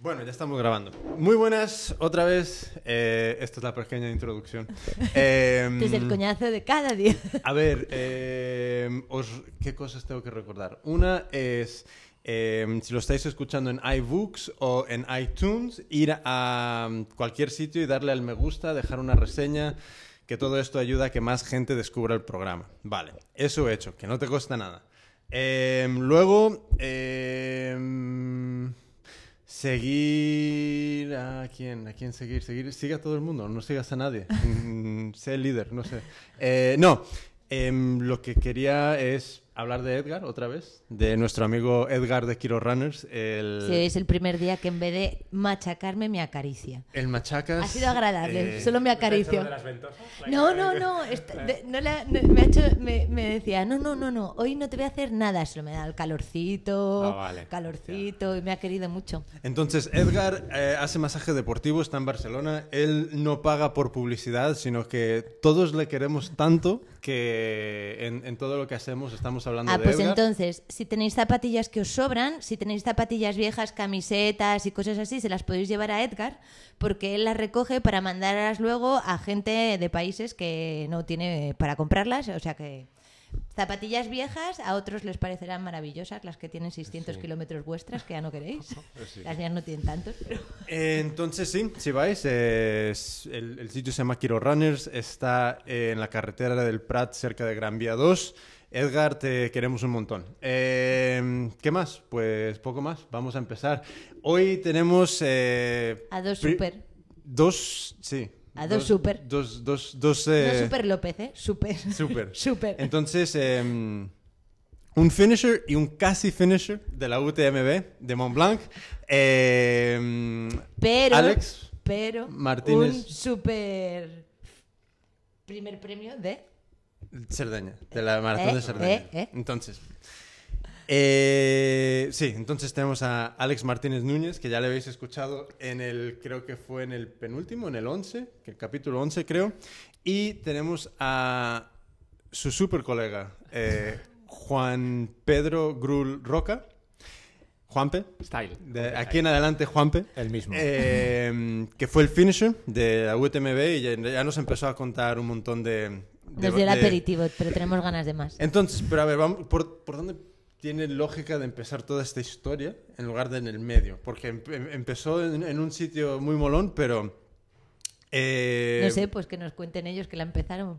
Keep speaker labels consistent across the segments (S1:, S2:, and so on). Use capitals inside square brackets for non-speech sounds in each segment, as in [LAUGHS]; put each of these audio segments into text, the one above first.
S1: Bueno, ya estamos grabando. Muy buenas, otra vez. Eh, esta es la pequeña
S2: [LAUGHS]
S1: introducción. Eh,
S2: Desde el coñazo de cada día.
S1: A ver, eh, os- ¿qué cosas tengo que recordar? Una es, eh, si lo estáis escuchando en iBooks o en iTunes, ir a um, cualquier sitio y darle al me gusta, dejar una reseña, que todo esto ayuda a que más gente descubra el programa. Vale, eso hecho, que no te cuesta nada. Eh, luego, eh, seguir ah, a quién, a quién seguir, seguir, sigue a todo el mundo, no sigas a nadie, Mm, [LAUGHS] sé el líder, no sé. Eh, no, em, lo que quería es hablar de Edgar otra vez, de nuestro amigo Edgar de Kiro Runners, el,
S2: Sí, hoy es el primer día que en vez de machacarme me acaricia.
S1: el machacas.
S2: Ha sido agradable,
S1: eh,
S2: solo me acaricio. No, no, no, esta-
S1: [LAUGHS]
S2: de- no la- no- me, ha hecho- me- me decía, no, no, no, no, hoy no te voy a hacer nada, solo me da el calorcito,
S1: Ah, vale.
S2: calorcito, y me ha querido mucho.
S1: Entonces, Edgar eh, hace masaje deportivo, está en Barcelona. Él no paga por publicidad, sino que todos le queremos tanto que en, en todo lo que hacemos estamos hablando
S2: Ah,
S1: de
S2: pues
S1: Edgar.
S2: entonces, si tenéis zapatillas que os sobran, si tenéis zapatillas viejas, camisetas y cosas así, se las podéis llevar a Edgar, porque él las recoge para mandarlas luego a gente de países que no tiene para comprarlas. O sea que zapatillas viejas a otros les parecerán maravillosas, las que tienen 600 kilómetros vuestras, que ya no queréis.
S1: [LAUGHS] Pues
S2: Las mías no tienen tantos, pero...
S1: Eh, Entonces sí, si vais, eh, es- el, el sitio se llama Kiro Runners, está eh, en la carretera del Prat, cerca de Gran Vía 2. Edgar, te queremos un montón. Eh, ¿Qué más? Pues poco más, vamos a empezar. Hoy tenemos... eh,
S2: A dos
S1: pri-
S2: super.
S1: Dos, sí.
S2: A dos super.
S1: Dos, dos, dos...
S2: No
S1: eh,
S2: Super López, ¿eh? [LAUGHS] Super.
S1: Súper.
S2: Súper.
S1: Entonces, eh, un finisher y un casi finisher de la UTMB de Mont Blanc. Eh,
S2: Pero,
S1: Alex
S2: pero
S1: Martínez.
S2: un super primer premio de
S1: Cerdeña, de la maratón
S2: Eh,
S1: de Cerdeña.
S2: eh, eh.
S1: Entonces. eh, sí, entonces tenemos a Alex Martínez Núñez, que ya le habéis escuchado en el, creo que fue en el penúltimo, en el 11, que el capítulo 11 creo. Y tenemos a su super colega, eh, Juan Pedro Grul Roca. Juanpe,
S3: Style.
S1: de aquí en adelante Juanpe.
S3: El mismo.
S1: Eh, que fue el finisher de la UTMB y ya, ya nos empezó a contar un montón de... de-
S2: Nos dio el
S1: de- Eh,
S2: aperitivo, pero tenemos ganas
S1: [LAUGHS]
S2: de más.
S1: Entonces, pero a ver, vamos, ¿por, por dónde tiene lógica de empezar toda esta historia en lugar de en el medio? Porque em- em- empezó en, en un sitio muy molón, pero... eh,
S2: No sé, pues que nos cuenten ellos que la empezaron.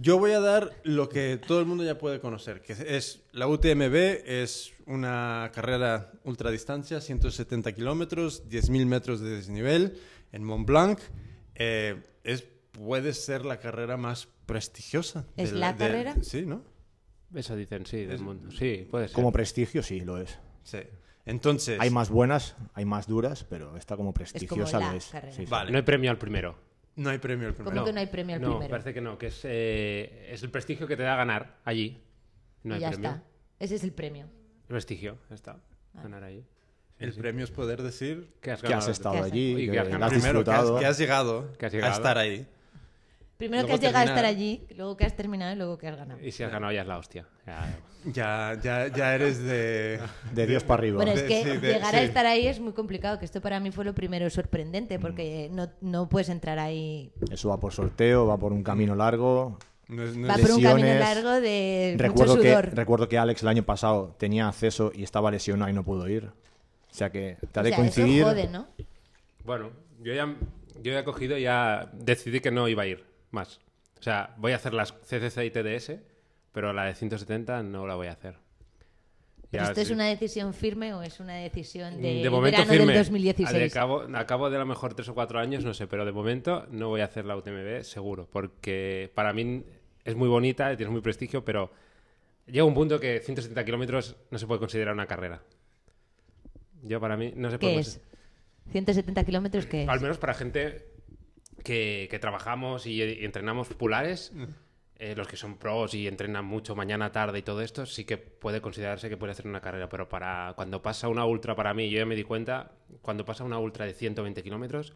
S1: Yo voy a dar lo que todo el mundo ya puede conocer, que es la UTMB, es una carrera ultradistancia, 170 kilómetros, 10.000 metros de desnivel en Mont Blanc. Eh, es, puede ser la carrera más prestigiosa. de
S2: ¿Es la
S1: de-
S2: carrera?
S1: Sí, ¿no?
S3: Eso dicen, sí, del mundo. Sí, puede ser.
S4: Como prestigio, sí, lo es.
S1: Sí. Entonces...
S4: Hay más buenas, hay más duras, pero esta
S2: como
S4: como prestigiosa
S2: la
S4: lo es.
S2: carrera.
S4: Sí, sí.
S1: Vale.
S3: No hay premio al primero.
S1: No hay premio el primero.
S2: ¿Cómo que no hay premio al
S3: no,
S2: primero?
S3: parece que no, que es, eh, es el prestigio que te da ganar allí. No
S2: y
S3: hay
S2: ya
S3: premio.
S2: está. Ese es el premio.
S3: El prestigio, ya está. Ganar allí.
S1: El premio es poder decir
S3: Que has
S4: Que has
S3: ganado?
S4: estado
S2: ¿Qué has
S4: allí,
S3: hecho?
S4: que,
S3: Y que has
S4: has
S3: ganado.
S1: primero que has,
S4: disfrutado.
S1: que has llegado
S3: Que has llegado.
S1: a estar ahí.
S2: Primero
S1: Luego
S2: que has llegado a
S1: terminar.
S2: estar allí, luego que has terminado y luego que has ganado.
S3: Y si has ganado ya es la hostia. Ya.
S1: Ya, ya, ya eres de...
S4: De Dios para arriba.
S2: Bueno, es
S1: Sí,
S2: que
S1: sí, de-
S2: llegar a
S1: sí.
S2: estar ahí es muy complicado, que esto para mí fue lo primero sorprendente, porque no, no puedes entrar ahí.
S4: Eso va por sorteo, va por un camino largo.
S1: No es- no
S2: Va
S1: es-
S2: por un camino
S4: Lesiones.
S2: largo de
S4: Recuerdo
S2: Eh, mucho
S4: que,
S2: sudor.
S4: recuerdo que Alex el año pasado tenía acceso y estaba lesionado y no pudo ir. O sea que te ha
S2: O
S4: de
S2: sea,
S4: coincidir.
S2: Eso jode, ¿no?
S3: Bueno, yo ya, yo ya he cogido, ya decidí que no iba a ir más. O sea, voy a hacer las CCC y TDS, pero la de 170 no la voy a hacer.
S2: ¿Pero
S3: Ya,
S2: esto es
S3: sí. Mm,
S2: una decisión firme o es una decisión de,
S3: de momento
S2: verano
S3: firme.
S2: del
S3: De
S2: 2016?
S3: cabo, a cabo de a lo mejor tres o cuatro años, no sé, pero de momento no voy a hacer la UTMB, seguro, porque para mí es muy bonita, y tiene muy prestigio, pero llega un punto que 170 kilómetros no se puede considerar una carrera. Yo para mí no se puede
S2: ¿Qué
S3: considerar-
S2: es? ¿170 kilómetros qué es?
S3: al menos para gente que, que trabajamos y, y entrenamos pulares, eh, los que son pros y entrenan mucho mañana, tarde y todo esto, sí que puede considerarse que puede hacer una carrera. Pero para cuando pasa una ultra, para mí, yo ya me di cuenta, cuando pasa una ultra de 120 kilómetros,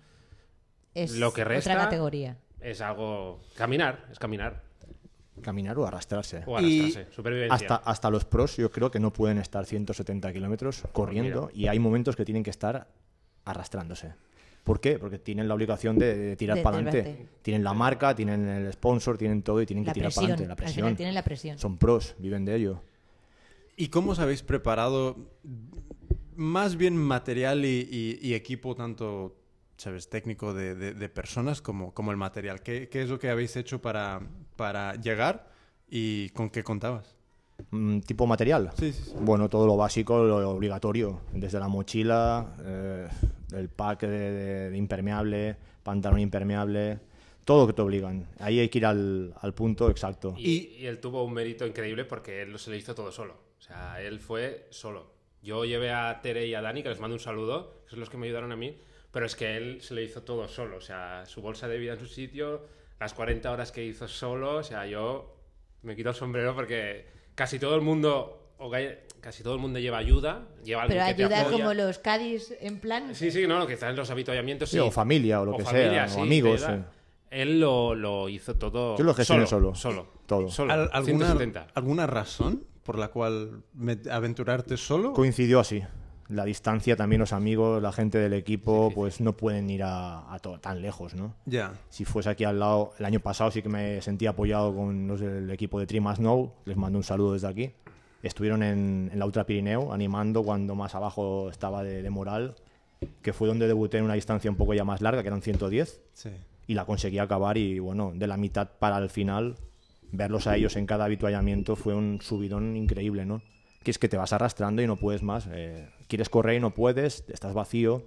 S2: Es
S3: lo que resta-
S2: otra categoría.
S3: es algo. Caminar, es caminar.
S4: Caminar o arrastrarse.
S3: O
S1: Y
S3: arrastrarse, supervivencia.
S4: Hasta, hasta los pros yo creo que no pueden estar 170 kilómetros corriendo y hay momentos que tienen que estar arrastrándose. ¿Por qué? Porque tienen la obligación de, de tirar
S2: De
S4: para adelante.
S2: tirarte.
S4: Tienen la marca, tienen el sponsor, tienen todo y tienen
S2: La
S4: que tirar
S2: presión.
S4: para adelante. La
S2: Al
S4: presión.
S2: final tienen la presión.
S4: Son pros, viven de ello.
S1: ¿Y cómo os habéis preparado más bien material y, y- y equipo, tanto sabes, técnico de, de- de personas como, como el material? ¿Qué, qué es lo que habéis hecho para, para llegar y con qué contabas?
S4: Mm, ¿Tipo material?
S1: Sí, sí, sí.
S4: Bueno, todo lo básico, lo obligatorio. Desde la mochila, eh, el pack de, de- de impermeable, pantalón impermeable, todo lo que te obligan. Ahí hay que ir al, al punto exacto.
S1: Y-
S3: Y, y él tuvo un mérito increíble porque él se lo hizo todo solo. O sea, él fue solo. Yo llevé a Tere y a Dani, que les mando un saludo, que son los que me ayudaron a mí, pero es que él se lo hizo todo solo. O sea, su bolsa de vida en su sitio, las 40 horas que hizo solo. O sea, yo me quito el sombrero porque casi todo el mundo, o ca- casi todo el mundo lleva ayuda. Lleva
S2: Pero
S3: alguien que te
S2: ayuda
S3: apoya.
S2: como los Cádiz en plan.
S3: Sí, sí, no, no, quizás los habituallamientos.
S4: Sí,
S3: Sí,
S4: o familia, o lo que sea, o
S3: te
S4: amigos,
S3: ayuda.
S4: sí.
S3: Él lo, lo hizo todo.
S4: Yo lo gestioné
S3: solo.
S4: solo.
S3: Solo.
S4: Todo.
S3: Solo.
S1: ¿Al- alguna,
S3: 170.
S1: ¿Alguna razón por la cual me- aventurarte solo?
S4: Coincidió así. La distancia también, los amigos, la gente del equipo, pues no pueden ir a, a to- tan lejos, ¿no?
S1: Ya.
S4: Si fuese aquí al lado, el año pasado sí que me sentí apoyado con los del equipo de Trimas Now, les mando un saludo desde aquí. Estuvieron en, en la Ultra Pirineo animando cuando más abajo estaba de, de Moral, que fue donde debuté en una distancia un poco ya más larga, que eran 110,
S1: Sí.
S4: y la conseguí acabar y bueno, de la mitad para el final, verlos a ellos en cada habituallamiento fue un subidón increíble, ¿no? Que es que te vas arrastrando y no puedes más. eh, quieres correr y no puedes, estás vacío,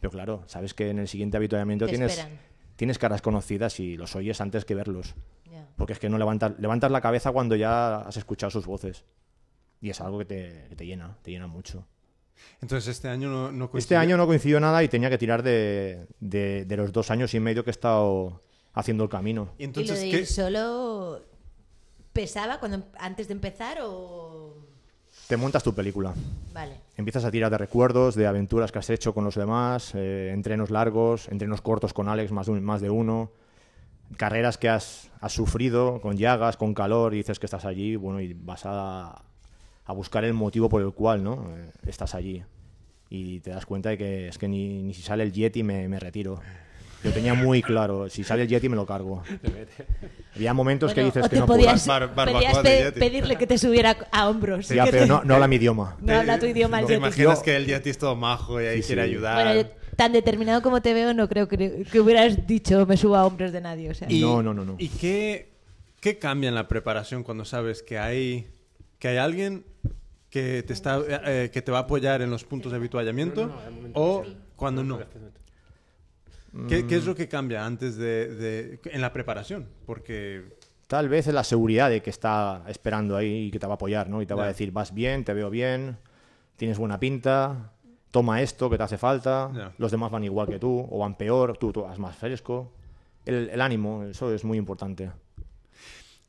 S4: pero claro, sabes que en el siguiente habituallamiento
S2: Te
S4: tienes,
S2: esperan.
S4: tienes caras conocidas y los oyes antes que verlos.
S2: Ya.
S4: Porque es que no levantas, levantas la cabeza cuando ya has escuchado sus voces. Y es algo que te, que te llena, te llena mucho.
S1: Entonces este año no, no
S4: Este
S1: coincidió.
S4: año no coincidió nada y tenía que tirar de, de- de los dos años y medio que he estado haciendo el camino.
S1: Y entonces,
S2: ¿Y lo de
S1: ¿qué?
S2: ir solo pesaba cuando antes de empezar o...?
S4: Te montas tu película.
S2: Vale.
S4: Empiezas a tirar de recuerdos, de aventuras que has hecho con los demás, eh, entrenos largos, entrenos cortos con Alex, más de, un- más de uno, carreras que has, has sufrido con llagas, con calor, y dices que estás allí, bueno, y vas a, a buscar el motivo por el cual ¿no? Eh, estás allí. Y te das cuenta de que es que ni, ni si sale el Yeti me, me retiro. Yo tenía muy claro, si sale el Yeti me lo cargo. Había momentos
S2: Bueno,
S4: que dices
S2: o
S4: que
S2: te
S4: no puedo.
S2: podías,
S1: Bar- barbacoa
S2: podías
S1: de
S2: pe-
S1: Yeti.
S2: pedirle que te subiera a hombros. [LAUGHS]
S4: Ya,
S2: que
S4: pero
S2: te-
S4: no, no habla mi idioma.
S2: no habla tu idioma el
S1: eh, ¿Te
S2: Yeti.
S1: imaginas
S4: Yo-
S1: que el Yeti es todo majo y ahí
S4: Sí,
S1: quiere
S4: sí.
S1: ayudar?
S2: Bueno, yo tan determinado como te veo, no creo que, que hubieras dicho me subo a hombros de nadie. O sea,
S4: Y- No, no, no, no.
S1: ¿Y qué, qué cambia en la preparación cuando sabes que hay, que hay alguien que te, está, eh, que te va a apoyar en los puntos de habituallamiento
S3: No, no, no, al momento
S1: o
S3: que sea.
S1: cuando no?
S3: Después me-
S4: Mm.
S1: ¿Qué, qué es lo que cambia antes de, de- en la preparación? Porque
S4: Tal vez es la seguridad de que está esperando ahí y que te va a apoyar, ¿no? Y te va
S1: Ya.
S4: a decir, vas bien, te veo bien, tienes buena pinta, toma esto que te hace falta,
S1: Ya.
S4: los demás van igual que tú, o van peor, tú, tú vas más fresco. El, el ánimo, eso es muy importante.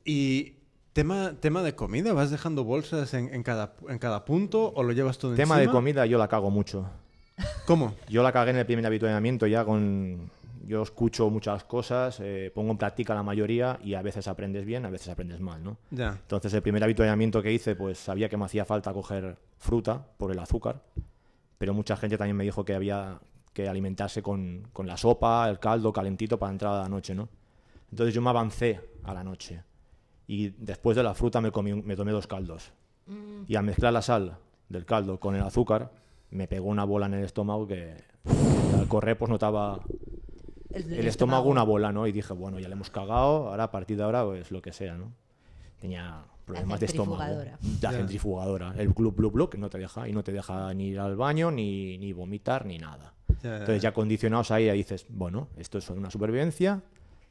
S1: y tema tema de comida, vas dejando bolsas en, en cada en cada punto o lo llevas todo
S4: Tema
S1: Pues
S4: de
S1: encima?
S4: comida, yo la cago mucho.
S1: ¿Cómo?
S4: Yo la cagué en el primer habituamiento ya con... Yo escucho muchas cosas, eh, pongo en práctica la mayoría y a veces aprendes bien, a veces aprendes mal, ¿no?
S1: Ya.
S4: Entonces el primer habituallamiento que hice, pues sabía que me hacía falta coger fruta por el azúcar, pero mucha gente también me dijo que había que alimentarse con, con la sopa, el caldo calentito para entrar a la noche, ¿no? Entonces yo me avancé a la noche y después de la fruta me, comí un- me tomé dos caldos y al mezclar la sal del caldo con el azúcar me pegó una bola en el estómago que al correr pues notaba el estómago una bola, ¿no? Y dije, bueno, ya le hemos cagado, ahora a partir de ahora pues lo que sea, ¿no? Tenía problemas de estómago.
S2: centrifugadora.
S4: La
S1: Ya.
S4: centrifugadora. El club blub blub que no te deja y no te deja ni ir al baño, ni, ni vomitar, ni nada.
S1: Ya, ya,
S4: Entonces
S1: ya.
S4: ya condicionados ahí, ahí dices, bueno, esto es una supervivencia,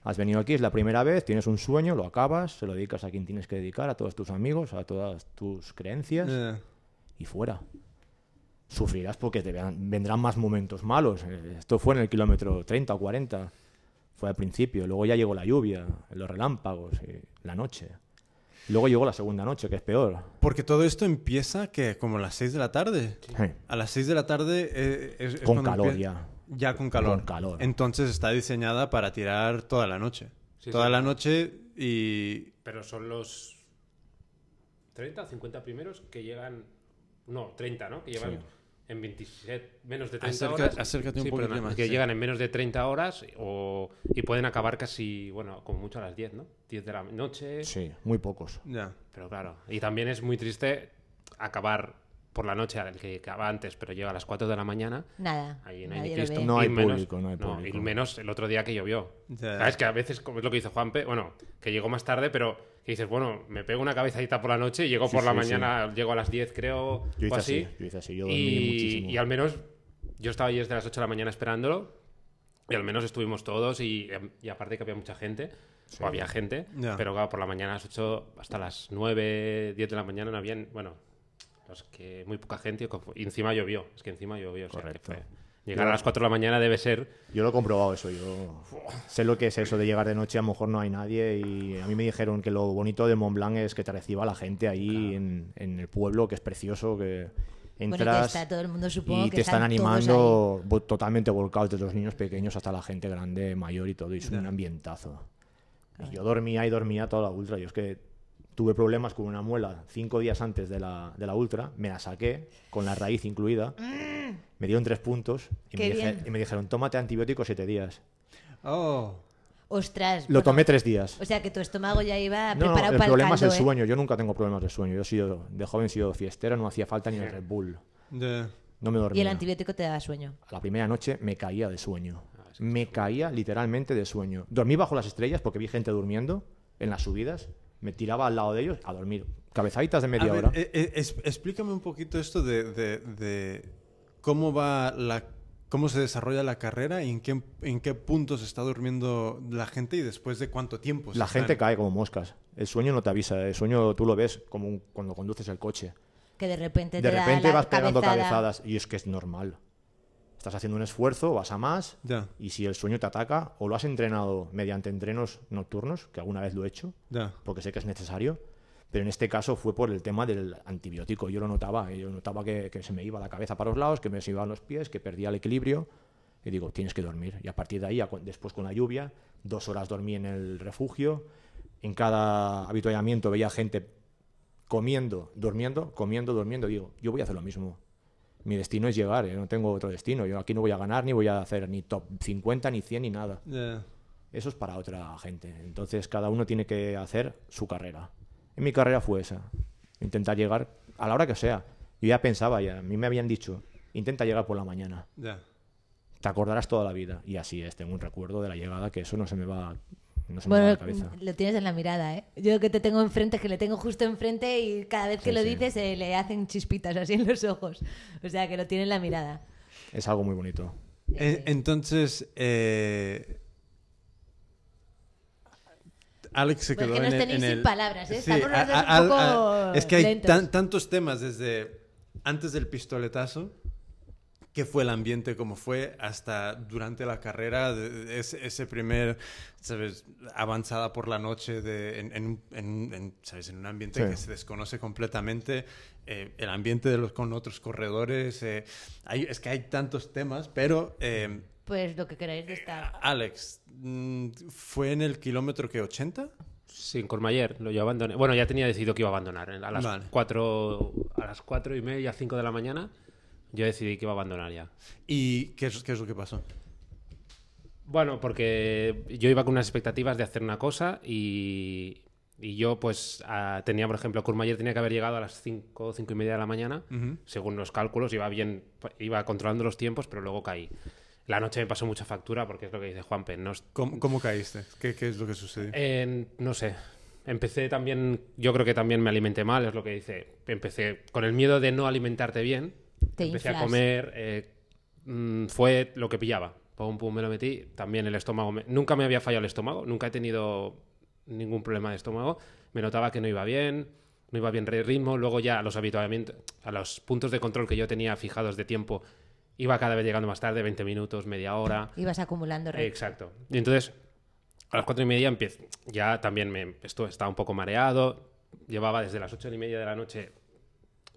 S4: has venido aquí, es la primera vez, tienes un sueño, lo acabas, se lo dedicas a quien tienes que dedicar, a todos tus amigos, a todas tus creencias
S3: Eh.
S1: Ya.
S4: y fuera. Sufrirás porque te vean- vendrán más momentos malos. Eh, Esto fue en el kilómetro 30 o 40. Fue al principio. Luego ya llegó la lluvia, los relámpagos, eh, la noche. Luego llegó la segunda noche, que es peor.
S1: Porque todo esto empieza que como a las 6 de la tarde.
S4: Eh,
S1: A las 6 de la tarde eh, es, es
S4: Con
S1: cuando
S4: calor
S1: empie-
S4: ya.
S1: Ya con calor.
S4: Con calor.
S1: Entonces está diseñada para tirar toda la noche.
S3: Sí,
S1: toda
S3: sí.
S1: la noche y...
S3: Pero son los 30 o 50 primeros que llegan. No, 30, ¿no? Que llevan en 27, menos de 30
S1: Acerca-
S3: horas.
S1: acércate un
S3: Sí,
S1: poquito
S3: perdona,
S1: más,
S3: Que
S1: sí.
S3: llegan en menos de 30 horas o, y pueden acabar casi, bueno, como mucho a las 10, ¿no? 10 de la noche.
S4: Sí, muy pocos.
S1: Ya.
S3: Pero claro, y también es muy triste acabar por la noche, al que acaba antes, pero llega a las 4 de la mañana.
S2: Nada.
S3: Ahí no hay ni
S2: nadie lo
S3: Cristo.
S2: ve.
S4: No hay
S3: Y menos-
S4: público, no hay público.
S3: Y menos el otro día que llovió.
S1: Ya.
S3: Sabes que a veces, como es lo que hizo Juanpe, bueno, que llegó más tarde, pero que dices, bueno, me pego una cabezadita por la noche y llego por la
S4: sí,
S3: mañana, llego a las 10 creo,
S4: Yo hice
S3: o así.
S4: así, yo hice así, yo dormí
S3: y,
S4: muchísimo.
S3: y al menos yo estaba ahí desde las 8 de la mañana esperándolo y al menos estuvimos todos y, em, y aparte que había mucha gente, o había gente,
S1: Ya.
S3: pero claro, por la mañana a las 8 hasta las 9, 10 de la mañana no habían, bueno, los que muy poca gente y encima llovió, es que encima llovió, o sea, que
S4: Correcto.
S3: fue- Llegar a las 4 de la mañana debe ser
S4: Yo lo he comprobado eso, yo sé lo que es eso de llegar de noche, a lo mejor no hay nadie y a mí me dijeron que lo bonito de Mont Blanc es que te reciba la gente ahí en, en el pueblo, que es precioso, que
S2: Bueno, que
S4: entras
S2: está todo el mundo, supongo
S4: y
S2: que
S4: te están
S2: están todos
S4: animando vo- totalmente volcados, desde los niños pequeños hasta la gente grande, mayor y todo, y es un ambientazo. Y yo dormía y dormía toda la ultra, yo es que tuve problemas con una muela cinco días antes de la, de la ultra, me la saqué, con la raíz incluida, me dieron tres puntos y me,
S2: Mm. Qué
S4: dije-
S2: bien.
S4: y me dijeron, tómate antibióticos siete días.
S1: Oh.
S2: Ostras.
S4: Lo
S2: bueno,
S4: tomé tres días.
S2: O sea que tu estómago ya iba
S4: No, no,
S2: preparado
S4: el
S2: para el
S4: problema
S2: caldo.
S4: es el
S2: ¿eh?
S4: sueño. Yo nunca tengo problemas de sueño. Yo he sido, de joven he sido fiestero, no hacía falta ni el Red Bull.
S1: Ya.
S4: No me dormía.
S2: Y el antibiótico te daba sueño.
S4: A la primera noche me caía de sueño. Me caía literalmente de sueño. Dormí bajo las estrellas porque vi gente durmiendo en las subidas. Me tiraba al lado de ellos a dormir. Cabezaditas de
S1: A
S4: media
S1: ver,
S4: hora.
S1: eh, eh, es- explícame un poquito esto de, de- de cómo va la cómo se desarrolla la carrera y en qué en qué puntos está durmiendo la gente y después de cuánto tiempo. se
S4: la
S1: están.
S4: gente cae como moscas. El sueño no te avisa. El sueño tú lo ves como un- cuando conduces el coche.
S2: Que de repente te
S4: De
S2: da
S4: repente
S2: la
S4: vas pegando
S2: cabezada.
S4: cabezadas. Y es que es normal. Estás haciendo un esfuerzo, vas a más.
S1: Ya.
S4: Y si el sueño te ataca, o lo has entrenado mediante entrenos nocturnos, que alguna vez lo he hecho,
S1: Ya.
S4: porque sé que es necesario, pero en este caso fue por el tema del antibiótico. Yo lo notaba, ¿eh? yo notaba que, que se me iba la cabeza para los lados, que me se iban los pies, que perdía el equilibrio. Y digo, tienes que dormir. Y a partir de ahí, a cu- después con la lluvia, dos horas dormí en el refugio. En cada habituallamiento veía gente comiendo, durmiendo, comiendo, durmiendo. Digo, yo voy a hacer lo mismo. Mi destino es llegar, yo no tengo otro destino. Yo aquí no voy a ganar, ni voy a hacer ni top 50, ni 100, ni nada.
S1: Ya.
S4: Eso es para otra gente. Entonces cada uno tiene que hacer su carrera. En mi carrera fue esa. Intentar llegar a la hora que sea. Yo ya pensaba, ya, a mí me habían dicho, intenta llegar por la mañana.
S1: Ya.
S4: Te acordarás toda la vida. Y así es, tengo un recuerdo de la llegada que eso no se me va, no se me va a
S2: Bueno,
S4: la cabeza.
S2: lo tienes en la mirada, ¿eh? Yo que te tengo enfrente, que le tengo justo enfrente y cada vez que
S4: Sí,
S2: lo
S4: sí.
S2: dices eh, le hacen chispitas así en los ojos. O sea que lo tiene en la mirada.
S4: Es algo muy bonito.
S1: En- entonces eh, Alex se
S2: Porque
S1: quedó
S2: nos
S1: en, el-
S2: tenéis
S1: en
S2: sin
S1: el-
S2: palabras, ¿eh?
S1: Sí,
S2: Estamos los
S1: a-
S2: dos un
S1: a- al-
S2: poco
S1: a- es que hay
S2: lentos.
S1: tan- tantos temas desde antes del pistoletazo, qué fue el ambiente, cómo fue, hasta durante la carrera, de- de ese, ese primer, ¿sabes? Avanzada por la noche de, en, en un- en- en, ¿sabes? en un ambiente
S4: Sí.
S1: que se desconoce completamente, eh, el ambiente de los con otros corredores, eh, hay- es que hay tantos temas, pero... eh,
S2: Pues lo que queráis de esta.
S1: Alex, mm, ¿fue en el kilómetro que 80?
S3: Sin Cormayer, lo yo abandoné. Bueno, ya tenía decidido que iba a abandonar. A las,
S1: Vale.
S3: cuatro, a las cuatro y media, cinco de la mañana, yo decidí que iba a abandonar ya.
S1: ¿Y qué es, qué es lo que pasó?
S3: Bueno, porque yo iba con unas expectativas de hacer una cosa y, y yo pues ah, tenía, por ejemplo, Courmayeur tenía que haber llegado a las 5, 5 y media de la mañana, según los cálculos, iba bien, iba controlando los tiempos, pero luego caí. La noche me pasó mucha factura porque es lo que dice Juanpe, no, es-
S1: ¿Cómo, cómo caíste? ¿Qué, qué es lo que sucedió?
S2: Eh,
S3: en- no sé. Empecé también, yo creo que también me alimenté mal, es lo que dice. Empecé con el miedo de no alimentarte bien.
S2: Te
S3: empecé
S2: inflas.
S3: a comer, eh, mm, fue lo que pillaba. Pum, pum, me lo metí. También el estómago. me- Nunca me había fallado el estómago, nunca he tenido ningún problema de estómago. Me notaba que no iba bien, no iba bien el ritmo. Luego ya a los habituamientos, a los puntos de control que yo tenía fijados de tiempo, iba cada vez llegando más tarde, 20 minutos, media hora.
S2: Ibas acumulando
S3: Eh,
S2: re-
S3: Exacto. Y entonces, a las cuatro y media empiezo. Ya también me esto, estaba un poco mareado. Llevaba desde las ocho y media de la noche.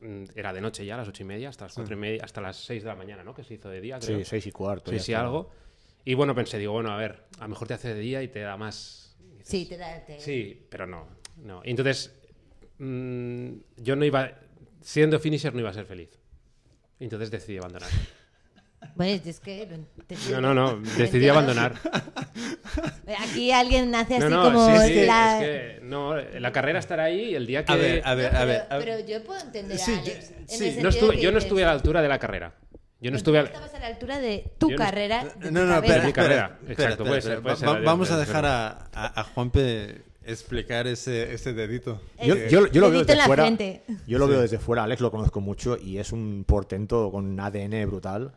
S3: mm, Era de noche ya, a las ocho y media, hasta las cuatro y media, hasta las seis de la mañana, ¿no? Que se hizo de día, creo.
S4: Mm. Sí, seis y cuarto.
S3: Sí,
S4: ya
S3: sí,
S4: está.
S3: algo. Y bueno, pensé, digo, bueno, a ver, a lo mejor te hace de día y te da más. dices,
S2: Sí, te da. te-
S3: Sí, pero no. no. Y entonces, mm, yo no iba. Siendo finisher, no iba a ser feliz. Y entonces decidí abandonar.
S2: Bueno, es que... lo- te-
S3: No, no,
S4: [LAUGHS]
S3: no.
S2: te
S3: Decidí
S2: entiendo.
S3: abandonar.
S2: [LAUGHS] Aquí alguien nace así
S3: No, no,
S2: como...
S3: sí, sí,
S2: la-
S3: es que no, la carrera estará ahí y el día que...
S1: A ver, a ver,
S2: No,
S1: a ver.
S2: pero,
S1: a ver.
S2: pero yo puedo entender a
S1: Sí, yo-
S2: Alex. en el
S1: sí.
S2: sentido
S3: No estuve-
S2: de
S3: yo no
S2: que
S3: estuve a la altura de la carrera. Yo no estuve
S2: tú
S3: al...
S2: Estabas a la altura de tu
S3: Yo no-
S2: carrera. de
S1: No,
S2: tu
S1: no,
S2: cabeza.
S1: espera,
S3: Mi
S1: espera,
S3: carrera.
S1: espera,
S3: Exacto,
S1: espera,
S3: puede
S1: espera.
S3: ser, puede
S1: Va-
S3: ser,
S1: va-
S3: adiós,
S1: Vamos a
S3: adiós,
S1: dejar a, a- a Juanpe explicar ese, ese dedito.
S4: Yo,
S2: Eh,
S4: yo lo- yo lo veo
S2: dedito en
S4: desde
S2: la
S4: fuera.
S2: frente.
S4: Yo lo veo desde fuera, Alex lo conozco mucho y es un portento con un ADN brutal.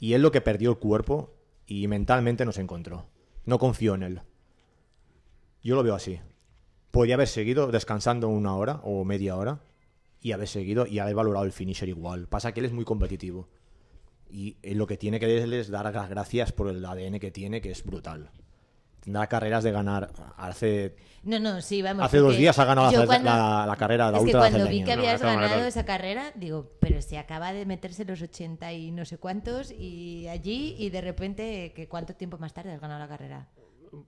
S4: Y es lo que perdió el cuerpo y mentalmente nos encontró. No confío en él. Yo lo veo así. Podía haber seguido descansando una hora o media hora y haber seguido y haber valorado el finisher igual. Pasa que él es muy competitivo. Y eh, lo que tiene que él es dar las gracias por el ADN que tiene, que es brutal. Tendrá carreras de ganar. Hace
S2: No, no, sí, vamos.
S4: Hace dos
S2: porque
S4: días ha ganado la
S2: yo
S4: ce- la- la carrera, la
S2: es que
S4: ultra de
S2: cuando vi
S4: Cerdeña.
S2: que
S3: No,
S2: habías
S3: estaba
S2: ganado
S3: ganando.
S2: esa carrera, digo, pero se acaba de meterse los 80 y no sé cuántos y allí y de repente, que ¿cuánto tiempo más tarde has ganado la carrera?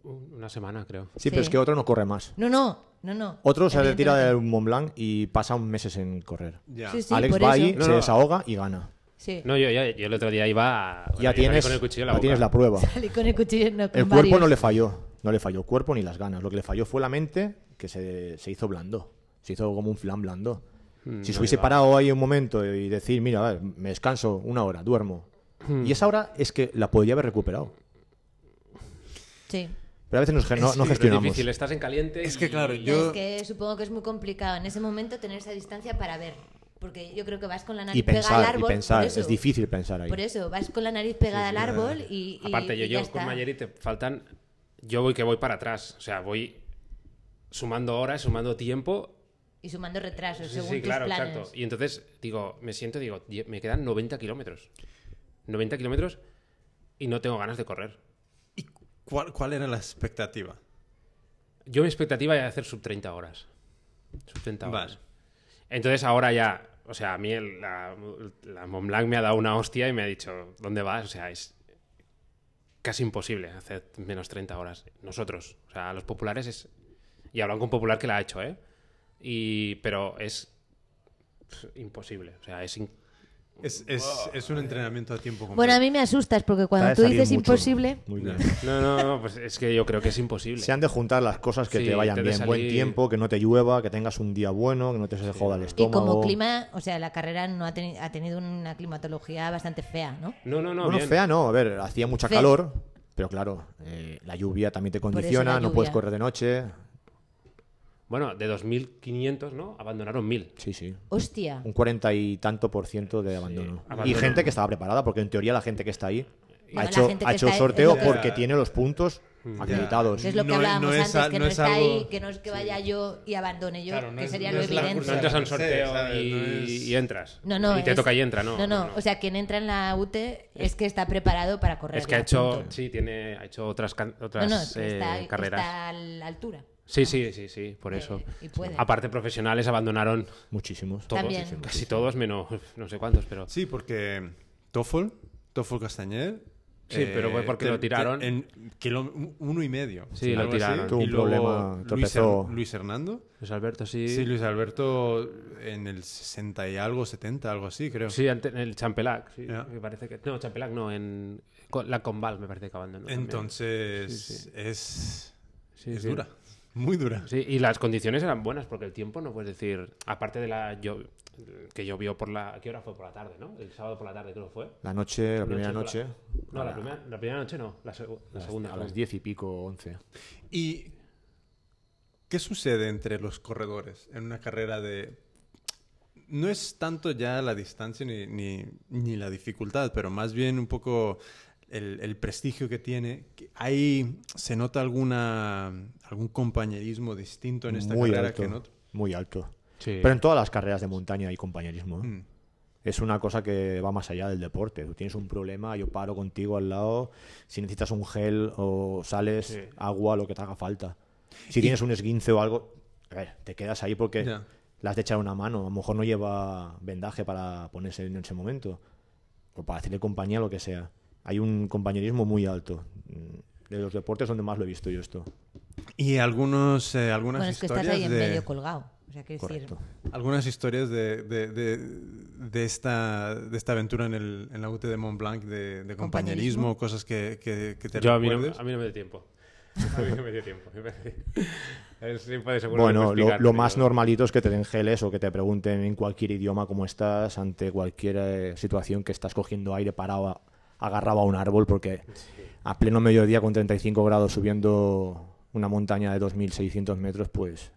S3: Uh, Una semana, creo.
S4: Sí, pero
S2: Sí.
S4: es que otro no corre más.
S2: No, no, no, no.
S4: Otro se retira del
S2: evidentemente.
S4: Mont Blanc y pasa un meses en correr.
S1: Ya.
S2: Sí, sí,
S4: Alex
S2: por
S4: va ahí,
S2: eso.
S3: No,
S4: se
S3: no.
S4: desahoga y gana.
S2: Sí.
S3: No, yo, ya- yo el otro día iba... bueno, yo
S4: ya
S3: salí
S4: tienes,
S3: Pues con el cuchillo en la
S4: ya tienes
S3: boca.
S2: [LAUGHS]
S4: la prueba.
S2: Salí con el cuchillo no, con
S4: El cuerpo
S2: varios.
S4: no le falló. No le falló el cuerpo ni las ganas. Lo que le falló fue la mente que se, se hizo blando. Se hizo como un flan blando.
S3: Mm,
S4: si se
S3: no
S4: hubiese
S3: iba.
S4: parado ahí un momento y decir, mira, a ver, me descanso una hora, duermo.
S3: Mm.
S4: Y esa hora es que la podría haber recuperado.
S2: Sí.
S4: Pero a veces nos, ge- no, no
S3: Pero
S4: gestionamos.
S3: Es difícil, estás en caliente
S1: Es que
S3: y-
S1: claro,
S2: No,
S1: yo...
S2: Es que supongo que es muy complicado en ese momento tener esa distancia para ver. Porque yo creo que vas con la nariz
S4: Y
S2: pegada
S4: pensar,
S2: al
S4: y
S2: árbol.
S4: pensar.
S2: por eso,
S4: Es difícil pensar ahí.
S2: Por eso, vas con la nariz pegada al árbol y. y-
S3: Aparte, yo
S2: y ya
S3: llego con
S2: está.
S3: Mayer y te faltan. Yo voy que voy para atrás. O sea, voy sumando horas, sumando tiempo.
S2: Y sumando retrasos,
S3: Sí,
S2: según
S3: sí,
S2: tus
S3: claro,
S2: planes.
S3: exacto. Y entonces digo, me siento y digo, "Die- me quedan 90 kilómetros. 90 kilómetros y no tengo ganas de correr.
S1: ¿Y cuál, cuál era la expectativa?
S3: Yo mi expectativa era hacer sub 30 horas. Sub 30 horas.
S1: Vale.
S3: Entonces ahora ya, o sea, a mí el- la, la Mont Blanc me ha dado una hostia y me ha dicho, ¿dónde vas? O sea, es casi imposible hacer menos 30 horas. Nosotros, o sea, los populares es... Y hablan con popular que la ha hecho, ¿eh? Y, pero es pf, imposible. O sea, es... in-
S1: Es, es, es un entrenamiento a tiempo completo.
S2: Bueno, a mí me asustas porque cuando
S4: Sabe
S2: tú
S4: salir
S2: dices
S4: mucho.
S2: imposible. [LAUGHS]
S4: Muy bien.
S3: No, no, no, pues es que yo creo que es imposible.
S4: Se han de juntar las cosas que
S3: Sí,
S4: te vayan
S3: te han de
S4: bien. Buen
S3: salir-
S4: tiempo, que no te llueva, que tengas un día bueno, que no te se joda el
S2: Y
S4: estómago.
S2: como clima, o sea, la carrera no ha, teni- ha tenido una climatología bastante fea, ¿no?
S3: No, no, no.
S4: bueno,
S3: bien.
S4: fea no, a ver, hacía mucha
S2: Fea.
S4: calor, pero claro, eh, la lluvia también te
S2: eso la
S4: condiciona, no
S2: lluvia.
S4: puedes correr de noche.
S3: Bueno, de 2.500, ¿no? Abandonaron 1.000.
S4: Sí, sí.
S2: Hostia.
S4: Un cuarenta y tanto por ciento de abandono. Y
S3: abandono.
S4: gente que estaba preparada, porque en teoría la gente que está ahí
S2: Bueno,
S4: ha
S2: la
S4: hecho,
S2: gente
S4: ha
S2: que
S4: hecho
S2: está-
S4: sorteo
S2: es lo
S1: que-
S4: porque tiene los puntos
S3: Mm.
S4: acreditados.
S1: Sí,
S2: Es lo que
S1: No es-
S2: hablábamos
S1: no es
S2: antes,
S1: a- no
S2: que no,
S1: es
S2: está
S1: algo-
S2: ahí, que no es que vaya yo y abandone yo,
S1: Claro, no
S2: que
S1: es-
S2: sería
S1: no
S2: lo
S1: es la
S2: evidente.
S1: cursa
S3: No entras a un
S1: Sí,
S3: sorteo
S1: ¿sabes?
S3: y,
S1: No es-
S3: y entras.
S2: No, no.
S3: Y te
S2: es-
S3: toca y entra, ¿no?
S2: No, no. O sea, quien entra en la UTE es que está preparado para correr.
S3: Es que ha
S2: ya,
S3: hecho,
S2: punto.
S3: sí, tiene, ha hecho otras, can-
S2: No,
S3: otras
S2: no, es que
S3: eh,
S2: está,
S3: carreras.
S2: está a la altura.
S3: Sí, sí, sí, sí, por eso.
S2: y puede.
S3: Aparte, profesionales abandonaron
S4: Muchísimos.
S3: todos,
S2: También.
S3: casi todos, menos no sé cuántos, pero
S1: Sí, porque em, Toffol, Toffol Castañer... eh,
S3: Sí, pero fue porque lo tiraron.
S1: en kiló- un- uno y medio.
S3: Sí, lo
S1: algo así.
S3: tiraron.
S4: Tuvo
S1: Y
S4: un
S1: luego
S4: problema,
S1: Luis
S4: tropezó.
S1: Her- Luis Hernando.
S3: Luis Alberto sí.
S1: Pues Sí,
S3: Sí,
S1: Luis Alberto en el 60 y algo, 70, algo así, creo.
S3: ante- en el Champelac, sí,
S1: Ya.
S3: me parece que no, Champelac no, en con- la Conval me parece que abandonó. también.
S1: Entonces,
S3: Sí, sí.
S1: es,
S3: Sí,
S1: es
S3: sí.
S1: dura, muy dura.
S3: Sí, y las condiciones eran buenas porque el tiempo no puedes decir, aparte de la llo- que llovió por la ¿qué hora fue? Por la tarde, ¿no? El sábado por la tarde creo que fue.
S4: La noche, la primera
S3: Noche
S4: noche,
S3: por la- No, la primera, la primera noche no, la, segu- la segunda.
S4: a las
S3: perdón.
S4: diez y pico, once.
S1: ¿Y qué sucede entre los corredores en una carrera de... No es tanto ya la distancia ni, ni- ni la dificultad, pero más bien un poco el, el prestigio que tiene. Que ¿Hay, ¿Se nota alguna, algún compañerismo distinto en esta carrera que en
S4: alto,
S1: otra?
S4: Muy alto.
S3: Sí.
S4: Pero en todas las carreras de montaña hay compañerismo. ¿eh?
S1: Mm.
S4: Es una cosa que va más allá del deporte. Tú tienes un problema, yo paro contigo al lado. Si necesitas un gel o sales,
S3: Sí.
S4: agua, lo que te haga falta. Si tienes un esguince o algo, a ver, te quedas ahí porque
S1: Ya.
S4: le has de echar una mano. A lo mejor no lleva vendaje para ponerse en ese momento. O para hacerle compañía, lo que sea. Hay un compañerismo muy alto. Mm, De los deportes donde más lo he visto yo esto.
S1: Y algunos, eh, algunas
S2: Bueno, es que
S1: historias
S2: estás ahí en
S1: de...
S2: medio colgado. O sea, que decir,
S4: Correcto.
S1: Algunas historias de, de- de- de esta, de esta aventura en, el, en la UT de Mont Blanc, de, de compañerismo,
S2: Compañerismo.
S1: cosas que, que- que te
S3: Yo a mí, no,
S1: recuerdes.
S3: a mí no me dio tiempo. A mí no me dio tiempo. [LAUGHS] Es tiempo de seguro que
S4: Bueno,
S3: puedo
S4: lo,
S3: explicar,
S4: lo más
S3: pero-
S4: normalito es que te den geles o que te pregunten en cualquier idioma cómo estás ante cualquier eh, situación que estás cogiendo aire parado, a- agarrado a un árbol, porque a pleno mediodía con 35 grados subiendo una montaña de 2.600 metros, pues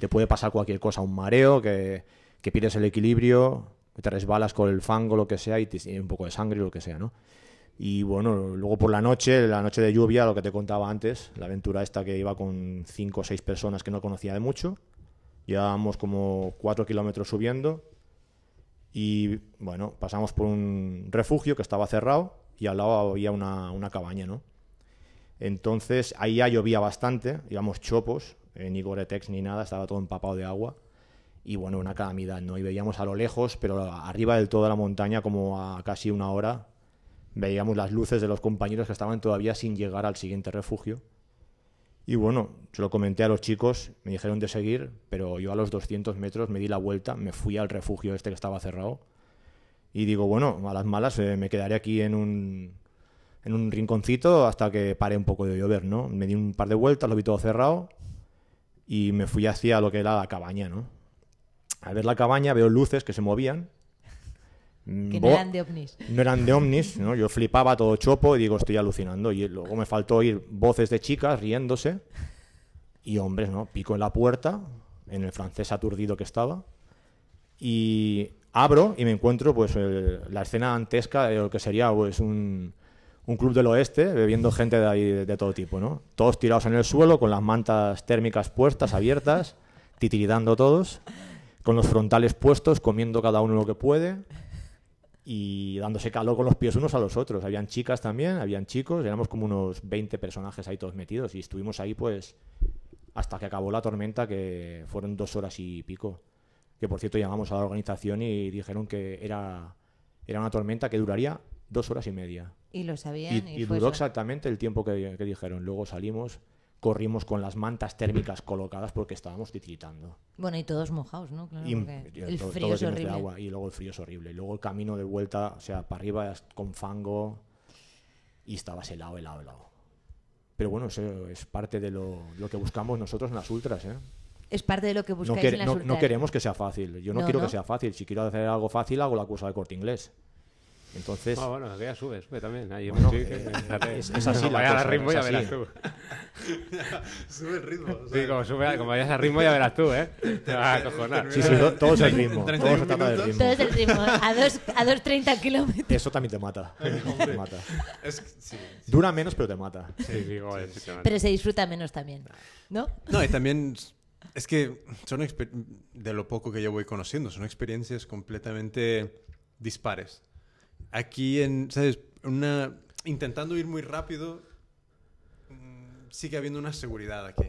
S4: te puede pasar cualquier cosa, un mareo, que, que pierdes el equilibrio, que te resbalas con el fango, lo que sea, y te y un poco de sangre, lo que sea, ¿no? Y bueno, luego por la noche, la noche de lluvia, lo que te contaba antes, la aventura esta que iba con cinco o seis personas que no conocía de mucho. Llevábamos como cuatro kilómetros subiendo y bueno, pasamos por un refugio que estaba cerrado y al lado había una, una cabaña, ¿no? Entonces ahí ya llovía bastante, íbamos chopos, eh, ni Goretex ni nada, estaba todo empapado de agua y bueno, una calamidad, ¿no? Y veíamos a lo lejos, pero arriba del todo de la montaña, como a casi una hora, veíamos las luces de los compañeros que estaban todavía sin llegar al siguiente refugio. Y bueno, se lo comenté a los chicos, me dijeron de seguir, pero yo a los 200 metros me di la vuelta, me fui al refugio este que estaba cerrado. Y digo, bueno, a las malas eh, me quedaré aquí en un, en un rinconcito hasta que pare un poco de llover, ¿no? Me di un par de vueltas, lo vi todo cerrado y me fui hacia lo que era la cabaña, ¿no? Al ver la cabaña veo luces que se movían.
S2: que
S4: Bo-
S2: no eran de ovnis.
S4: no eran de ovnis, ¿no? Yo flipaba todo chopo y digo, estoy alucinando. Y luego me faltó oír voces de chicas riéndose y hombres, ¿no? Pico en la puerta, en el francés aturdido que estaba, y abro y me encuentro pues el- la escena antesca de lo que sería pues un, un club del oeste, bebiendo gente de, ahí, de, todo tipo, ¿no? Todos tirados en el suelo, con las mantas térmicas puestas, abiertas, titiridando todos, con los frontales puestos, comiendo cada uno lo que puede y dándose calor con los pies unos a los otros. Habían chicas también, habían chicos, éramos como unos 20 personajes ahí todos metidos y estuvimos ahí pues hasta que acabó la tormenta, que fueron dos horas y pico. Que por cierto llamamos a la organización y dijeron que era, era una tormenta que duraría dos horas y media.
S2: Y lo
S4: Y,
S2: sabían. Y,
S4: y
S2: fue eso.
S4: duró exactamente el tiempo que, que dijeron. Luego salimos, corrimos con las mantas térmicas colocadas porque estábamos titiritando.
S2: Bueno, y todos mojados, ¿no? Claro,
S4: Y,
S2: Ah, porque
S4: tío,
S2: el
S4: todo-
S2: frío
S4: todo
S2: es
S4: lleno de
S2: horrible.
S4: agua, y luego el frío es horrible. Y luego el camino de vuelta, o sea, para arriba es con fango y estabas helado, helado, helado. Pero bueno, eso es parte de lo, lo que buscamos nosotros en las ultras, ¿eh?
S2: Es parte de lo que
S4: No,
S2: buscáis
S4: quere-
S2: en las
S4: no- no
S2: ultras.
S4: queremos que sea fácil. Yo no,
S2: No,
S4: quiero
S2: no.
S4: que sea fácil. Si quiero hacer algo fácil, hago la cursa de corte inglés. Entonces,
S3: Ah, bueno, que ya sube, sube también. Ahí
S4: Bueno,
S3: sí,
S4: eh,
S3: que-
S4: es- es así la
S3: Vaya
S4: cosa,
S3: al ritmo
S4: es
S3: ya
S4: así.
S3: verás tú.
S1: [LAUGHS] Sube el ritmo. o sea,
S3: Sí, como, sube, como vayas al ritmo ya verás tú, [LAUGHS] ¿eh? Te vas
S1: [LAUGHS]
S3: a acojonar.
S4: ah, sí, sí, to- todo es el ritmo. Todo
S1: 31
S4: se trata del
S1: minutos.
S4: ritmo.
S2: Todo es el ritmo. A dos- a 2.30 kilómetros.
S4: Eso también te mata. te mata.
S1: es que- sí.
S4: Dura menos, pero te mata.
S3: Sí, sí, como efectivamente.
S2: Pero se disfruta menos también. ¿No?
S1: No, y también es que son exper- de lo poco que yo voy conociendo, son experiencias completamente dispares. Aquí en, ¿sabes? Una, intentando ir muy rápido, mm, sigue habiendo una seguridad aquí.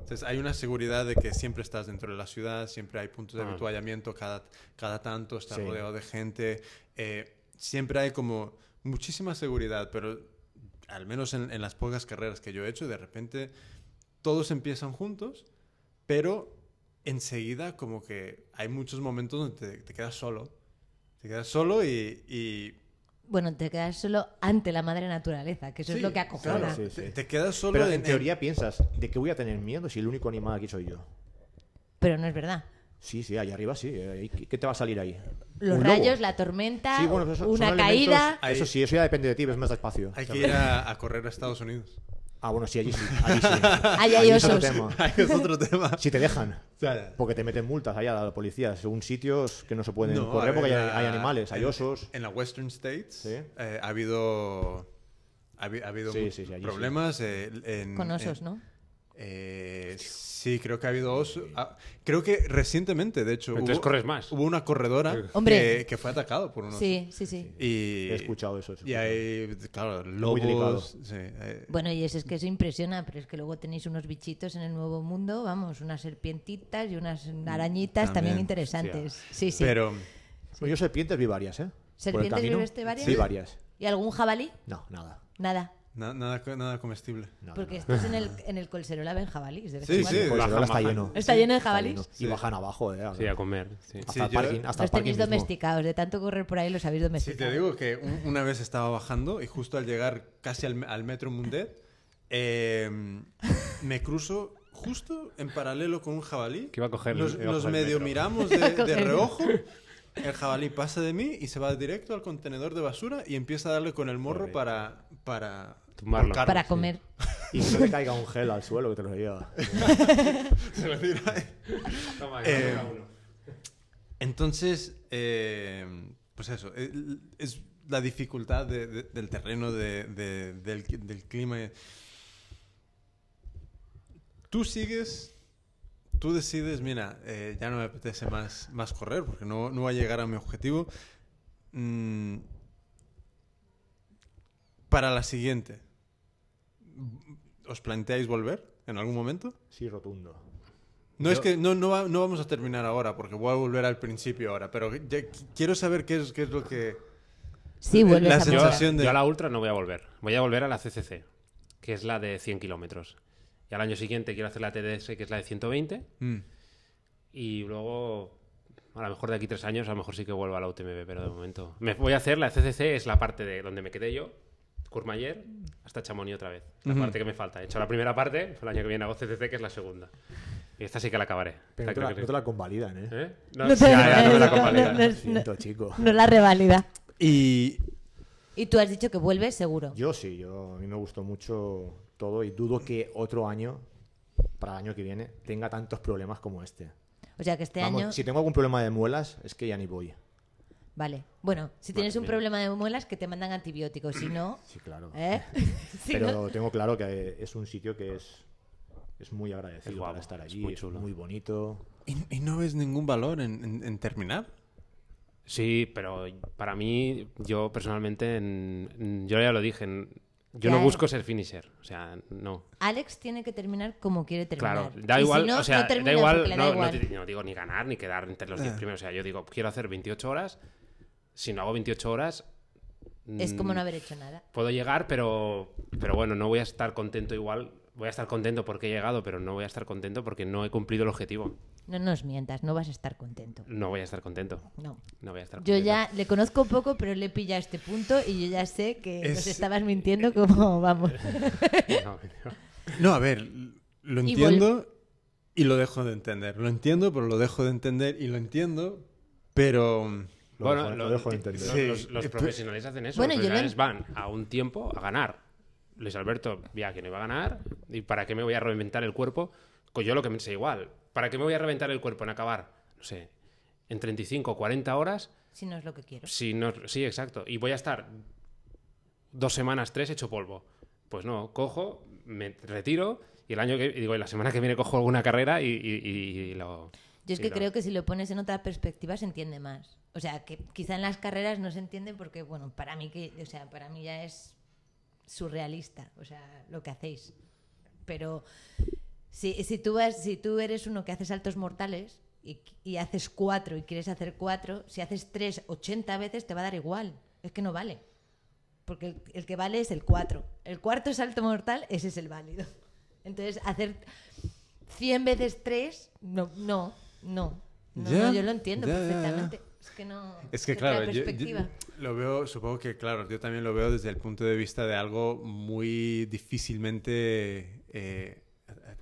S1: Entonces, hay una seguridad de que siempre estás dentro de la ciudad, siempre hay puntos de
S3: Ah.
S1: avituallamiento cada, cada tanto, estás
S4: Sí.
S1: rodeado de gente. eh, siempre hay como muchísima seguridad, pero al menos en, en las pocas carreras que yo he hecho, de repente todos empiezan juntos, pero enseguida como que hay muchos momentos donde te, te quedas solo. Te quedas solo y... y
S2: Bueno, te quedas solo ante la madre naturaleza, que eso es
S1: Sí,
S2: lo que
S1: claro,
S2: acojona.
S4: sí.
S1: te, te quedas solo
S4: Pero en teoría piensas, ¿de qué voy a tener miedo si el único animal aquí soy yo?
S2: Pero no es verdad.
S4: Sí, sí, ahí arriba sí. eh, ¿Qué qué te va a salir ahí?
S2: Los
S4: ¿Un lobo?
S2: rayos, la tormenta,
S4: Sí, bueno, eso-
S2: una
S4: son
S2: caída.
S4: elementos- Eso sí, eso ya depende de ti, ves más despacio.
S1: Hay que ir a, a correr a Estados Unidos.
S4: [LAUGHS] Ah, bueno, sí, allí sí.
S2: [LAUGHS]
S4: Allí sí.
S2: Ahí hay
S4: Allí es otro
S2: osos.
S4: tema.
S1: es
S2: [LAUGHS]
S1: otro tema.
S4: Si te dejan.
S1: sea,
S4: Porque te meten multas allá a la policía, según sitios que no se pueden
S1: No,
S4: correr
S1: a ver,
S4: porque hay,
S1: la-
S4: hay animales, hay
S1: en-
S4: osos.
S1: En la Western States
S4: Sí.
S1: eh, ha habido, ha, habi- ha habido
S4: Sí,
S1: mu-
S4: sí, sí, allí
S1: problemas. eh, en-
S2: Con osos,
S1: en-
S2: ¿no?
S1: eh, sí, creo que ha habido osos. ah, creo que recientemente, de hecho,
S3: Entonces
S1: hubo,
S3: corres más.
S1: hubo una corredora
S2: Hombre.
S1: Que, que fue atacada por un oso.
S2: Sí, sí, sí.
S1: Y,
S4: He escuchado eso, he
S1: Y
S4: escuchado.
S1: hay, claro,
S4: delicado.
S1: lobos. sí, eh,
S2: Bueno, y eso es que eso impresiona, pero es que luego tenéis unos bichitos en el Nuevo Mundo, vamos, unas serpientitas y unas
S4: Mm,
S2: arañitas también,
S1: También.
S2: interesantes. Sí, sí.
S1: Pero
S4: Bueno, yo serpientes vi varias, ¿eh? Por el
S2: ¿Serpientes
S4: camino.
S2: viviste varias?
S4: Sí, varias.
S2: ¿Y algún jabalí?
S4: No, nada.
S2: Nada.
S1: Na- nada, co- nada comestible.
S4: No,
S2: Porque
S4: no, no.
S2: estás en el, en el colserola ven jabalís. de vez
S1: Sí,
S2: en cuando.
S1: sí.
S4: El colesterol está
S3: Bajan,
S4: lleno.
S2: Está lleno de
S4: Está
S2: jabalís.
S4: lleno.
S1: Sí.
S4: Y bajan abajo, eh.
S3: Sí, a comer. sí.
S4: Hasta
S1: Sí,
S4: el
S1: yo-
S4: parking. Hasta el
S2: Los
S4: parking
S2: tenéis
S4: mismo.
S2: domesticados, de tanto correr por ahí los habéis
S1: Sí,
S2: domesticado.
S1: te digo que un- una vez estaba bajando y justo al llegar casi al, al metro Mundet, eh, me cruzo justo en paralelo con un jabalí.
S3: Que iba a coger el-
S1: Nos,
S3: iba a
S1: nos
S3: coger el
S1: medio
S3: metro.
S1: miramos
S2: [LAUGHS] Iba a
S1: de, de
S2: coger el-
S1: reojo. El jabalí pasa de mí y se va directo al contenedor de basura y empieza a darle con el morro
S4: Joder.
S1: para, para
S3: Tumbarlo.
S1: volcarlo.
S2: Para comer.
S4: Y que
S2: [LAUGHS]
S4: no te caiga un gel al suelo que te lo lleva.
S1: Se lo tira. Eh, Entonces, eh, pues eso, el- es la dificultad de- de- del terreno, de- de- del, del clima. Tú sigues, tú decides, mira, eh, ya no me apetece más, más correr porque no, no va a llegar a mi objetivo. Mm, para la siguiente, ¿os planteáis volver en algún momento?
S4: Sí, rotundo.
S1: No
S3: Yo-
S1: es que no, no, va- no vamos a terminar ahora, porque voy a volver al principio ahora, pero ya qui- quiero saber qué es, qué es lo que...
S2: Sí,
S1: La
S2: vuelves a
S3: Yo,
S1: sensación-
S2: pensar.
S1: de-
S3: yo a la ultra no voy a volver. Voy a volver a la CCC, que es la de 100 kilómetros. Y al año siguiente quiero hacer la TDS, que es la de 120.
S1: Mm.
S3: Y luego, a lo mejor de aquí tres años, a lo mejor sí que vuelvo a la UTMB, pero de momento. Me voy a hacer la CCC, es la parte de donde me quedé yo, Courmayeur, hasta Chamonix otra vez. La
S1: Ujú.
S3: parte que me falta. He hecho la primera parte, pues el año que viene hago CCC, que es la segunda. Y esta sí que la acabaré.
S4: Pero no
S3: Esta
S4: te, la,
S3: creo que-
S4: no te la convalidan, eh.
S3: ¿Eh?
S2: [LAUGHS]
S3: No,
S2: No te-
S3: ya, ya, no me la
S2: no,
S3: convalidan.
S2: no,
S4: Lo siento, chico.
S2: No la revalida.
S1: Y...
S2: Y tú has dicho que vuelves seguro.
S4: Yo sí, yo, a mí me gustó mucho todo y dudo que otro año, para el año que viene, tenga tantos problemas como este.
S2: O sea que este
S4: Vamos,
S2: año.
S4: si tengo algún problema de muelas, es que ya ni voy.
S2: Vale. Bueno, si tienes un
S3: mía.
S2: problema de muelas, que te mandan antibióticos. Si no.
S3: [LAUGHS]
S4: Sí, claro.
S2: ¿eh? [LAUGHS] Si
S4: Pero
S2: no-
S4: tengo claro que es un sitio que es, es muy agradecido
S3: Es guapo,
S4: para estar
S3: es
S4: allí,
S3: muy
S4: es muy,
S3: chulo.
S4: bonito.
S1: ¿Y, y no ves ningún valor en, en- en terminar?
S3: Sí, pero para mí, yo personalmente, en- en- yo ya lo dije, en-
S2: Ya,
S3: yo no
S2: eh.
S3: busco ser finisher. O sea, no.
S2: Alex tiene que terminar como quiere terminar.
S3: Claro, da
S2: Y si
S3: igual,
S2: no,
S3: o sea,
S2: no termina
S3: da igual,
S2: porque le da
S3: no, no
S2: igual.
S3: te- no digo ni ganar ni quedar entre los 10
S1: Ah.
S3: primeros, o sea, yo digo, quiero hacer 28 horas, si no hago 28 horas
S2: Es como
S3: mm,
S2: no haber hecho nada.
S3: puedo llegar, pero pero bueno, no voy a estar contento igual, voy a estar contento porque he llegado, pero no voy a estar contento porque no he cumplido el objetivo.
S2: No nos mientas, no vas a estar contento.
S3: No voy a estar contento.
S2: No.
S3: No voy a estar
S2: Yo
S3: contento.
S2: ya le conozco poco, pero le pilla este punto y yo ya sé que
S1: Es-
S2: nos estabas mintiendo como
S3: [LAUGHS]
S2: vamos.
S3: No, no.
S1: No, a ver, lo
S2: Y
S1: entiendo y, lo dejo de entender. Lo entiendo, pero lo dejo de entender y lo entiendo, pero...
S4: Lo
S3: bueno,
S4: dejo-
S3: lo-
S4: lo dejo de entender.
S3: los-
S1: Sí.
S3: los, los
S1: Eh,
S3: profesionales hacen eso.
S2: Bueno,
S3: los
S2: yo lo
S3: profesionales van a un tiempo a ganar. Luis Alberto ya que no iba a ganar. ¿Y para qué me voy a reventar el cuerpo? Pues yo lo que me sé igual. ¿Para qué me voy a reventar el cuerpo en acabar? No sé. En 35 o 40 horas.
S2: si no es lo que quiero.
S3: Si no, sí, exacto. Y voy a estar dos semanas, tres hecho polvo. Pues no, cojo, me retiro y el año que digo, y la semana que viene cojo alguna carrera y, y- y- y lo.
S2: Yo es
S3: sí,
S2: que
S3: lo-
S2: creo que si lo pones en otra perspectiva se entiende más. O sea, que quizá en las carreras no se entiende porque, bueno, para mí que, o sea, para mí ya es surrealista, o sea, lo que hacéis. Pero si, si tú vas, si tú eres uno que hace saltos mortales y, y haces cuatro y quieres hacer cuatro, si haces tres 80 veces te va a dar igual. Es que no vale. Porque el, el que vale es el cuatro. El cuarto salto mortal, ese es el válido. Entonces, hacer 100 veces 3, no, no, no. No,
S1: Ya,
S2: no, yo lo entiendo
S1: ya, ya, ya.
S2: perfectamente. Es que no.
S1: Es que
S2: no queda
S1: claro, yo- yo
S2: perspectiva.
S1: lo veo, supongo que claro, yo también lo veo desde el punto de vista de algo muy difícilmente eh,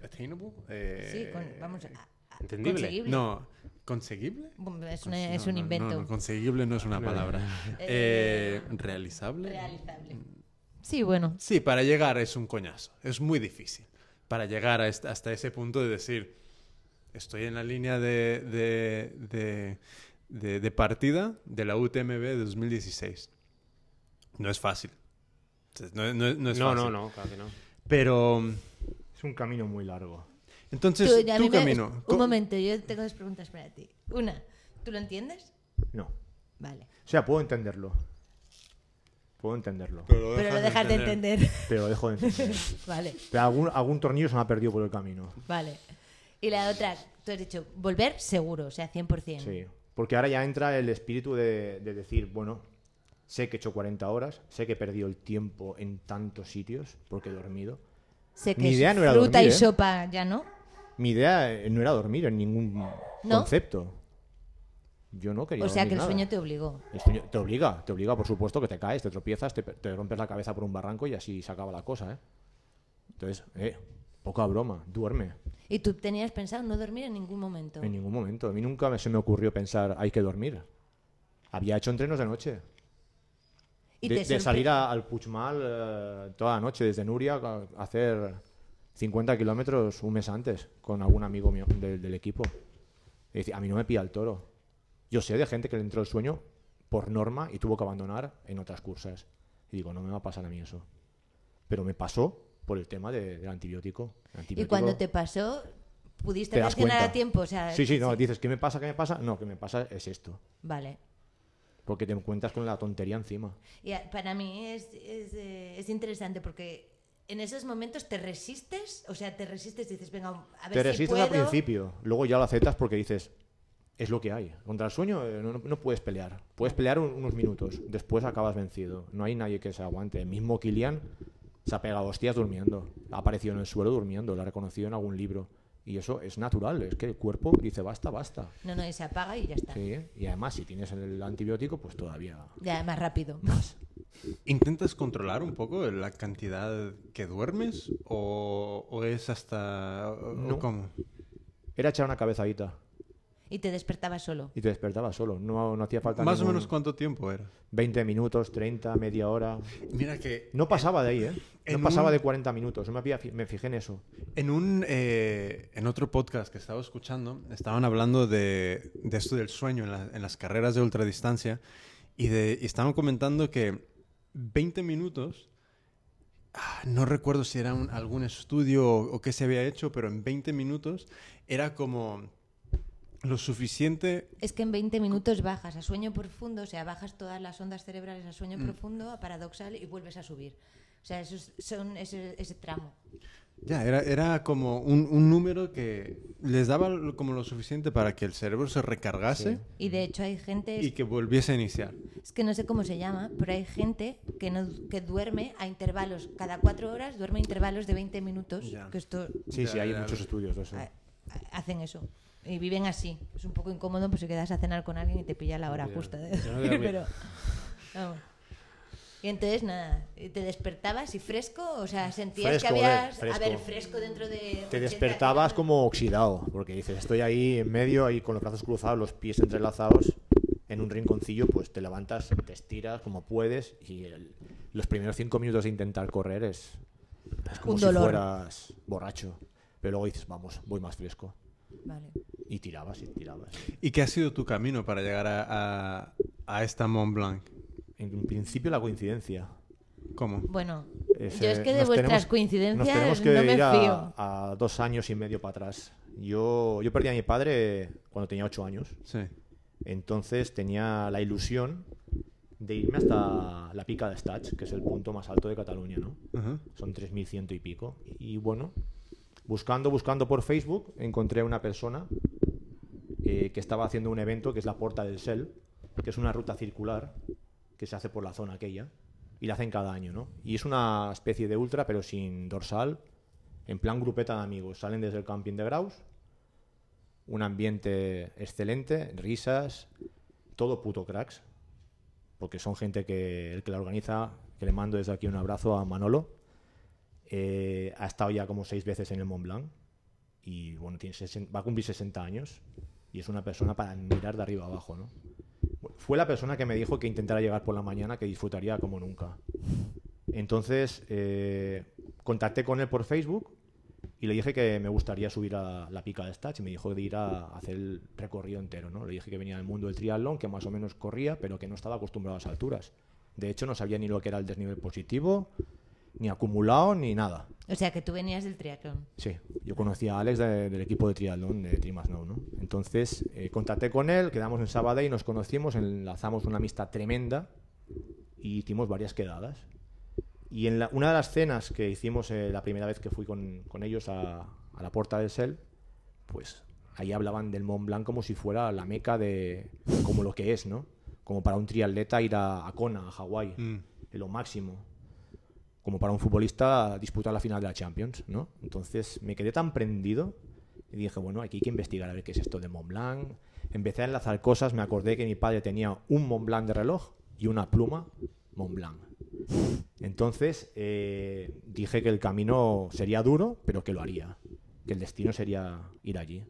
S1: attainable. eh,
S2: sí, con- vamos. a- a-
S3: entendible.
S2: conseguible.
S1: No, ¿conseguible?
S2: Bueno, Es,
S1: Cons-
S2: una- es
S1: Pues no,
S2: un
S1: no,
S2: invento
S1: No, no, conseguible no es una palabra. Eh, ¿Realizable?
S2: realizable. Sí, bueno.
S1: Sí, para llegar es un coñazo. Es muy difícil. Para llegar a est- hasta ese punto de decir, estoy en la línea de, de- de- de- de partida de la UTMB de 2016. No es fácil. No, no- no es
S3: No,
S1: fácil.
S3: no, no, claro que no.
S1: Pero, mm,
S4: Es un camino muy largo.
S1: entonces,
S2: Tú, a
S1: tu
S2: mí me-
S1: camino.
S2: Un
S1: Co-
S2: momento, yo tengo dos preguntas para ti. Una, ¿tú lo entiendes?
S4: No.
S2: Vale.
S4: O sea, puedo entenderlo. Puedo entenderlo.
S1: lo
S2: Pero lo dejas de entender. [LAUGHS]
S4: Pero dejo de entender.
S2: vale,
S4: Pero algún, algún tornillo se me ha perdido por el camino.
S2: vale. Y la otra, tú has dicho, volver seguro, o sea, 100%.
S4: Sí. Porque ahora ya entra el espíritu de, de decir, bueno, Sé que he hecho 40 horas, sé que he perdido el tiempo en tantos sitios porque he dormido.
S2: Sé que
S4: Mi
S2: es
S4: idea no era
S2: fruta
S4: dormir,
S2: y
S4: ¿eh?
S2: sopa ya no.
S4: Mi idea eh, no era dormir en ningún
S2: ¿No?
S4: concepto. Yo no quería
S2: O sea que
S4: dormir
S2: el
S4: nada.
S2: sueño te obligó.
S4: El sueño te obliga, te obliga, por supuesto, que te caes, te tropiezas, te, pe- te rompes la cabeza por un barranco y así se acaba la cosa, ¿eh? Entonces, eh, poca broma, duerme.
S2: Y tú tenías pensado no dormir en ningún momento.
S4: En ningún momento. A mí nunca me- se me ocurrió pensar, hay que dormir. Había hecho entrenos de noche.
S2: Y
S4: de,
S2: te
S4: de
S2: sorpre-
S4: salir a- al Puchmal eh, toda la noche desde Nuria a a hacer 50 kilómetros un mes antes con algún amigo mío del, del equipo. Y decir, a mí no me pilla el toro. Yo sé de gente que le entró el sueño por norma y tuvo que abandonar en otras cursas. Y digo, no me va a pasar a mí eso. Pero me pasó por el tema de- del antibiótico.
S2: Y
S4: El antibiótico
S2: cuando te pasó, pudiste
S4: te das
S2: reaccionar
S4: cuenta.
S2: a tiempo. O sea,
S4: sí, sí, no, dices, ¿qué me pasa? ¿Qué me pasa? No, que me pasa es esto.
S2: Vale.
S4: Porque te encuentras con la tontería encima.
S2: Y a- para mí es, es, eh, es interesante porque en esos momentos te resistes, o sea, te resistes y dices, venga, a ver
S4: Te
S2: si
S4: resistes
S2: puedo.
S4: al principio, luego ya lo aceptas porque dices, es lo que hay. Contra el sueño eh, no, no- no puedes pelear. Puedes pelear un- unos minutos, después acabas vencido. No hay nadie que se aguante. El mismo Kilian se ha pegado hostias durmiendo. Ha aparecido en el suelo durmiendo, lo ha reconocido en algún libro. Y eso es natural, es que el cuerpo dice basta, basta.
S2: No, no, y se apaga y ya está.
S4: Sí, ¿eh? Y además, si tienes el antibiótico, pues todavía
S2: Ya, más
S4: [LAUGHS]
S2: rápido.
S4: más.
S1: ¿Intentas controlar un poco la cantidad que duermes? ¿O, o es hasta.? o- o
S4: No.
S1: cómo?
S4: Era echar una cabezadita
S2: Y te despertabas solo.
S4: y te despertabas solo. No, no hacía falta.
S1: Más o
S4: ningún-
S1: menos cuánto tiempo era.
S4: 20 minutos, 30, media hora.
S1: Mira que
S4: No pasaba de ahí, ¿eh?
S1: en
S4: No pasaba
S1: un-
S4: de 40 minutos. Yo me, había fi- me fijé en eso.
S1: En un eh, en otro podcast que estaba escuchando, estaban hablando de, de esto del sueño en, la- en las carreras de ultradistancia y, de, y estaban comentando que 20 minutos, ah, no recuerdo si era un- algún estudio o, o qué se había hecho, pero en 20 minutos era como lo suficiente.
S2: Es que en 20 minutos bajas a sueño profundo, o sea, bajas todas las ondas cerebrales a
S4: Mm.
S2: sueño profundo, a paradoxal, y vuelves a subir. O sea, eso es- son ese, ese tramo.
S1: Ya, era, era como un, un número que les daba lo- como lo suficiente para que el cerebro se recargase
S2: Y
S4: Mm.
S2: de hecho hay gente,
S1: y que volviese a iniciar.
S2: es que no sé cómo se llama, pero hay gente que, no, que duerme a intervalos, cada cuatro horas duerme a intervalos de 20 minutos,
S1: Ya.
S2: que esto
S4: Sí,
S1: Ya,
S4: sí, hay
S1: ya,
S4: muchos
S1: ya.
S4: estudios de eso.
S2: ha- ha- hacen eso. Y viven así. Es un poco incómodo pues si quedas a cenar con alguien y te pilla la hora
S3: Ya.
S2: justa. de
S3: Yo no
S2: dormir, [LAUGHS]
S3: dormí.
S2: pero, vamos. Y entonces nada, y te despertabas y fresco, o sea, sentías que
S4: Fresco, a ver,
S2: habías... A ver,
S4: fresco.
S2: fresco, dentro de... 80
S4: Te despertabas
S2: kilómetros.
S4: como oxidado, porque dices, estoy ahí en medio, ahí con los brazos cruzados, los pies entrelazados, en un rinconcillo, pues te levantas, te estiras como puedes y el- los primeros cinco minutos de intentar correr es, es como
S2: Un
S4: si
S2: dolor.
S4: fueras borracho. Pero luego dices, vamos, voy más fresco.
S2: Vale.
S4: Y tirabas y tirabas.
S1: ¿Y qué ha sido tu camino para llegar a, a- a esta Mont Blanc?
S4: En principio la coincidencia.
S1: ¿Cómo?
S2: Bueno,
S4: Ese-
S2: yo es que de vuestras
S4: nos tenemos- nos tenemos
S2: coincidencias
S4: que
S2: no me
S4: ir a-
S2: fío.
S4: A, dos años y medio para atrás. Yo, yo perdí a mi padre cuando tenía ocho años.
S1: Sí.
S4: Entonces tenía la ilusión de irme hasta la pica de Stats, que es el punto más alto de Cataluña, ¿no?
S1: Ajá.
S4: Son 3.100 y pico. Y bueno, buscando, buscando por Facebook, encontré a una persona eh, que estaba haciendo un evento que es la Porta del Sel, que es una ruta circular que se hace por la zona aquella y la hacen cada año, ¿no? Y es una especie de ultra, pero sin dorsal, en plan grupeta de amigos. Salen desde el camping de Graus, un ambiente excelente, risas, todo puto cracks, porque son gente que el que la organiza, que le mando desde aquí un abrazo a Manolo, eh, ha estado ya como seis veces en el Mont Blanc y bueno, tiene sesen- va a cumplir 60 años y es una persona para mirar de arriba abajo, ¿no? Bueno, Fue la persona que me dijo que intentara llegar por la mañana, que disfrutaría como nunca. Entonces, eh, contacté con él por Facebook y le dije que me gustaría subir a la pica de Stats y me dijo de ir a hacer el recorrido entero, ¿no? Le dije que venía del mundo del triatlón, que más o menos corría, pero que no estaba acostumbrado a las alturas. De hecho, no sabía ni lo que era el desnivel positivo, ni acumulado, ni nada.
S2: O sea, que tú venías del triatlón.
S4: Sí, yo conocí a Alex de- del equipo de triatlón de Trimas Now, ¿no? Entonces, eh, contacté con él, quedamos en Sabadell y nos conocimos, enlazamos una amistad tremenda y hicimos varias quedadas. Y en la- una de las cenas que hicimos eh, la primera vez que fui con, con ellos a, a la Puerta del Sel, pues ahí hablaban del Mont Blanc como si fuera la meca de... como lo que es, ¿no? Como para un triatleta ir a, a Kona, a Hawái,
S1: Mm.
S4: es lo máximo. Como para un futbolista disputar la final de la Champions, ¿no? Entonces me quedé tan prendido y dije, bueno, aquí hay que investigar a ver qué es esto de Mont Blanc. Empecé a enlazar cosas, me acordé que mi padre tenía un Mont Blanc de reloj y una pluma Mont Blanc. Entonces eh, dije que el camino sería duro, pero que lo haría. Que el destino sería ir allí.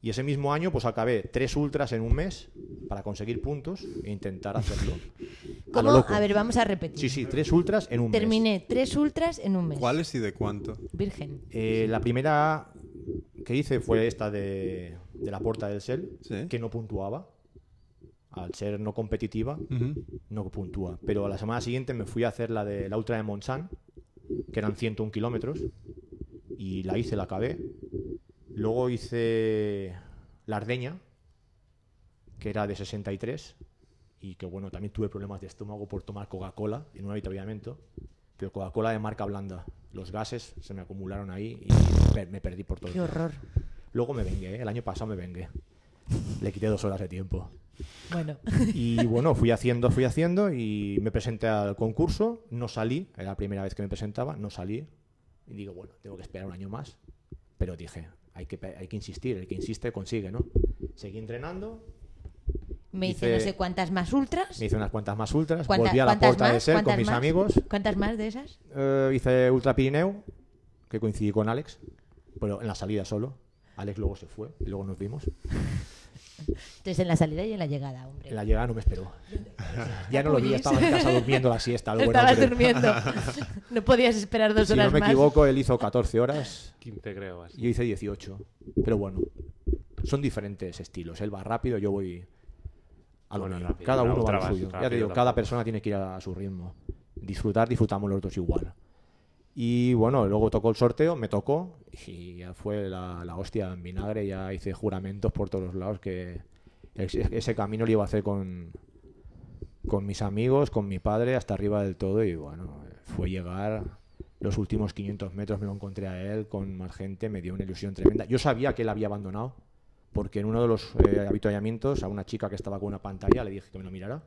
S4: Y ese mismo año, pues acabé tres ultras en un mes para conseguir puntos e
S2: [LAUGHS]
S4: intentar hacerlo. A lo
S2: ¿Cómo?
S4: loco.
S2: A ver, vamos a repetir.
S4: Sí, sí, tres ultras en un mes.
S2: Terminé tres ultras en un mes.
S1: ¿Cuáles y de cuánto?
S2: Virgen.
S4: Eh, la primera que hice fue esta de, de la puerta del SEL,
S1: Sí.
S4: que no puntuaba. Al ser no competitiva,
S1: Ujú.
S4: no puntúa. Pero a la semana siguiente me fui a hacer la de la ultra de Montsant, que eran 101 kilómetros, y la hice, la acabé. Luego hice la Ardeña, que era de 63, y que bueno, también tuve problemas de estómago por tomar Coca-Cola en un avituallamiento, pero Coca-Cola de marca blanda. Los gases se me acumularon ahí y per- me perdí por todo.
S2: Qué horror.
S4: Luego me vengué, ¿eh? el año pasado me vengué. Le quité dos horas de tiempo.
S2: Bueno. [LAUGHS]
S4: Y bueno, fui haciendo, fui haciendo y me presenté al concurso, no salí, era la primera vez que me presentaba, no salí. Y digo, bueno, tengo que esperar un año más. Pero dije, hay que, pe- hay que insistir, el que insiste consigue, ¿no? Seguí entrenando,
S2: Me hice
S4: Hice-
S2: no sé cuántas más ultras.
S4: me hice unas cuantas más ultras,
S2: ¿Cuánta-
S4: volví a la
S2: cuántas
S4: puerta de
S2: más?
S4: ser con
S2: ¿Cuántas
S4: mis
S2: más?
S4: amigos,
S2: ¿Cuántas más de esas?
S4: Eh, hice Ultra Pirineo, que coincidí con Alex, pero en la salida solo. Alex luego se fue y luego nos vimos.
S2: Entonces en la salida y en la llegada, hombre.
S4: En la llegada no
S2: [LAUGHS]
S4: me esperó. Ya no lo vi, ya estaba en casa durmiendo la siesta. el buen
S2: Estabas
S4: hombre.
S2: durmiendo.
S4: [LAUGHS]
S2: No podías esperar dos
S4: si
S2: horas
S4: no me
S2: más.
S4: equivoco, él hizo 14 horas,
S3: 15 creo. así.
S4: yo hice 18. Pero bueno, son diferentes estilos. Él va rápido, yo voy a lo
S3: Bueno,
S4: mío.
S3: rápido,
S4: cada
S3: la
S4: uno va
S3: otra
S4: a lo
S3: vas
S4: suyo. ya te
S3: rápido
S4: digo, cada
S3: tampoco.
S4: persona tiene que ir a su ritmo. Disfrutar, disfrutamos los dos igual. Y bueno, luego tocó el sorteo, me tocó y ya fue la, la hostia en vinagre. Ya hice juramentos por todos lados que ex- ese camino lo iba a hacer con, con mis amigos, con mi padre, hasta arriba del todo. Y bueno, fue llegar los últimos 500 metros, me lo encontré a él con más gente, me dio una ilusión tremenda. Yo sabía que él había abandonado, porque en uno de los eh, avituallamientos a una chica que estaba con una pantalla le dije que me lo mirara.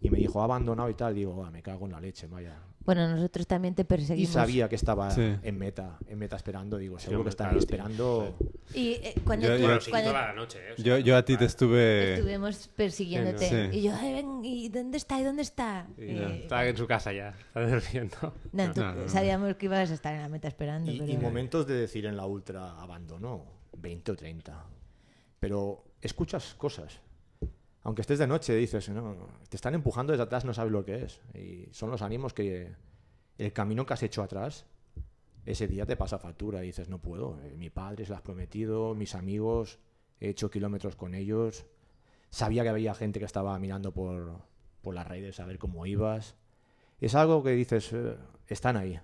S4: Y me dijo, ha abandonado y tal. Digo, "Ah, me cago en la leche, vaya.
S2: Bueno, nosotros también te
S4: Y
S2: perseguimos.
S4: sabía que estaba
S1: Sí.
S4: en meta, en meta esperando. Digo, seguro que
S3: hombre,
S4: estaba
S3: claro,
S4: ahí
S3: tío.
S4: esperando.
S2: Y, eh, cuando,
S1: Yo-
S2: tú-
S1: yo-
S3: Bueno, sí,
S2: cuando
S3: toda la noche. eh, o sea,
S1: Pues Yo, yo a ti te estuve...
S2: estuvimos persiguiéndote.
S1: Eh, Sí.
S2: Y yo, "Ay, ven, ¿y dónde está? ¿Y dónde está?
S3: Sí,
S2: Y-
S3: ya. Está eh, en su casa ya, [LAUGHS] está durmiendo.
S2: No, tú-
S1: No, no, no.
S2: sabíamos que ibas a estar en la meta esperando.
S4: Y,
S2: pero-
S4: y momentos de decir en la ultra abandono, 20 o 30. Pero escuchas cosas. Aunque estés de noche, dices, no, te están empujando desde atrás, no sabes lo que es. Y son los ánimos que el camino que has hecho atrás, ese día te pasa factura. Y dices, no puedo. eh, Mi padre se lo has prometido, mis amigos, he hecho kilómetros con ellos. Sabía que había gente que estaba mirando por, por las redes a ver cómo ibas. Es algo que dices, eh, están ahí.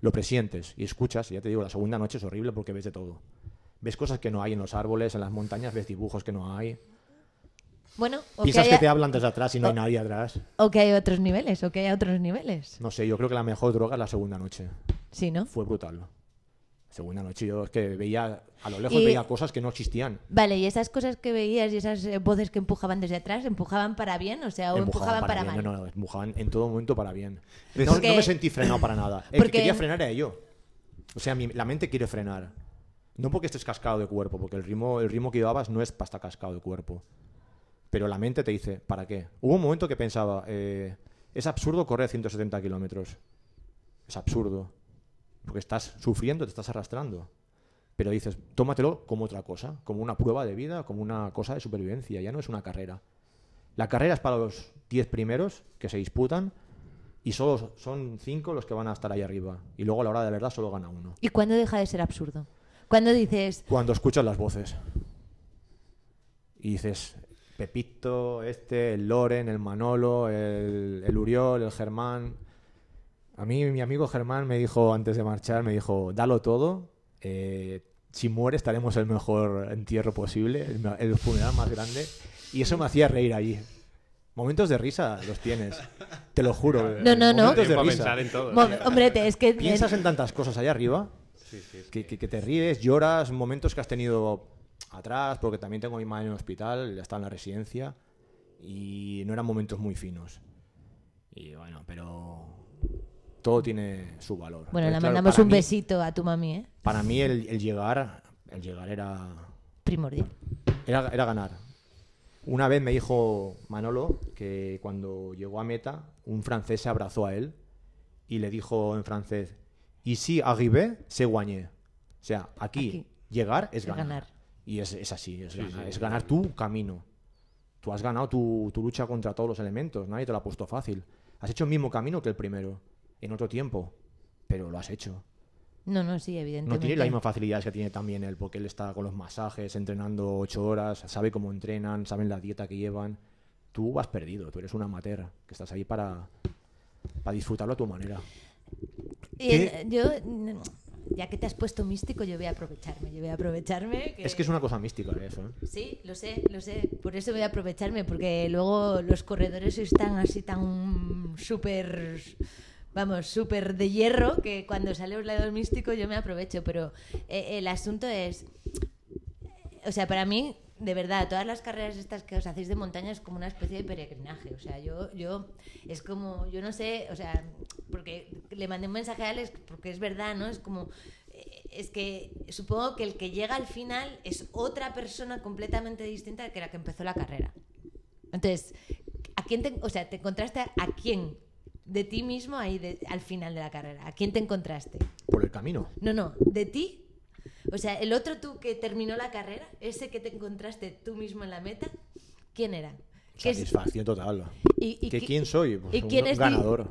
S4: Lo presientes y escuchas. y Ya te digo, la segunda noche es horrible porque ves de todo. Ves cosas que no hay en los árboles, en las montañas, ves dibujos que no hay.
S2: Bueno, o que,
S4: Piensas
S2: haya-
S4: que te hablan desde atrás y no
S2: o-
S4: hay nadie atrás.
S2: o que hay otros niveles, o que hay otros niveles.
S4: No sé, yo creo que la mejor droga es la segunda noche.
S2: Sí, ¿no?
S4: Fue brutal. Segunda noche yo es que veía, a lo lejos
S2: Y-
S4: veía cosas que no existían.
S2: Vale, y esas cosas que veías y esas eh, voces que empujaban desde atrás, ¿empujaban para bien? O sea, ¿o empujaban, para,
S4: bien,
S2: mal?
S4: No, no, empujaban en todo momento para bien.
S1: Ves-
S4: No, no
S2: Porque-
S4: me sentí frenado para nada. El
S2: porque-
S4: que quería frenar era yo. O sea, mi- la mente quiere frenar. No porque estés cascado de cuerpo, porque el ritmo, el ritmo que llevabas no es para estar cascado de cuerpo. Pero la mente te dice, ¿para qué? Hubo un momento que pensaba, eh, es absurdo correr 170 kilómetros. Es absurdo. Porque estás sufriendo, te estás arrastrando. Pero dices, tómatelo como otra cosa, como una prueba de vida, como una cosa de supervivencia. Ya no es una carrera. La carrera es para los 10 primeros que se disputan y solo son 5 los que van a estar ahí arriba. Y luego a la hora de verdad solo gana uno.
S2: ¿Y cuándo deja de ser absurdo? Cuando dices,
S4: Cuando escuchas las voces y dices, Pepito, este, el Loren, el Manolo, el, el Uriol, el Germán. A mí mi amigo Germán me dijo antes de marchar, me dijo, dalo todo. eh, si mueres estaremos el mejor entierro posible, el, me- el funeral más grande. Y eso me hacía reír allí. Momentos de risa los tienes, te lo juro.
S2: No, no, no.
S4: Momentos de
S3: Tiempo a
S4: risa.
S3: pensar en todo.
S2: "Mom- hombre, te- es que...
S4: Piensas en tantas cosas allá arriba
S3: Sí, sí, es
S4: que, que- que te ríes, lloras, momentos que has tenido atrás, porque también tengo a mi madre en el hospital, está en la residencia, y no eran momentos muy finos. Y bueno, pero todo tiene su valor.
S2: Bueno,
S4: Entonces,
S2: le
S4: claro,
S2: mandamos
S4: para
S2: un
S4: mí-
S2: besito a tu mami, ¿eh?
S4: Para mí el, el llegar, el llegar era
S2: Primordial.
S4: era, era ganar. Una vez me dijo Manolo que cuando llegó a meta, un francés se abrazó a él y le dijo en francés: Y si arrivé, se guañé. O sea, aquí,
S2: Aquí.
S4: llegar es
S2: Es
S4: ganar.
S2: ganar.
S4: Y es, es así: es, ganar,
S3: sí,
S4: es
S3: sí.
S4: ganar tu camino. Tú has ganado tu, tu lucha contra todos los elementos, nadie te lo ha puesto fácil. Has hecho el mismo camino que el primero, en otro tiempo, pero lo has hecho.
S2: No, no, sí,
S4: No
S2: evidentemente.
S4: tiene las mismas facilidades que tiene también él, porque él está con los masajes, entrenando ocho horas, sabe cómo entrenan, saben la dieta que llevan. Tú has perdido, tú eres un amateur, que estás ahí para, para disfrutarlo a tu manera.
S2: Y
S1: ¿Qué?
S2: el- yo, n- ya que te has puesto místico, yo voy a aprovecharme. Yo voy a aprovecharme.
S4: Es que es una cosa mística eh, eso, ¿eh?
S2: Sí, lo sé, lo sé. Por eso voy a aprovecharme, porque luego los corredores están así tan súper, vamos, súper de hierro, que cuando sale un lado místico yo me aprovecho. Pero eh, el asunto es, o sea, para mí, de verdad, todas las carreras estas que os hacéis de montaña es como una especie de peregrinaje. O sea, yo, yo, es como, yo no sé, o sea, porque le mandé un mensaje a Alex, porque es verdad, ¿no? Es como, eh, es que supongo que el que llega al final es otra persona completamente distinta que la que empezó la carrera. Entonces, ¿a quién te, o sea, te encontraste a quién de ti mismo ahí de- al final de la carrera? ¿A quién te encontraste?
S4: Por el camino.
S2: No, no, de ti. O sea, el otro tú que terminó la carrera, ese que te encontraste tú mismo en la meta, ¿quién era? ¿Qué es-
S4: Satisfacción total.
S2: y, y
S4: ¿Que
S2: qui-
S4: ¿Quién soy? Pues
S2: ¿y
S4: un
S2: quién es di-
S4: ganador.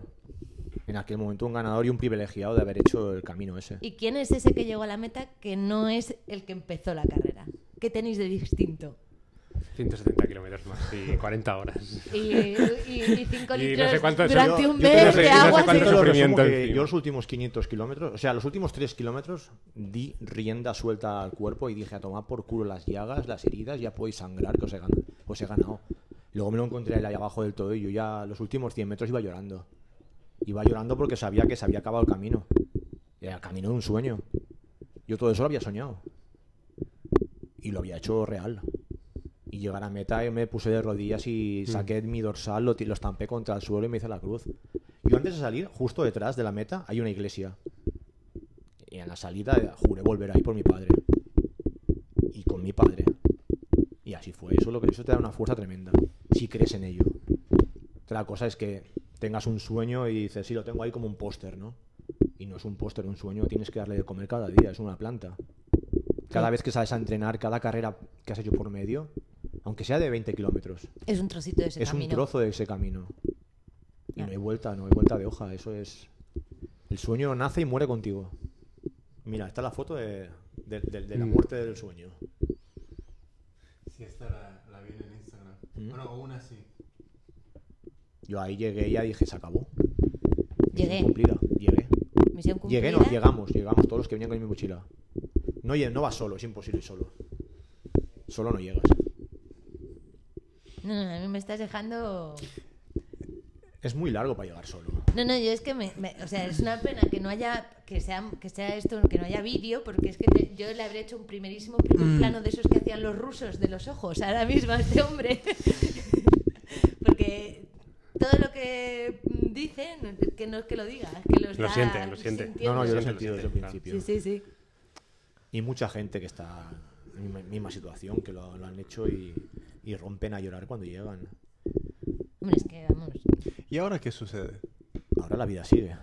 S4: En aquel momento un ganador y un privilegiado de haber hecho el camino ese.
S2: ¿Y quién es ese que llegó a la meta que no es el que empezó la carrera? ¿Qué tenéis de distinto?
S3: 170 kilómetros más y 40 horas.
S2: Y,
S3: [LAUGHS]
S2: y, 5
S3: Y no
S2: litros
S3: sé cuánto-
S2: durante
S3: yo-
S2: un
S3: yo
S2: mes
S3: no sé-
S2: de
S3: yo no sé
S2: agua.
S3: cuánto
S4: Yo te lo
S3: sufrimiento
S4: resumo que
S3: encima.
S4: yo los últimos 500 kilómetros, o sea, los últimos 3 kilómetros di rienda suelta al cuerpo y dije a tomar por culo las llagas, las heridas, ya podéis sangrar que os he, gan- os he ganado. Luego me lo encontré ahí abajo del todo y yo ya los últimos 100 metros iba llorando. Iba llorando porque sabía que se había acabado el camino. Era el camino de un sueño. Yo todo eso lo había soñado. Y lo había hecho real. Y llegar a meta y me puse de rodillas y saqué mi dorsal, lo, ti- lo estampé contra el suelo y me hice la cruz. Yo antes de salir, justo detrás de la meta, hay una iglesia. Y en la salida eh, juré volver ahí por mi padre. Y con mi padre. Y así fue. Eso, es lo que, eso te da una fuerza tremenda. Si crees en ello. Otra cosa es que tengas un sueño y dices, sí, lo tengo ahí como un póster, ¿no? Y no es un póster, un sueño, tienes que darle de comer cada día, es una planta. Cada vez que sales a entrenar, cada carrera que has hecho por medio, aunque sea de 20 kilómetros,
S2: Es un trocito de ese
S4: es
S2: camino.
S4: un trozo de ese camino. Y
S2: Ya.
S4: no hay vuelta, no hay vuelta de hoja, eso es... El sueño nace y muere contigo. Mira, está la foto de, de- de- de la muerte del sueño.
S1: Sí, esta la, la vi en Instagram. Bueno, una sí.
S4: Yo ahí llegué y ya dije, se acabó. Misión
S2: Llegué.
S4: Cumplida, llegué.
S2: Misión cumplida.
S4: Llegué, no, llegamos, llegamos todos los que venían con mi mochila. No, lle- no vas solo, es imposible ir solo. Solo no llegas.
S2: No, no, a mí me estás dejando...
S4: Es muy largo para llegar solo.
S2: No, no, yo es que me, me- o sea, es una pena que no haya que sea que sea esto, que no haya vídeo, porque es que te- yo le habré hecho un primerísimo primer plano de esos que hacían los rusos de los ojos ahora mismo a este hombre. [LAUGHS] porque todo lo que dice no- que no es que lo diga, es que lo,
S3: Lo
S2: está
S3: siente, lo siente.
S2: sintiendo.
S4: No, no, yo lo he
S3: siento,
S4: sentido
S3: lo
S4: desde el
S3: siento,
S4: principio.
S2: Sí, sí, sí.
S4: Y mucha gente que está en la misma situación, que lo, lo han hecho y, y rompen a llorar cuando llegan.
S2: Hombre, es que vamos.
S1: ¿Y ahora qué sucede?
S4: Ahora la vida sigue.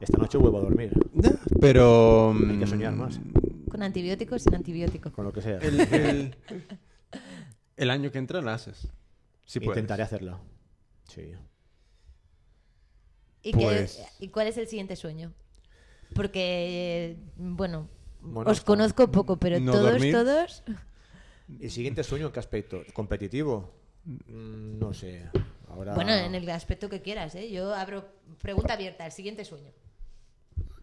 S4: Esta noche vuelvo a dormir,
S1: Pero... mm,
S4: Hay que soñar más.
S2: Con antibióticos, sin antibióticos.
S4: con lo que sea.
S1: El, el- el año que entra la haces. Si puedes.
S4: Intentaré hacerla. Sí.
S2: ¿Y, qué-
S1: Pues-
S2: ¿Y cuál es el siguiente sueño? Porque, eh, bueno,
S4: Bueno,
S2: os
S4: hasta-
S2: conozco poco, pero
S1: no
S2: todos,
S1: dormir.
S2: todos.
S4: ¿El siguiente sueño en qué aspecto? ¿Competitivo? Mm, No sé. Ahora...
S2: Bueno, en el aspecto que quieras, ¿eh? Yo abro pregunta abierta, el siguiente sueño.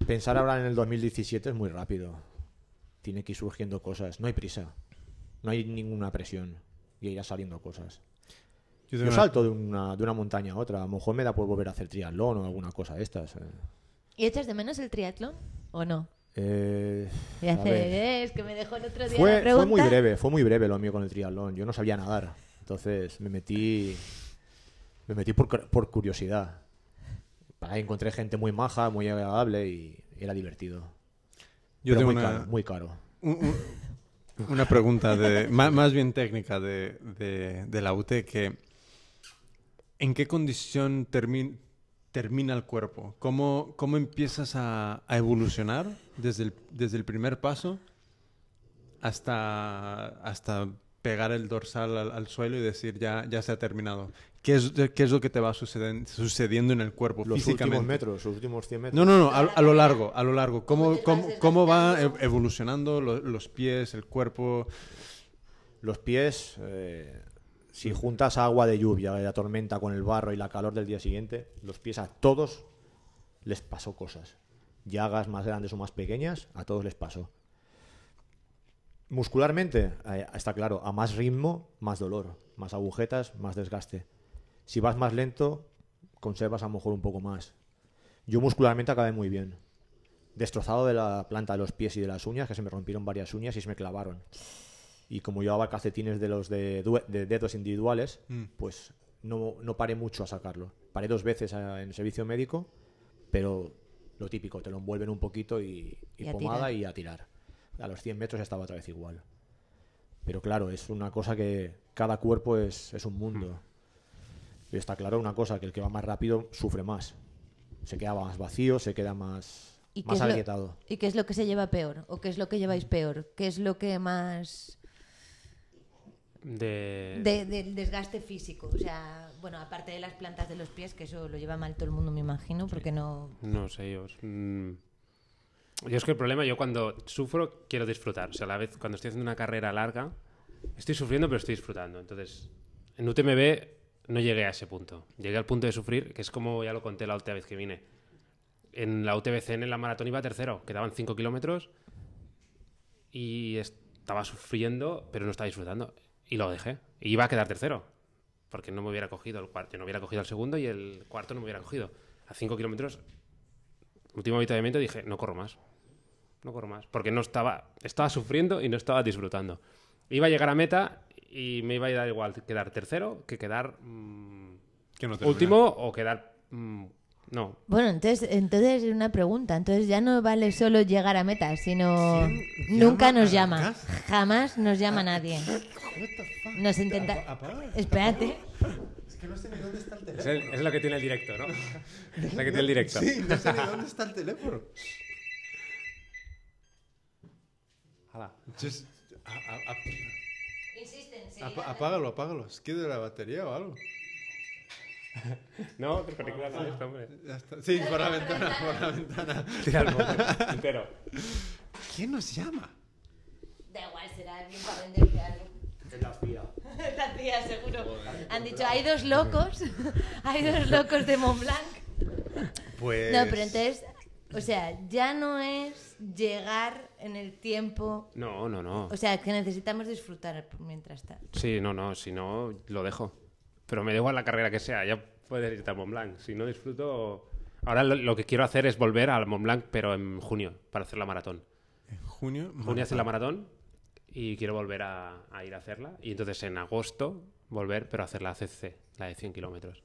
S4: Pensar ahora en el 2017 es muy rápido. Tiene que ir surgiendo cosas. No hay prisa. No hay ninguna presión. Y irá saliendo cosas.
S1: Yo tengo
S4: Yo
S1: una-
S4: salto de una, de una montaña a otra. A lo mejor me da por volver a hacer triatlón o alguna cosa de estas. eh.
S2: ¿Y echas de menos el triatlón o no?
S4: Eh,
S2: Y
S4: a
S2: hace,
S4: ver.
S2: "Eh, es que me dejó el otro día la
S4: Fue, fue
S2: pregunta.
S4: muy breve, fue muy breve lo mío con el triatlón. Yo no sabía nadar. Entonces me metí, me metí por, cur- por curiosidad. Para ahí encontré gente muy maja, muy agradable y era divertido.
S1: Yo
S4: Pero
S1: tengo
S4: muy
S1: una,
S4: caro, muy caro.
S1: un- un- una pregunta de, [LAUGHS] má- más, bien técnica de, de- de la UT que ¿en qué condición termi- termina el cuerpo? ¿Cómo, cómo empiezas a, a evolucionar desde el, desde el primer paso hasta, hasta pegar el dorsal al, al suelo y decir ya, ya se ha terminado? ¿Qué es, qué es lo que te va suceden- sucediendo en el cuerpo
S4: Los
S1: físicamente?
S4: últimos metros, los últimos 100 metros.
S1: No, no, no, a, a lo largo, a lo largo. ¿Cómo,
S2: Porque vas
S1: cómo, cómo va
S2: desgastando.
S1: ev- evolucionando lo- los pies, el cuerpo?
S4: Los pies, eh, si juntas agua de lluvia, la tormenta con el barro y la calor del día siguiente, los pies a todos les pasó cosas. Llagas más grandes o más pequeñas, a todos les pasó. Muscularmente, eh, está claro, a más ritmo, más dolor, más agujetas, más desgaste. Si vas más lento, conservas a lo mejor un poco más. Yo muscularmente acabé muy bien. Destrozado de la planta de los pies y de las uñas, que se me rompieron varias uñas y se me clavaron. Y como llevaba calcetines de los de, due- de dedos individuales, pues no, no paré mucho a sacarlo. Paré dos veces a- en servicio médico, pero lo típico, te lo envuelven un poquito y, y
S2: Y a
S4: pomada
S2: tirar.
S4: y a tirar. A los 100 metros estaba otra vez igual. Pero claro, es una cosa que cada cuerpo es, es un mundo. Y está claro una cosa, que el que va más rápido sufre más. Se queda más vacío, se queda más,
S2: ¿Y qué
S4: más
S2: es lo-
S4: agrietado.
S2: ¿Y qué es lo que se lleva peor? ¿O qué es lo que lleváis peor? ¿Qué es lo que más...
S3: De...
S4: Eh.
S2: de- del desgaste físico? O sea, bueno, aparte de las plantas de los pies, que eso lo lleva mal todo el mundo, me imagino, porque no...
S3: No sé, yo... es- mm. Yo es que el problema, yo cuando sufro quiero disfrutar. O sea, a la vez cuando estoy haciendo una carrera larga, estoy sufriendo pero estoy disfrutando. Entonces, en UTMB no llegué a ese punto. Llegué al punto de sufrir, que es como ya lo conté la última vez que vine. En la UTBCN, en la maratón, iba tercero. Quedaban 5 kilómetros y estaba sufriendo, pero no estaba disfrutando. Y lo dejé. Y iba a quedar tercero. Porque no me hubiera cogido el cuarto. Yo no hubiera cogido el segundo y el cuarto no me hubiera cogido. A 5 kilómetros, último habituamiento, dije, no corro más. No corro más. Porque no estaba. Estaba sufriendo y no estaba disfrutando. Iba a llegar a meta y me iba a dar igual quedar tercero que quedar mm,
S1: Que no termina.
S3: último o quedar. mm, no.
S2: Bueno, entonces, entonces una pregunta. Entonces ya no vale solo llegar a meta, sino
S1: ¿Quién
S2: nunca
S1: llama
S2: nos
S1: a
S2: llama.
S1: casa?
S2: Jamás nos
S4: Ah.
S2: llama nadie. Nos intenta. Espérate.
S1: Es que no sé ni dónde está el
S3: Es,
S1: teléfono.
S3: lo que tiene el directo, ¿no? Es [LAUGHS] la que tiene el directo.
S1: Sí, no sé ni dónde está el teléfono. Just- a- a- a- apa- apágalo, apágalo. Es que de la batería o algo.
S3: No, te conectas a esto, hombre.
S1: Ya está. Sí, por la ventana, por la ventana.
S3: Tira el bote entero.
S1: ¿Quién nos llama?
S2: Da igual, será alguien para venderte algo. [LAUGHS] La tía, seguro. Han dicho, hay dos locos, [LAUGHS] hay dos locos de Mont Blanc.
S1: Pues...
S2: No, pero entonces, o sea, ya no es llegar en el tiempo.
S3: No, no, no.
S2: O sea, que necesitamos disfrutar mientras tanto.
S3: Sí, no, no. Si no, lo dejo. Pero me da igual la carrera que sea. Ya puedes irte a Mont Blanc. Si no disfruto. Ahora lo, lo que quiero hacer es volver al Mont Blanc, pero en junio, para hacer la maratón.
S1: En junio...
S3: Junio hace la maratón y quiero volver a, a ir a hacerla. Y entonces en agosto volver, pero hacer la CC, la de 100 kilómetros.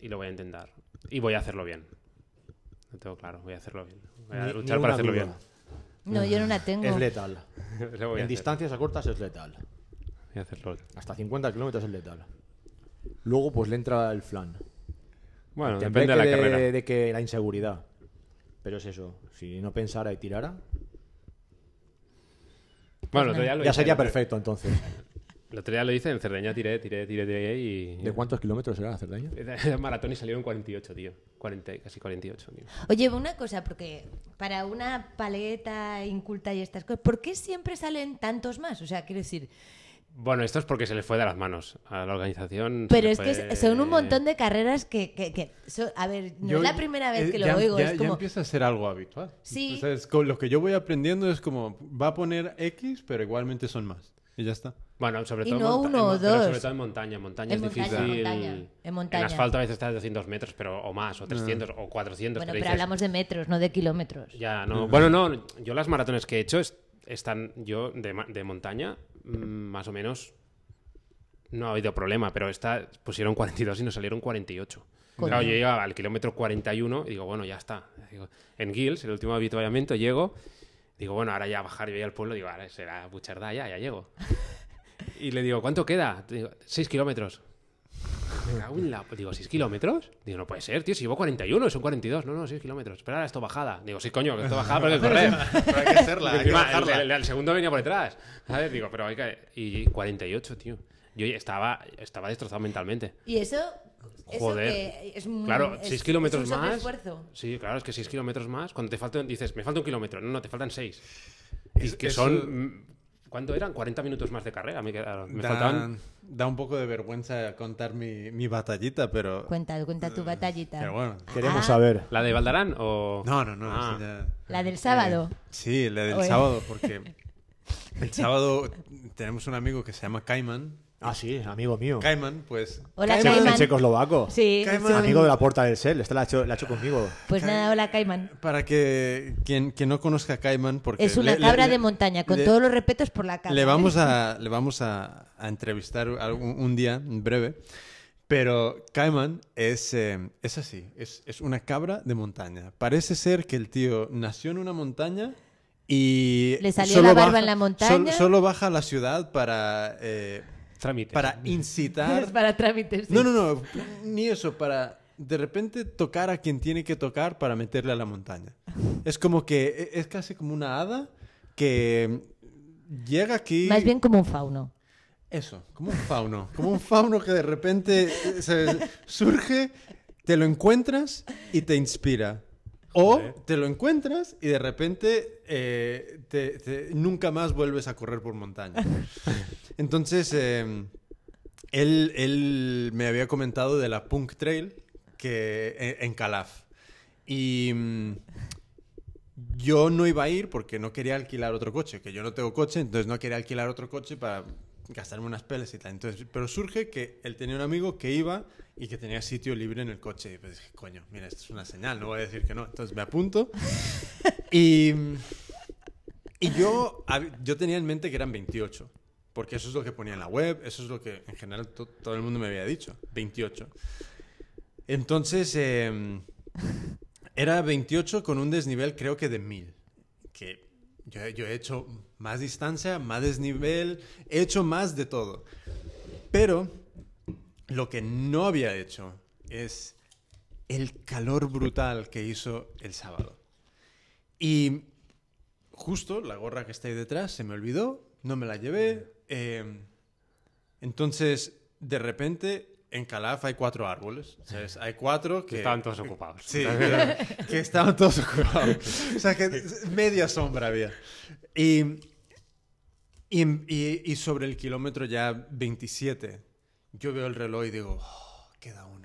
S3: Y lo voy a intentar. Y voy a hacerlo bien. Lo tengo claro, voy a hacerlo bien. Voy a
S4: Ni-
S3: luchar
S4: ni
S3: para
S4: una
S3: hacerlo
S4: duda.
S2: No, yo no la tengo.
S4: Es letal.
S3: bien. [LAUGHS] Lo voy a
S4: En
S3: hacer.
S4: distancias cortas es letal.
S3: Voy a hacerlo.
S4: Hasta 50 kilómetros es letal. Luego pues le entra el flan.
S3: Bueno,
S4: Te
S3: depende de la
S4: embleque
S3: carrera.
S4: de que la inseguridad. Pero es eso. Si no pensara y tirara,
S3: Bueno, el otro día lo
S4: ya
S3: hice,
S4: sería
S3: el otro-
S4: perfecto entonces.
S3: [LAUGHS] El otro día lo hice en Cerdeña, tiré, tiré, tiré, tiré y...
S4: ¿De
S3: [LAUGHS]
S4: cuántos kilómetros era la Cerdeña?
S3: Era maratón y salió en 48, tío. 40, casi 48, tío.
S2: Oye, una cosa, porque para una paleta inculta y estas cosas, ¿por qué siempre salen tantos más? O sea, quiero decir,
S3: Bueno, esto es porque se le fue de las manos a la organización. se
S2: pero
S3: le
S2: es que
S3: fue-
S2: son un montón de carreras que, que- que so- a ver, no
S1: Yo-
S2: es la primera vez
S1: eh,
S2: que lo
S1: ya-
S2: oigo,
S1: Ya,
S2: es
S1: ya
S2: como,
S1: empieza a ser algo habitual.
S2: Sí.
S1: O sea, es con lo que yo voy aprendiendo es como, va a poner X, pero igualmente son más. Y ya está.
S3: Bueno, sobre
S2: Y
S3: todo, en
S2: no
S3: monta-
S2: uno
S3: en
S2: o
S3: mon- pero
S2: dos.
S3: sobre todo en montaña. En montaña
S2: En
S3: es
S2: montaña, en
S3: difícil.
S2: montaña, en montaña.
S3: asfalto a veces estás a 200 metros, pero o más, o 300, o 400.
S2: bueno,
S3: que
S2: pero
S3: dices,
S2: hablamos de metros, no de kilómetros.
S3: Ya, no. Bueno, no, yo las maratones que he hecho es- están, yo de, ma- de montaña, mm, más o menos no ha habido problema, pero esta pusieron 42 y nos salieron 48.
S2: Coño.
S3: Claro, yo iba al kilómetro 41 y digo, bueno, ya está. Digo, en Gills, el último avituallamiento, llego. Digo, bueno, ahora ya bajar yo ya al pueblo. Digo, ahora será Buchardá ya, ya llego. Y le digo, ¿cuánto queda? Digo, 6 kilómetros. Me cago en la- Digo, ¿6 kilómetros? Digo, no puede ser, tío, si llevo 41, son 42. No, no, 6 kilómetros. Pero ahora esto bajada. Digo, sí, coño, que esto bajada, pero hay que correr.
S1: Pero hay que hacerla,
S3: Y
S1: hay que
S3: encima, el,
S1: bajarla.
S3: el- el segundo venía por detrás. ¿Sabes? Digo, pero hay que. Y 48, tío. Yo estaba, estaba destrozado mentalmente.
S2: Y eso, eso
S3: Joder.
S2: que es un-
S3: claro,
S2: es-
S3: 6 kilómetros
S2: es un
S3: más.
S2: sobreesfuerzo.
S3: Sí, claro, es que 6 kilómetros más. Cuando te faltan, dices, me falta un kilómetro. No, no, te faltan 6. Y
S1: Es-
S3: que
S1: es
S3: son. mm, ¿Cuánto eran? 40 minutos más de carrera. Me, quedaron. me
S1: da,
S3: faltaban.
S1: da un poco de vergüenza contar mi, mi batallita, pero...
S2: Cuenta, cuenta tu batallita.
S1: Pero Eh, bueno.
S4: Queremos
S2: Ah,
S4: saber.
S3: ¿La de Valdarán o.?
S1: No, no, no.
S3: Ah.
S1: eso ya-
S2: La del sábado.
S1: Eh, sí, la del
S2: Oye.
S1: sábado,
S2: [LAUGHS]
S1: porque el sábado tenemos un amigo que se llama Cayman.
S4: Ah, sí, amigo mío.
S1: Cayman, pues...
S2: Hola,
S4: Checo-
S2: Cayman.
S4: Checoslovaco.
S2: Sí,
S1: Caimán.
S2: sí.
S4: Amigo de la puerta del Sel. Esta la ha hecho, la ha hecho conmigo.
S2: Pues nada, hola Cayman.
S1: Para que quien, quien no conozca a Cayman, porque...
S2: Es una
S1: le- le-
S2: cabra
S1: le-
S2: de montaña, con
S1: le-
S2: todos los respetos por la cabra.
S1: Le vamos
S2: ¿eh? [LAUGHS]
S1: a, le vamos a, a entrevistar algún- un día, en breve. Pero Cayman es, eh, es así, es, es una cabra de montaña. Parece ser que el tío nació en una montaña y...
S2: Le salió la barba en la montaña.
S1: Solo, solo baja a la ciudad para, eh,
S3: Trámites.
S1: para incitar...
S2: [LAUGHS] Es para trámites. sí.
S1: No, no, no, ni eso, para de repente tocar a quien tiene que tocar para meterle a la montaña. Es como que, e- es casi como una hada que llega aquí...
S2: Más bien como un fauno.
S1: Eso, como un fauno, como un fauno que de repente eh, se- surge, te lo encuentras y te inspira. O
S3: Joder.
S1: te lo encuentras y de repente eh, te- te- nunca más vuelves a correr por montaña. Entonces, eh, él, él me había comentado de la Punk Trail que, en, en Calaf. Y mm, yo no iba a ir porque no quería alquilar otro coche, que yo no tengo coche, entonces no quería alquilar otro coche para gastarme unas peles y tal. Entonces, pero surge que él tenía un amigo que iba y que tenía sitio libre en el coche. Y pues dije, coño, mira, esto es una señal, no voy a decir que no. Entonces me apunto y... Y yo, hab- yo tenía en mente que eran 28, porque eso es lo que ponía en la web, eso es lo que en general to- todo el mundo me había dicho, 28. Entonces, eh, era 28 con un desnivel creo que de 1000, que yo, yo he hecho más distancia, más desnivel, he hecho más de todo. Pero lo que no había hecho es el calor brutal que hizo el sábado. Y justo la gorra que está ahí detrás se me olvidó, no me la llevé. eh, entonces, de repente, en Calaf hay cuatro árboles. ¿sabes? Hay cuatro que...
S3: Estaban todos ocupados.
S1: [LAUGHS] Sí, que- que estaban todos ocupados. O sea, que media sombra había. Y, y, y- y sobre el kilómetro ya 27, yo veo el reloj y digo, "Oh, queda uno.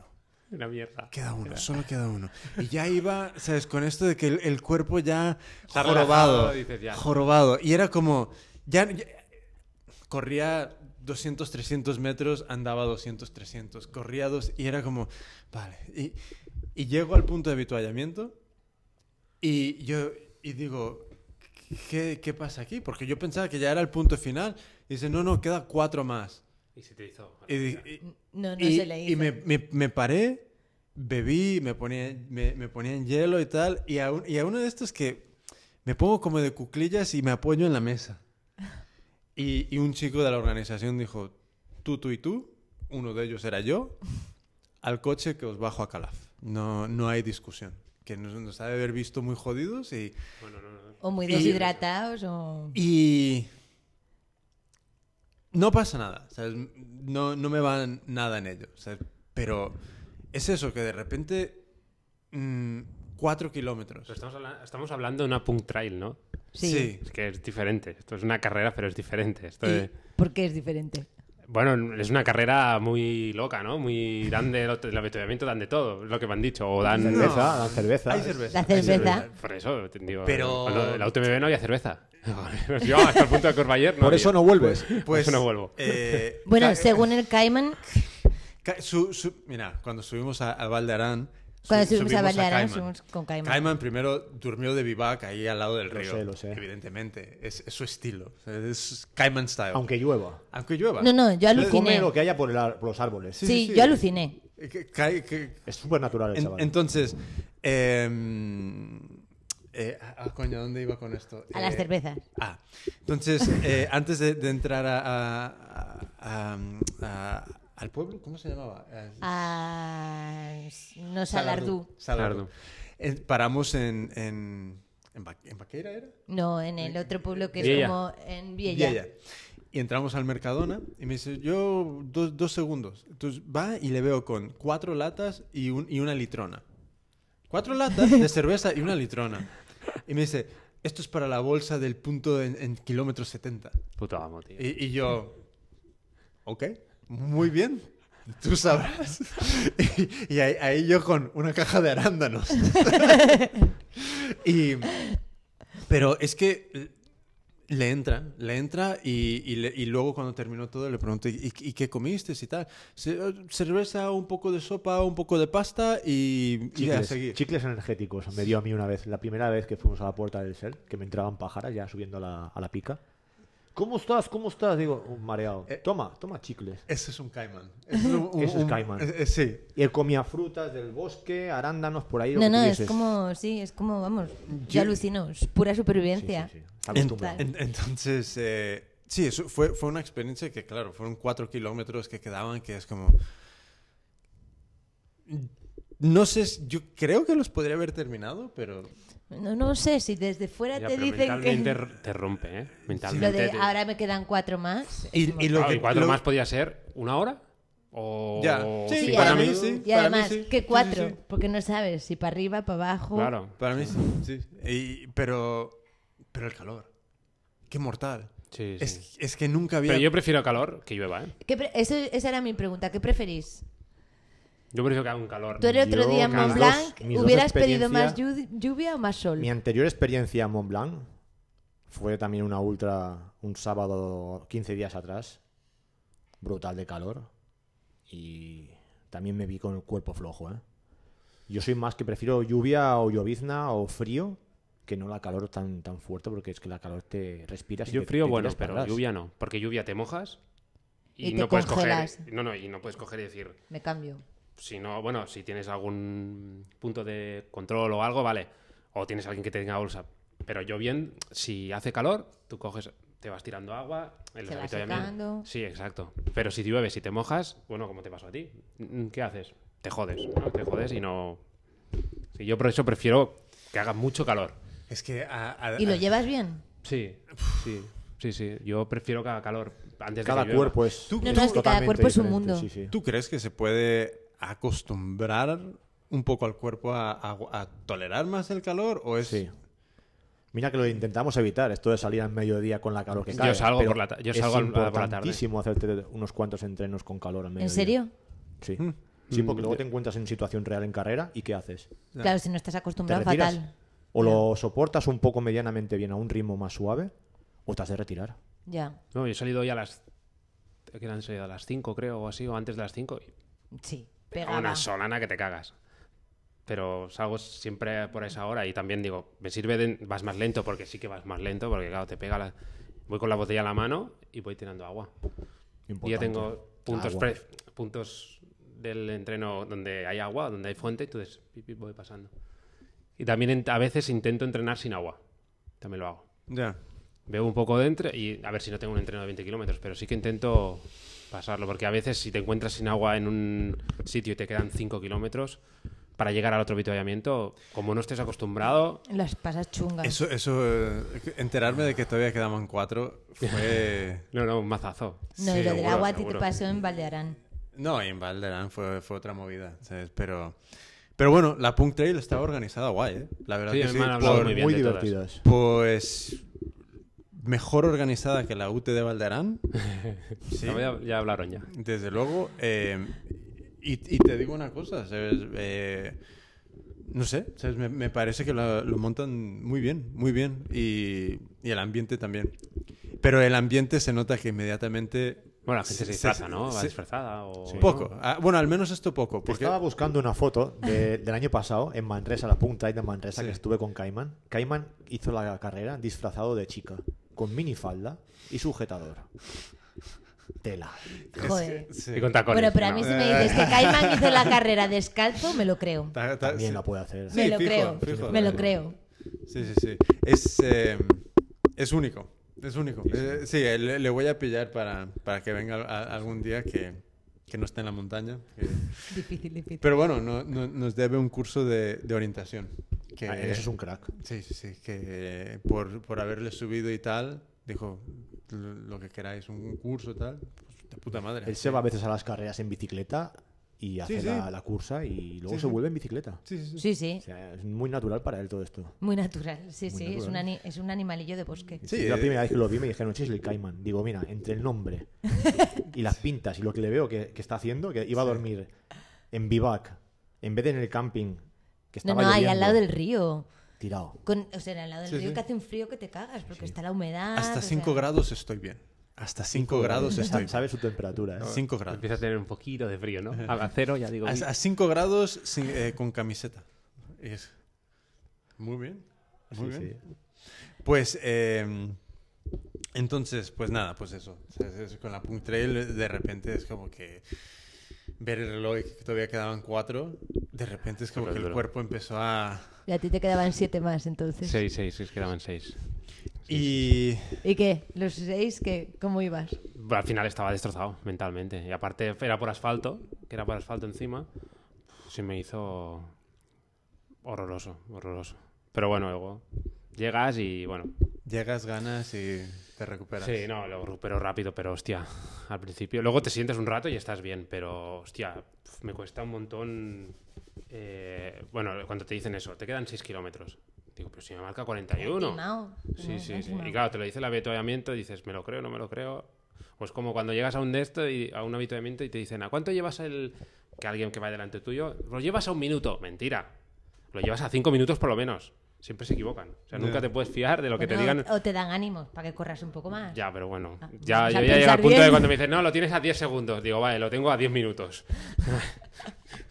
S3: Una mierda.
S1: Queda uno, solo queda uno. Y ya iba, ¿sabes? Con esto de que el, el cuerpo ya
S3: Se ha
S1: jorobado.
S3: relajado, dices, ya.
S1: Jorobado. Y era como, ya, ya- corría 200, 300 metros, andaba 200, 300, corría dos y era como, vale. Y, y llego al punto de habituallamiento y yo y digo, ¿qué, ¿qué pasa aquí? Porque yo pensaba que ya era el punto final. Y dice, no, no, queda cuatro más.
S3: Y se te hizo.
S1: Y di- y-
S2: No, no
S1: y,
S2: se le hizo.
S1: y me, me- me paré, bebí, me ponía, me, me ponía en hielo y tal. Y a, un- y a uno de estos que me pongo como de cuclillas y me apoyo en la mesa. Y, y un chico de la organización dijo, tú, tú y tú, uno de ellos era yo, al coche que os bajo a Calaf. No, no hay discusión. Que nos, nos ha de haber visto muy jodidos y...
S3: Bueno, no, no.
S2: O muy
S1: y-
S2: deshidratados o...
S1: Y no pasa nada, ¿sabes? No, no me va nada en ello, ¿sabes? Pero es eso, que de repente mm, cuatro kilómetros.
S3: Pero estamos, habla- estamos hablando de una punk trail, ¿no?
S2: Sí.
S3: Es que es diferente. Esto es una carrera, pero es diferente. Esto
S1: Y-
S3: de-
S2: Porque es diferente.
S3: Bueno, es una carrera muy loca, ¿no? Muy dan de el avituallamiento, dan de todo, es lo que me han dicho. O dan.
S1: No.
S4: Cerveza, dan cerveza.
S1: Hay cerveza.
S2: La
S1: hay
S2: cerveza.
S3: Por eso, te digo. eh,
S1: Pero-
S3: cuando En la UTMB no había cerveza. Yo hasta el punto de Corbayer no.
S4: Por eso no vuelves.
S1: Pues,
S3: eso no vuelvo.
S1: eh,
S2: [LAUGHS] Bueno,
S1: ca- [LAUGHS]
S2: según el Cayman,
S1: ca- su- su- mira, cuando subimos a, a Valdarán,
S2: Cuando
S1: Su-
S2: subimos a Baleares,
S1: Cayman.
S2: subimos con Cayman.
S1: Cayman primero durmió de vivac ahí al lado del
S4: Lo
S1: río.
S4: sé, lo sé.
S1: Evidentemente. Es, es su estilo. O sea, Es Cayman style.
S4: Aunque llueva.
S1: Aunque llueva.
S2: No, no, yo
S4: Él Come
S2: aluciné.
S4: lo que haya por, el ar- por los árboles.
S2: Sí,
S1: Sí, sí, sí.
S2: yo aluciné.
S1: eh, Que- que- que-
S4: Es súper natural el
S1: en-
S4: chaval.
S1: entonces. em, eh, ah, coño, ¿a ¿dónde iba con esto?
S2: A las
S1: Eh,
S2: cervezas.
S1: Ah, entonces, eh, antes de, de entrar a, a- a- a- a- al pueblo, ¿cómo se llamaba? Eh,
S2: A... No Salardú.
S1: Salardú.
S3: Salardú.
S1: Eh, paramos en, en, en, Ba- ¿en Baqueira, ¿era?
S2: No, en el otro pueblo que es
S3: Viella.
S2: como en Viella.
S1: Viella. Y entramos al Mercadona y me dice, yo dos, dos segundos. Entonces va y le veo con cuatro latas y, un- y una litrona. Cuatro latas de cerveza y una litrona. Y me dice, esto es para la bolsa del punto en, en kilómetro 70.
S3: Puto amo, tío.
S1: Y, y yo, ok, muy bien, tú sabrás. [LAUGHS] Y, y ahí, ahí yo con una caja de arándanos. [LAUGHS] y, pero es que le entra, le entra y, y le- y luego cuando terminó todo le pregunto, ¿y, y qué comiste y tal? "Ce- Cerveza, un poco de sopa, un poco de pasta y, y a
S4: Chicles,
S1: seguir.
S4: chicles energéticos me dio a mí una vez, la primera vez que fuimos a la puerta del ser, que me entraban pájaras ya subiendo a la, a la pica. ¿Cómo estás? ¿Cómo estás? Digo, "Oh, mareado.
S1: Eh.
S4: Toma, toma chicles.
S1: Ese es un caimán. Ese es, un- un-
S4: Ese es
S1: un-
S4: caimán.
S1: eh, eh, sí,
S4: Y él comía frutas del bosque, arándanos por ahí. lo
S2: No,
S4: que
S2: no, es
S4: tuvieses.
S2: como, sí, es como, vamos,
S1: Yo-
S2: yo alucino, es pura
S4: Sí, sí,
S2: supervivencia.
S4: sí. Está
S1: En-
S4: acostumbrado.
S1: en- entonces, eh, sí, eso fue, fue una experiencia que, claro, fueron cuatro kilómetros que quedaban, que es como... No sé, si- yo creo que los podría haber terminado, pero...
S2: No, no sé si desde fuera
S3: Ya,
S2: te
S3: pero
S2: dicen que...
S3: mentalmente r- te rompe, ¿eh? Mentalmente.
S2: [LAUGHS] Lo de
S3: te-
S2: ahora me quedan cuatro más.
S1: Y, y lo
S3: Claro,
S1: que,
S3: y cuatro
S1: lo-
S3: más podía ser una hora o
S1: Ya. [LAUGHS] Sí,
S2: Sí,
S1: Y
S2: y
S1: para
S3: para
S1: mí
S2: además-
S1: sí,
S2: Y
S1: para mí
S2: además,
S1: sí. Sí,
S2: ¿qué
S1: sí,
S2: cuatro?
S1: sí.
S2: Porque no sabes si para arriba, para abajo.
S3: Claro.
S1: Para mí sí, sí. Y- pero, pero el calor. Qué mortal.
S3: Sí, sí.
S1: Es, es que nunca había...
S3: Pero yo prefiero calor que llueva, ¿eh?
S2: ¿Qué pre- eso- esa era mi pregunta. ¿Qué preferís?
S3: Yo prefiero que haga un calor.
S2: Tú eres
S4: Yo,
S2: otro día en
S4: mis
S2: Mont
S4: dos-
S2: Blanc.
S4: mis dos
S2: ¿Hubieras pedido más
S4: experiencia-
S2: llu- lluvia o más sol?
S4: Mi anterior experiencia en Mont Blanc fue también una ultra un sábado 15 días atrás. Brutal de calor. Y también me vi con el cuerpo flojo, ¿eh? Yo soy más que prefiero lluvia o llovizna o frío que no la calor tan, tan fuerte porque es que la calor te respiras. y
S3: Yo
S4: te-
S3: frío,
S4: te
S3: bueno,
S4: tiras para
S3: pero
S4: atrás.
S3: lluvia no. Porque lluvia te mojas y,
S2: Y te
S3: no puedes
S2: congelas.
S3: coger. No, no, y no puedes coger y decir.
S2: Me cambio.
S3: Si no, bueno, si tienes algún punto de control o algo, vale. O tienes alguien que te tenga bolsa. Pero yo bien, si hace calor, tú coges, te vas tirando agua, el
S2: Se va
S3: deshabituallamiento-
S2: secando.
S3: Sí, exacto. Pero si llueve, si te mojas, bueno, como te pasó a ti, mm, ¿qué haces? Te jodes, ¿no? Te jodes y no. Sí, yo por eso prefiero que haga mucho calor.
S1: Es que... a- a-
S2: ¿Y lo
S1: a-
S2: llevas bien?
S3: Sí, sí, sí, sí. Yo prefiero que haga calor antes de
S4: Cada
S3: que llueva.
S4: cuerpo es.
S1: Tú-
S2: No, no, es que cada
S4: totalmente
S2: cuerpo es un
S4: diferente,
S2: mundo.
S4: sí, sí.
S1: ¿Tú crees que se puede acostumbrar un poco al cuerpo a, a- a tolerar más el calor? ¿O es...?
S4: Sí. Pues, Mira que lo intentamos evitar, esto de salir al mediodía con la calor que
S3: Yo
S4: cae.
S3: salgo
S4: pero
S3: por la ta- yo
S4: es
S3: salgo al- por la tarde.
S4: importantísimo hacerte unos cuantos entrenos con calor al mediodía.
S2: ¿En serio?
S4: Sí.
S3: Mm.
S4: Sí, porque luego te encuentras en situación real en carrera y ¿qué haces?
S2: Claro, si no estás
S4: ¿Te
S2: acostumbrado,
S4: retiras?
S2: fatal.
S4: O lo soportas un poco medianamente bien a un ritmo más suave o te has de retirar.
S2: Ya,
S3: No, yo he salido hoy a las. ¿Qué eran? He salido a las 5, creo, o así, o antes de las 5. y
S2: sí.
S3: pegaba
S2: Pegaba.
S3: una solana que te cagas. Pero salgo siempre por esa hora y también digo, me sirve de... Vas más lento porque sí que vas más lento, porque claro, te pega la... Voy con la botella en la mano y voy tirando agua. Y ya
S4: Importante. Ah,
S3: tengo puntos,
S4: Agua.
S3: pre- puntos del entreno donde hay agua, donde hay fuente, entonces pi, pi, voy pasando. Y también en- a veces intento entrenar sin agua. También lo hago.
S1: Ya.
S3: Bebo un poco dentro y a ver si no tengo un entreno de 20 kilómetros, pero sí que intento pasarlo, porque a veces si te encuentras sin agua en un sitio y te quedan 5 kilómetros, para llegar al otro avituallamiento, como no estés acostumbrado,
S2: Las pasas chungas.
S1: Eso, eso, eh, enterarme de que todavía quedaban cuatro fue...
S3: no, no, un mazazo.
S2: No, y
S1: Sí,
S2: lo del
S3: seguro,
S2: agua a ti te
S3: seguro.
S2: pasó en Valdearán.
S1: No, y en Valderán fue, fue otra movida, ¿sabes? Pero, pero bueno, la Punk Trail estaba organizada guay, ¿eh? La verdad
S3: Sí,
S1: que
S3: me
S1: sí.
S3: han hablado
S1: por-
S3: muy
S4: Muy,
S3: bien de todas.
S4: divertidas.
S1: Pues mejor organizada que la UT de
S3: [LAUGHS]
S1: Valderán. Sí,
S3: Ya, ya hablaron ya.
S1: desde luego. eh, y, y te digo una cosa, ¿sabes? Eh, no sé, ¿sabes? Me, me parece que lo, lo montan muy bien, muy bien. Y, y el ambiente también. Pero el ambiente se nota que inmediatamente
S3: Bueno, la gente se
S1: Se-
S3: disfraza,
S1: se-
S3: ¿no? Va
S1: se-
S3: disfrazada o...
S1: Poco. Ah, bueno, al menos esto poco. Porque...
S4: Estaba buscando una foto de- del año pasado en Manresa, la punta de Manresa,
S1: Sí.
S4: que estuve con Cayman. Cayman hizo la carrera disfrazado de chica, con minifalda y sujetador. Tela.
S2: Joder.
S1: Sí.
S3: Y con tacones.
S2: Bueno, pero a
S3: ¿no?
S2: mí si me dices que Caimán hizo la carrera descalzo, me lo creo.
S1: Ta- ta-
S4: También
S1: sí.
S4: la puede hacer.
S1: Sí.
S2: Me lo
S1: fijo,
S2: creo.
S1: fijo.
S2: Me lo creo.
S1: Sí, sí, sí. Es, eh, es único. Es único. Eh, sí, eh, le, le voy a pillar para, para que venga a- algún día que, que no esté en la montaña. que-
S2: Difícil, difícil.
S1: Pero bueno, no- no- nos debe un curso de, de orientación. Que,
S4: Ah, Eso es un crack.
S1: Sí, sí, sí. Que por, por haberle subido y tal, dijo "Lo- lo que queráis, un curso y tal. Pues, de puta madre.
S4: Él se va a veces a las carreras en bicicleta y hace
S1: sí.
S4: La, la cursa y luego
S1: Sí,
S4: se
S1: sí.
S4: vuelve en bicicleta.
S1: Sí, sí, sí.
S2: Sí, sí.
S4: O sea, es muy natural para él todo esto.
S2: Muy natural. Sí,
S4: Muy
S2: sí. Es,
S4: natural.
S2: un ani- es un animalillo de bosque.
S1: Sí,
S4: Yo la
S1: eh,
S4: primera vez que lo vi me dijeron, "Ese es el Cayman. Digo, mira, entre
S2: [LAUGHS]
S4: el nombre y las pintas y lo que le veo que, que está haciendo, que iba a dormir en bivac, en vez de en el camping, que
S2: No,
S4: estaba
S2: no, ahí al
S4: lloviendo,
S2: lado del río.
S4: Tirado.
S2: Con- o sea, al lado del
S1: Sí,
S2: río
S1: sí.
S2: que hace un frío que te cagas porque está la humedad.
S1: hasta
S2: o
S1: 5
S2: sea.
S1: grados estoy bien. Hasta 5 grados estoy bien.
S4: Sabe su temperatura, ¿eh?
S1: 5 grados.
S3: Empieza a tener un poquito de [LAUGHS] frío, ¿no? A cero ya digo...
S1: A-
S3: uy.
S1: A 5 grados sin- eh, con camiseta. Es- Muy bien. Muy
S4: Sí,
S1: bien.
S4: sí.
S1: Pues eh, entonces, pues nada, pues eso. O sea, es- es con la Punk Trail de repente es como que ver el reloj y que todavía quedaban cuatro, de repente es como
S3: Súper
S1: que el
S3: duro.
S1: cuerpo empezó a...
S2: Y a ti te quedaban siete más entonces.
S3: Seis, seis, seis, quedaban seis.
S1: Y...
S2: ¿Y qué? ¿Los seis? Qué? ¿Cómo ibas?
S3: Al final estaba destrozado mentalmente. Y aparte era por asfalto, que era por asfalto encima. Se me hizo horroroso, horroroso. Pero bueno, luego llegas y bueno.
S1: Llegas, ganas y te recuperas.
S3: Sí, no, lo recupero rápido, pero hostia, al principio. Luego te sientes un rato y estás bien, pero hostia, pf, me cuesta un montón. eh, bueno, cuando te dicen eso, te quedan 6 kilómetros. Digo, pero si me marca 41.
S2: Timao,
S3: Sí,
S2: timao,
S3: sí,
S2: ¿no?
S3: sí.
S2: Timao.
S3: Y claro, te lo dice el avituallamiento y dices, me lo creo, no me lo creo. Pues como cuando llegas a un de esto y a un avituallamiento y te dicen, ¿a cuánto llevas el que alguien que va delante tuyo? Lo llevas a un minuto, mentira. Lo llevas a cinco minutos por lo menos. Siempre se equivocan. O sea, nunca te puedes fiar de lo que te
S2: Bueno,
S3: digan.
S2: O te dan ánimos para que corras un poco más.
S3: Ya, pero bueno.
S2: Ah,
S3: Ya,
S2: vamos
S3: yo
S2: a
S3: ya llegué al
S2: pensar
S3: punto de
S2: bien.
S3: cuando me dicen, no, lo tienes a 10 segundos. Digo, vale, lo tengo a
S2: [LAUGHS]
S3: 10 minutos.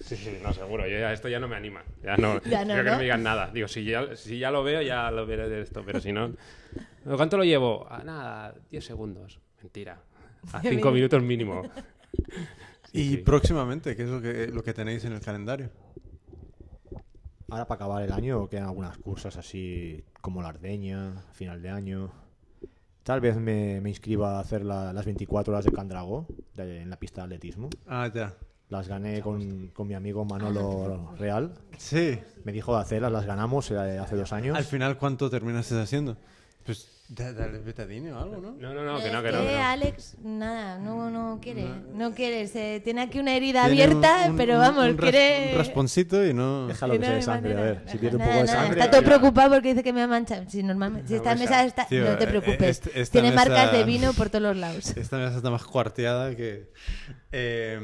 S3: sí, sí, no, seguro. Yo ya, esto ya no me anima. Ya no.
S2: [LAUGHS] Ya no,
S3: creo que
S2: ¿no?
S3: no me digan nada. Digo, si ya, si ya lo veo, ya lo veré de esto. Pero si no. ¿Cuánto lo llevo? Ah, nada, 10 segundos. Mentira. A 5 minutos mínimo.
S1: y
S3: sí.
S1: próximamente, ¿qué es lo que, lo que tenéis en el calendario?
S4: Ahora para acabar el año quedan algunas cursas así como la Ardeña, final de año. Tal vez me, me inscriba a hacer la- las 24 horas de Candrago de- en la pista de atletismo.
S1: Ah, ya.
S4: Las gané con, con mi
S2: Ah,
S4: amigo Manolo Real.
S1: Sí.
S4: Me dijo de hacerlas, las ganamos eh, hace dos años.
S1: Al final, ¿cuánto terminaste haciendo? Pues da- dale betadine o algo, ¿no?
S3: No, no, no, que no, que
S2: Es
S3: no. que no.
S2: Eh, Alex, nada, no, no quiere. No, quiere. Se, tiene aquí una herida
S1: Tiene
S2: abierta,
S1: un- un-
S2: pero
S1: un-
S2: vamos,
S1: un ras-
S2: quiere.
S1: Un rasponcito y no...
S4: Déjalo que
S2: no
S4: se
S2: hay
S4: desangre, a
S2: manera.
S4: ver. Si pierde un
S2: Nada,
S4: poco de
S2: nada,
S4: sangre.
S2: Está todo preocupado porque dice que me ha manchado. Si, normalmente, si
S3: Una
S2: esta
S3: mesa.
S2: mesa está.
S1: Ah, Tío,
S2: no te
S1: eh,
S2: preocupes.
S1: este- esta
S2: tiene
S1: mesa-
S2: marcas de vino por todos los lados.
S1: Esta mesa está más cuarteada que... eh,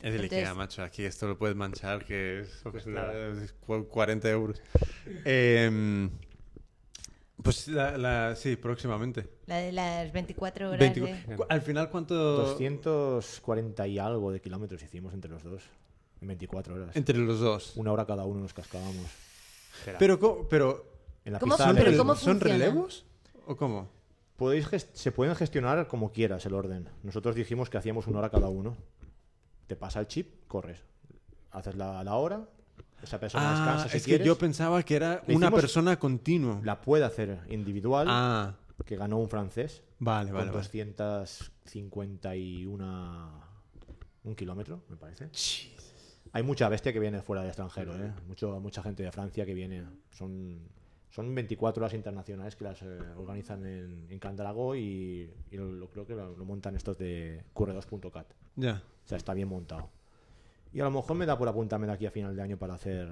S1: es del
S2: Entonces-
S1: Ikea, macho. Aquí esto lo puedes manchar, que es, cuesta
S3: nada.
S1: cu- 40 euros. Eh, pues la, la- sí, próximamente.
S2: La de las 24 horas.
S1: 24.
S2: de-
S1: Cu- Al final, ¿cuánto...?
S4: 240 y algo de kilómetros hicimos entre los dos. En 24 horas.
S1: Entre los dos.
S4: Una hora cada uno nos cascábamos.
S3: Espera.
S1: Pero, co- pero
S4: En la
S2: ¿Cómo
S4: pista
S2: fue?
S1: ¿son,
S4: de
S2: pero
S1: rele-
S4: atletismo.
S2: ¿cómo
S1: ¿son
S2: funciona?
S1: relevos o cómo?
S4: Podéis ges- se pueden gestionar como quieras el orden. Nosotros dijimos que hacíamos una hora cada uno. Te pasa el chip, corres. Haces la, la hora, esa persona
S1: Ah,
S4: descansa si
S1: es que
S4: quieres.
S1: yo pensaba que era
S4: Le
S1: una
S4: hicimos-
S1: persona continua.
S4: La puede hacer individual,
S1: Ah,
S4: que ganó un francés.
S1: vale, vale.
S4: con
S1: vale.
S4: 251 un kilómetro, me parece. Hay mucha bestia que viene fuera de extranjero, ¿eh? Mucho, mucha gente de Francia que viene. Son, son 24 horas internacionales que las eh, organizan en, en Candrago y, y lo, lo creo que lo, lo montan estos de corredos.cat.
S1: Ya.
S4: O sea, está bien montado. Y a lo mejor me da por apuntarme de aquí a final de año para hacer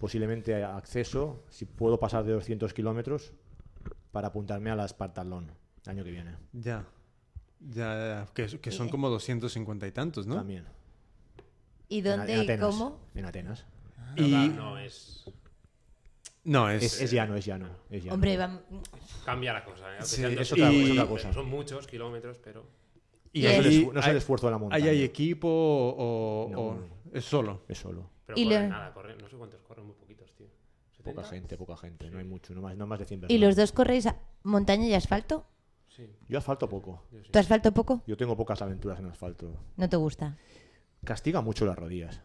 S4: posiblemente acceso, si puedo pasar de 200 kilómetros, para apuntarme a la Spartalón el año que viene.
S1: Ya. Ya, ya, ya. Que, que son como 250 y tantos, ¿no?
S4: También.
S2: ¿Y
S4: En-
S2: dónde
S4: en
S2: y
S4: Atenas.
S2: cómo?
S4: En Atenas.
S3: Pero
S1: y-
S3: claro, Ah, no es.
S1: No, es...
S4: Es, es llano, es llano. Es llano.
S2: Hombre, vam-
S3: Cambia la cosa. ¿eh? Aunque
S1: Sí,
S3: sean dos-
S1: es
S4: otra-
S3: y-
S4: es otra cosa.
S3: Son muchos kilómetros, pero.
S1: Y
S2: Y
S1: ahí-
S2: es-
S4: el esfu- no es el
S1: hay-
S4: esfuerzo de la montaña.
S1: ¿Ahí hay equipo o, o-
S4: No,
S1: o-
S4: no,
S1: es solo?
S4: Es solo.
S3: Pero
S2: Y
S3: corren
S2: le-
S3: nada, corren, no sé cuántos corren, muy poquitos, tío. ¿70?
S4: Poca gente, poca gente. No hay mucho. No más, no más de 100
S2: ¿Y
S4: personas.
S2: los dos corréis a montaña y asfalto?
S3: Sí,
S4: Yo asfalto poco.
S3: yo sí.
S2: ¿Tu asfalto poco?
S4: Yo tengo pocas aventuras en asfalto.
S2: No te gusta.
S4: Castiga mucho las rodillas.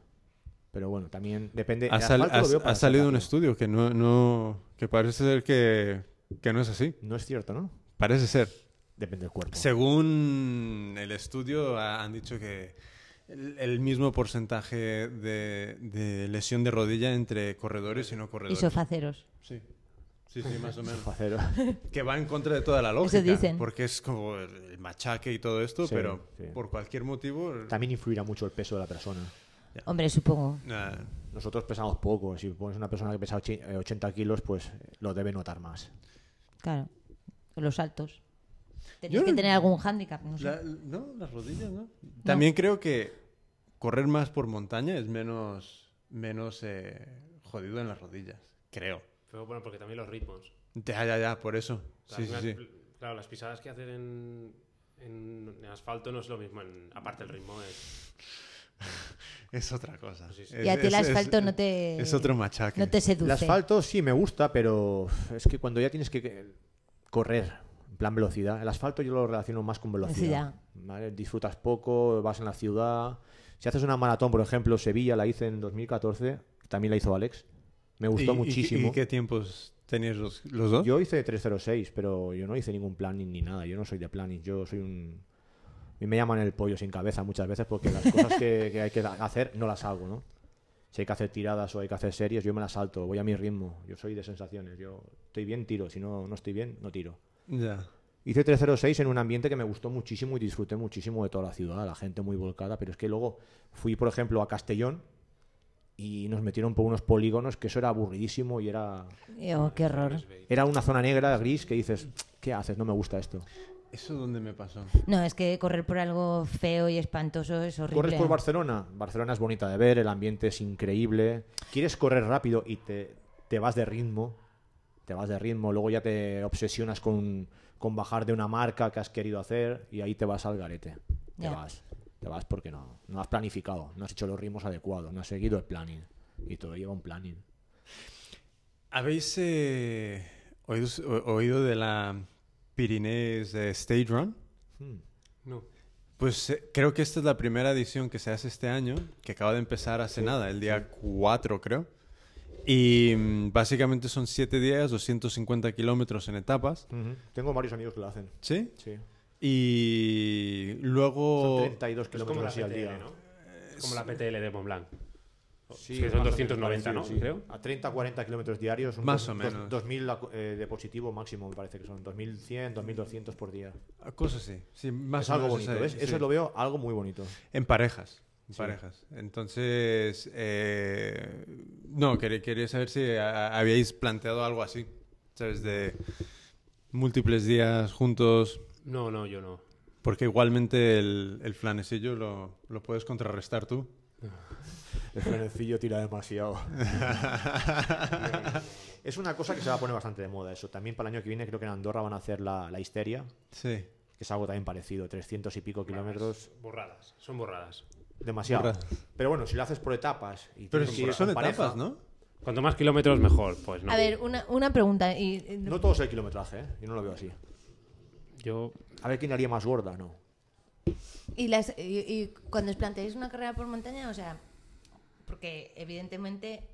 S4: Pero bueno, también depende.
S1: Ha,
S4: el
S1: sal-
S4: Eh, asfalto lo
S1: ha-
S4: veo para
S1: ha
S4: hacer
S1: salido un
S4: rápido.
S1: estudio que no, no que parece ser que, que no es así.
S4: No es cierto, ¿no?
S1: Parece ser.
S4: Depende del cuerpo.
S1: Según el estudio, ha- han dicho que el, el mismo porcentaje de, de lesión de rodilla entre corredores y no
S2: Y
S1: corredores.
S2: sofaceros.
S1: Sí. sí, sí, más o menos.
S2: [LAUGHS]
S4: Facero.
S1: que va en contra de toda la lógica.
S2: dicen.
S1: Porque es como el el machaque y todo esto,
S4: Sí,
S1: pero
S4: sí.
S1: por cualquier motivo... el-
S4: También influirá mucho el peso de la persona.
S2: Hombre, supongo.
S1: nah,
S4: Nosotros pesamos poco. Si pones una persona que pesa ochi- eh, 80 kilos, pues eh, lo debe notar más.
S2: Claro. Los saltos. Tenéis
S1: Yo
S2: que
S1: no-
S2: tener algún hándicap, no sé.
S1: la- no, las rodillas, ¿no? También creo que correr más por montaña es menos, menos eh, jodido en las rodillas, creo.
S3: Pero bueno, porque también los ritmos.
S1: Ya, ya, ya, por eso.
S3: Las
S1: Sí, sí,
S3: mismas-
S1: sí.
S3: Claro, las pisadas que hacen en, en- en asfalto no es lo mismo. en- aparte el ritmo es...
S1: Es otra cosa.
S3: Sí, sí.
S2: Y a ti el asfalto no te-
S1: Es otro machaque.
S2: No te
S4: El
S2: seduce.
S4: asfalto sí me gusta, pero uf, es que cuando ya tienes que- que correr, en plan velocidad, el asfalto yo lo relaciono más con velocidad.
S2: Velocidad.
S4: ¿vale? Disfrutas poco, vas en la ciudad. Si haces una maratón, por ejemplo, Sevilla la hice en 2014, también la hizo Alex. Me
S1: ¿Y-
S4: gustó
S1: y-
S4: muchísimo.
S1: ¿Y, qué tiempos tenías los, los dos?
S4: Yo hice 306, pero yo no hice ningún planning ni nada. Yo no soy de planning, yo soy un... A mí me llaman el pollo sin cabeza muchas veces porque las cosas que, que hay que hacer no las hago, ¿no? Si hay que hacer tiradas o hay que hacer series, yo me las salto, voy a mi ritmo. Yo soy de sensaciones, yo estoy bien, tiro. Si no, no estoy bien, no tiro.
S1: Ya.
S4: Hice 306 en un ambiente que me gustó muchísimo y disfruté muchísimo de toda la ciudad, la gente muy volcada, pero es que luego fui, por ejemplo, a Castellón y nos metieron por unos polígonos que eso era aburridísimo y era
S2: Eh, Oh, qué horror.
S4: era una zona negra, gris, que dices, ¿qué haces? No me gusta esto.
S1: ¿Eso dónde me pasó?
S2: No, es que correr por algo feo y espantoso es horrible.
S4: ¿Corres por
S2: ¿eh?
S4: Barcelona? Barcelona es bonita de ver, el ambiente es increíble. ¿Quieres correr rápido y te, te vas de ritmo? Te vas de ritmo, luego ya te obsesionas con, con bajar de una marca que has querido hacer y ahí te vas al garete.
S2: Ya.
S4: Te vas. Te vas porque no, no has planificado, no has hecho los ritmos adecuados, no has seguido el planning. Y todo lleva un planning.
S1: ¿Habéis eh, oído, o- oído de la Pyrenees eh, Stage Run?
S4: Hmm.
S3: No.
S1: Pues eh, creo que esta es la primera edición que se hace este año, que acaba de empezar hace nada, el día 4 creo. Y mm, básicamente son 7 días, 250 kilómetros en etapas.
S4: Tengo varios amigos que lo hacen.
S1: ¿Sí?
S4: Sí.
S1: Y luego...
S4: 32
S3: Es como
S4: kilómetros
S3: la
S4: así al día.
S3: PTL, ¿no? Es como la PTL de Mont Blanc.
S4: Sí,
S3: que son
S4: más o menos
S3: 290, ¿no?
S4: parecido, sí.
S3: Creo.
S4: A 30, 40 kilómetros diarios. un
S1: Más
S4: dos-
S1: o
S4: dos-
S1: menos.
S4: 2000 acu- eh, de positivo máximo, me parece que son. 2100, 2200 por día.
S1: Ah, Cosas así. Sí, más
S4: es
S1: o
S4: algo
S1: menos
S4: bonito,
S1: ahí,
S4: ¿ves?
S1: sí.
S4: Eso lo veo algo muy bonito.
S1: En parejas. En parejas. Entonces, eh, no, quería, quería saber si a- habíais planteado algo así, ¿sabes? De múltiples días juntos,
S3: No, no, yo no.
S1: porque igualmente el, el flanecillo lo, lo puedes contrarrestar tú.
S4: El frenecillo tira demasiado. [LAUGHS] es una cosa que se va a poner bastante de moda eso. También para el año que viene creo que en Andorra van a hacer la, la histeria,
S1: Sí.
S4: que es algo también parecido, 300 y pico kilómetros.
S3: Borradas, son borradas.
S4: Demasiado.
S1: Borra.
S4: Pero bueno, si lo haces por etapas... Y
S1: Pero
S4: tienes que ir
S1: si son
S4: con pareja,
S1: etapas, ¿no?
S3: Cuanto más kilómetros, mejor. Pues no.
S2: A ver, una, una pregunta. Y, eh,
S4: No todo es el kilometraje, ¿eh? Yo no lo veo así.
S3: Yo...
S4: A ver quién haría más gorda, ¿no?
S2: y las, y- y cuando os planteáis una carrera por montaña, o sea, porque evidentemente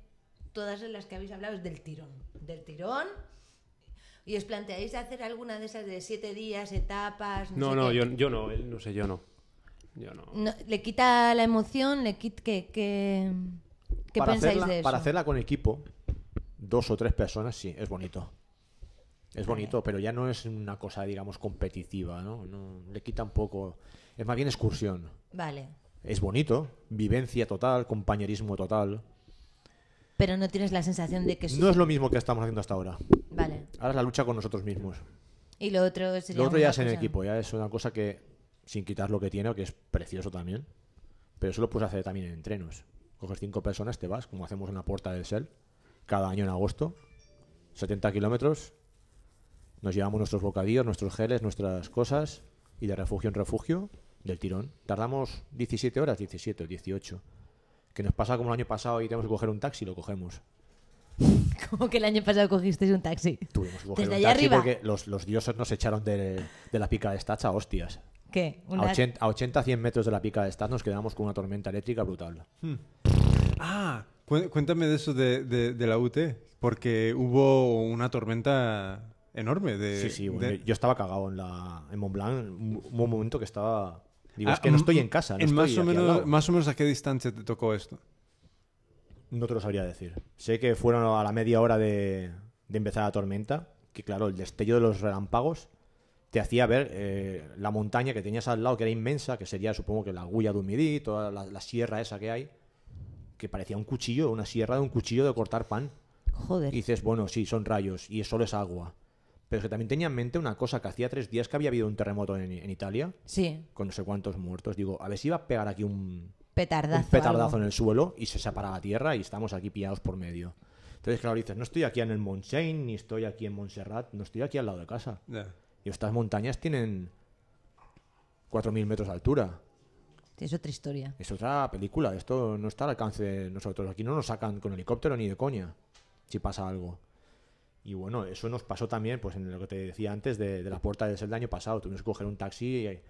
S2: todas las que habéis hablado es del tirón. Del tirón. ¿Y os planteáis hacer alguna de esas de siete días, etapas?
S3: No,
S2: sé
S3: no,
S2: qué?
S3: yo, yo no. él No sé, yo no. Yo no.
S2: No, ¿Le quita la emoción? ¿Le quita qué, qué, qué
S4: para
S2: pensáis
S4: hacerla,
S2: de eso?
S4: Para hacerla con equipo, dos o tres personas, sí, es bonito. Es bonito, pero ya no es una cosa, digamos, competitiva, ¿no? No- le quita un poco. Es más bien excursión.
S2: Vale.
S4: Es bonito, vivencia total, compañerismo total.
S2: Pero no tienes la sensación de que... es-
S4: No es lo mismo que estamos haciendo hasta ahora.
S2: Vale.
S4: Ahora es la lucha con nosotros mismos.
S2: Y lo otro sería
S4: Lo otro ya
S2: una
S4: es en
S2: cosa-
S4: equipo, ¿eh? ya es una cosa que, sin quitar lo que tiene, que es precioso también, pero eso lo puedes hacer también en entrenos. Coges cinco personas, te vas, como hacemos en la puerta del SEL, cada año en agosto, 70 kilómetros, nos llevamos nuestros bocadillos, nuestros geles, nuestras cosas, y de refugio en refugio, del tirón. Tardamos 17 horas, 17, 18. Que nos pasa como el año pasado y tenemos que coger un taxi, lo cogemos.
S2: Como que el año pasado cogisteis un taxi.
S4: Tuvimos que coger
S2: Desde
S4: un
S2: allá
S4: taxi
S2: arriba.
S4: porque los, los dioses nos echaron de, de la pica de estacha, hostias.
S2: ¿Qué?
S4: A 80, a 80, 100 metros de la pica de Staz nos quedamos con una tormenta eléctrica brutal.
S1: Ah, cué- cuéntame de eso de, de- de la UT, porque hubo una tormenta enorme de...
S4: sí, sí, bueno,
S1: de-
S4: yo, yo estaba cagado en, la, en Mont Blanc, un, un momento que estaba... Digo,
S1: Ah,
S4: es que no
S1: mm,
S4: estoy en casa, no
S1: en
S4: estoy
S1: más, o
S4: aquí al
S1: menos,
S4: lado.
S1: más o menos a qué distancia te tocó esto.
S4: No te lo sabría decir. Sé que fueron a la media hora de, de empezar la tormenta, que claro, el destello de los relámpagos te hacía ver eh, la montaña que tenías al lado, que era inmensa, que sería supongo que la Guya de Humidí, toda la, la sierra esa que hay, que parecía un cuchillo, una sierra de un cuchillo de cortar pan.
S2: Joder.
S4: Y dices, bueno, sí, son rayos y solo es agua. Pero es que también tenía en mente una cosa que hacía tres días que había habido un terremoto en, en Italia,
S2: Sí,
S4: con no sé cuántos muertos. Digo, a ver si iba a pegar aquí un,
S2: petardazo.
S4: un petardazo
S2: algo.
S4: en el suelo y se separa la tierra y estamos aquí pillados por medio. Entonces, claro, dices, no estoy aquí en el Mont Saint, ni estoy aquí en Montserrat, no estoy aquí al lado de casa.
S1: Ya.
S4: Y estas montañas tienen 4.000 metros de altura.
S2: Sí, es otra historia.
S4: Es otra película, esto no está al alcance de nosotros. Aquí no nos sacan con helicóptero ni de coña, si pasa algo. Y bueno, eso nos pasó también, pues en lo que te decía antes, de, de la puerta del el año pasado. Tuvimos que coger un taxi eh,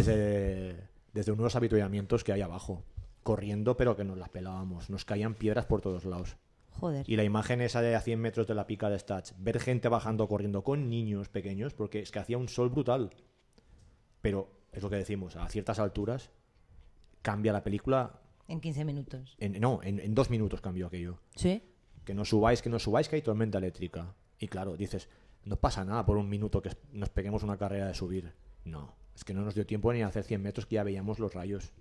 S4: desde, desde unos habituallamientos que hay abajo, corriendo, pero que nos las pelábamos. Nos caían piedras por todos lados.
S2: Joder.
S4: Y la imagen esa de a 100 metros de la pica de Stats, ver gente bajando corriendo con niños pequeños, porque es que hacía un sol brutal. Pero es lo que decimos, a ciertas alturas cambia la película.
S2: En 15 minutos.
S4: En, no, en, en dos minutos cambió aquello.
S2: Sí.
S4: Que no subáis, que no subáis, que hay tormenta eléctrica. Y claro, dices, no pasa nada por un minuto que es- nos peguemos una carrera de subir. No, es que no nos dio tiempo ni a hacer 100 metros que ya veíamos los rayos.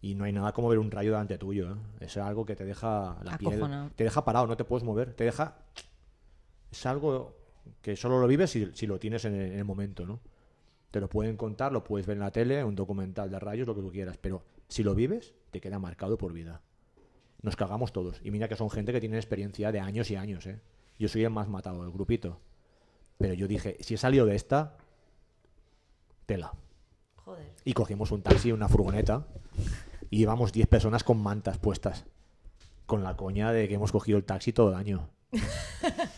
S4: Y no hay nada como ver un rayo delante tuyo. ¿eh? Es algo que te deja la
S2: Acojonado.
S4: piel. Te deja parado, no te puedes mover. Te deja. Es algo que solo lo vives si, si lo tienes en el, en el momento, ¿no? Te lo pueden contar, lo puedes ver en la tele, un documental de rayos, lo que tú quieras. Pero si lo vives, te queda marcado por vida. Nos cagamos todos. Y mira que son gente que tiene experiencia de años y años, ¿eh? Yo soy el más matado del grupito. Pero yo dije, si he salido de esta, tela.
S2: Joder.
S4: Y cogimos un taxi, una furgoneta. Y llevamos 10 personas con mantas puestas. Con la coña de que hemos cogido el taxi todo el año.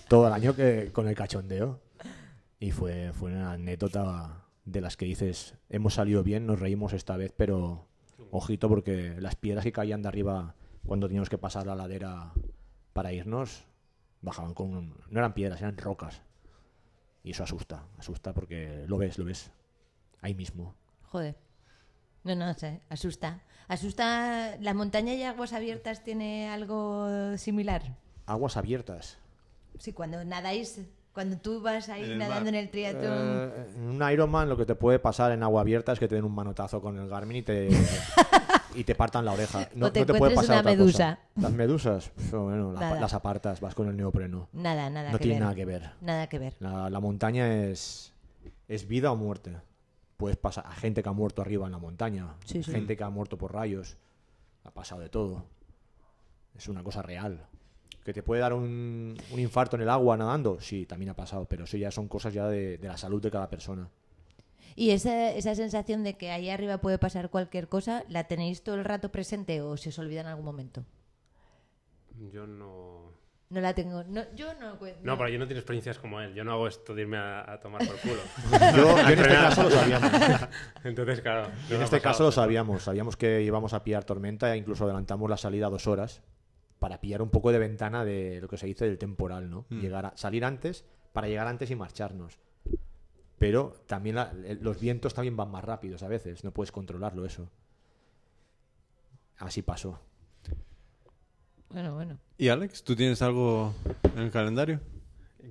S4: todo el año que, con el cachondeo. Y fue, fue una anécdota de las que dices, hemos salido bien, nos reímos esta vez, pero ojito porque las piedras que caían de arriba cuando teníamos que pasar la ladera para irnos, bajaban con... un- No eran piedras, eran rocas. Y eso asusta, asusta porque lo ves, lo ves. Ahí mismo.
S2: Joder. No, no, sé. Asusta. Asusta. ¿La montaña y aguas abiertas tiene algo similar?
S4: Aguas abiertas.
S2: Sí, cuando nadáis. Cuando tú vas ahí
S1: En el
S2: nadando
S1: mar.
S2: en el triatlón.
S4: Eh, en un Ironman lo que te puede pasar en agua abierta es que te den un manotazo con el Garmin
S2: [LAUGHS]
S4: y te, y te partan la oreja. No
S2: O te
S4: no puede
S2: encuentres una
S4: pasar otra cosa.
S2: medusa.
S4: Las medusas, pf, bueno, la-
S2: Nada.
S4: las apartas, vas con el neopreno.
S2: Nada, nada
S4: no
S2: que
S4: tiene
S2: ver.
S4: nada que ver.
S2: Nada que ver.
S4: La, la montaña es, es vida o muerte. Puedes pasar a gente que ha muerto arriba en la montaña,
S2: Sí, sí.
S4: gente que ha muerto por rayos, ha pasado de todo. Es una cosa real. ¿Que te puede dar un, un infarto en el agua nadando? Sí, también ha pasado, pero eso ya son cosas ya de, de la salud de cada persona.
S2: ¿Y esa, esa sensación de que ahí arriba puede pasar cualquier cosa, la tenéis todo el rato presente o se os olvida en algún momento?
S3: Yo no.
S2: No la tengo. No, yo no. cue-
S3: No, pero yo no tengo experiencias como él. Yo no hago esto de irme a, a tomar por culo.
S4: [LAUGHS] Yo, yo en este
S3: Entrenar.
S4: caso lo sabíamos.
S3: [LAUGHS] Entonces, claro. no
S4: en
S3: me ha
S4: este
S3: pasado.
S4: caso lo sabíamos. Sabíamos que íbamos a pillar tormenta e incluso adelantamos la salida dos horas para pillar un poco de ventana de lo que se dice del temporal, ¿no?
S3: Mm.
S4: Llegar a, salir antes para llegar antes y marcharnos. Pero también la- el- los vientos también van más rápidos a veces. No puedes controlarlo eso. Así pasó.
S2: Bueno, bueno. [LAUGHS]
S1: ¿Y Alex, tú tienes algo en el calendario?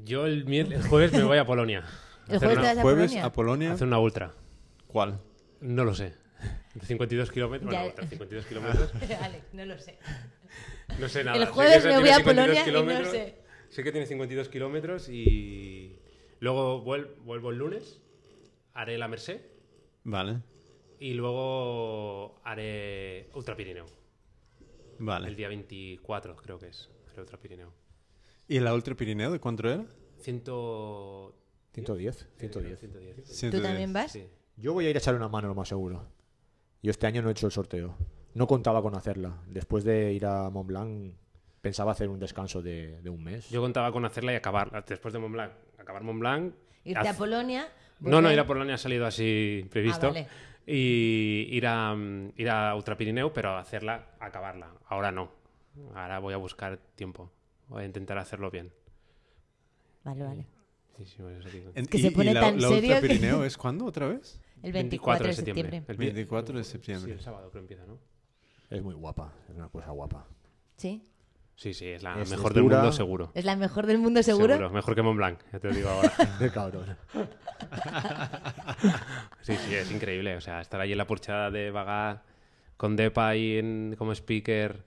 S3: Yo el, mier- el jueves me voy a Polonia.
S2: [LAUGHS] El
S3: A hacer
S2: jueves
S3: una-
S2: te vas a
S1: Jueves
S2: Polonia?
S1: a Polonia.
S3: a hacer una ultra.
S1: ¿Cuál?
S3: No lo sé. 52 kilómetros.
S2: Ya.
S3: Bueno, ultra, 52 kilómetros.
S2: Alex, no lo sé.
S3: No sé
S2: [LAUGHS]
S3: nada.
S2: El
S3: Sé
S2: jueves
S3: que eso
S2: me voy
S3: tiene
S2: a
S3: 52
S2: Polonia y no
S3: kilómetros.
S2: sé.
S3: Sé que tiene 52 kilómetros y luego vuel- vuelvo el lunes, haré la Merced
S1: Vale,
S3: y luego haré Ultra Pirineo. El
S1: vale.
S3: día 24 creo que es. Haré Ultra Pirineo.
S1: ¿Y la Ultra Pirineo de cuánto era?
S3: 100...
S4: 110, 110.
S3: 110.
S2: ¿Tú también vas?
S3: Sí.
S4: Yo voy a ir a echar una mano, lo más seguro.
S5: Yo este año no he hecho el sorteo. No contaba con hacerla. Después de ir a Mont Blanc, pensaba hacer un descanso de, de un mes.
S3: Yo contaba con hacerla y acabar, después de Mont Blanc, acabar Mont Blanc.
S2: Irte
S3: haz-
S2: a Polonia.
S3: No, no,
S2: volver-
S3: ir a Polonia ha salido así previsto.
S2: Ah, vale.
S3: Y ir a, mm, ir a Ultrapirineo, pero hacerla, acabarla. Ahora no. Ahora voy a buscar tiempo. Voy a intentar hacerlo bien.
S2: Vale, vale.
S3: Sí, sí, por eso digo.
S1: En-
S2: que se pone
S1: la,
S2: tan
S1: la
S2: serio
S1: Ultra
S2: que-
S1: Pirineo es cuándo otra vez?
S2: El 24 de septiembre.
S3: [LAUGHS] El
S1: 24 de
S3: Sí,
S1: septiembre.
S3: el sábado creo que empieza, ¿no?
S5: Es muy guapa, es una cosa guapa.
S2: Sí.
S3: Sí, sí, es la
S5: Es-
S3: mejor
S5: es
S3: del
S5: dura.
S3: mundo, seguro.
S2: ¿Es la mejor del mundo seguro?
S3: Mejor que Mont Blanc, ya te lo
S2: [LAUGHS]
S3: digo ahora.
S5: Qué cabrón.
S3: Sí, sí, es increíble. O sea, estar allí en la porchada de Vaga con Depa ahí en- como speaker,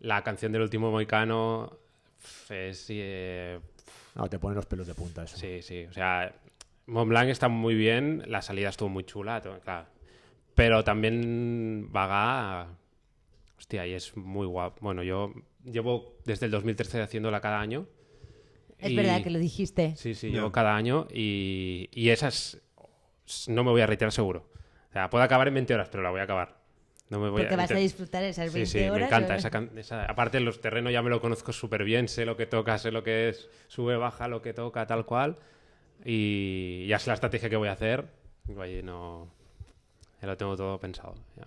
S3: la canción del último Moicano, pf, es... eh,
S5: No, te ponen los pelos de punta eso.
S3: sí, sí, o sea, Mont Blanc está muy bien, la salida estuvo muy chula, to- claro. Pero también Vaga, hostia, y es muy guapo. Bueno, yo llevo desde el 2013 haciéndola cada año.
S2: Es
S3: y-
S2: verdad que lo dijiste.
S3: Sí, sí,
S1: Ya.
S3: llevo cada año y, y esas no me voy a retirar seguro. O sea, puedo acabar en 20 horas, pero la voy a acabar. No me voy
S2: porque vas a
S3: retirar.
S2: disfrutar esas 20
S3: Sí, sí,
S2: horas.
S3: me encanta.
S2: ¿o no?
S3: Esa, can- esa- Aparte, los terrenos ya me lo conozco súper bien, sé lo que toca, sé lo que es, sube, baja, lo que toca, tal cual. Y ya sé la estrategia que voy a hacer. Digo, allí no. Ya lo tengo todo pensado. ya.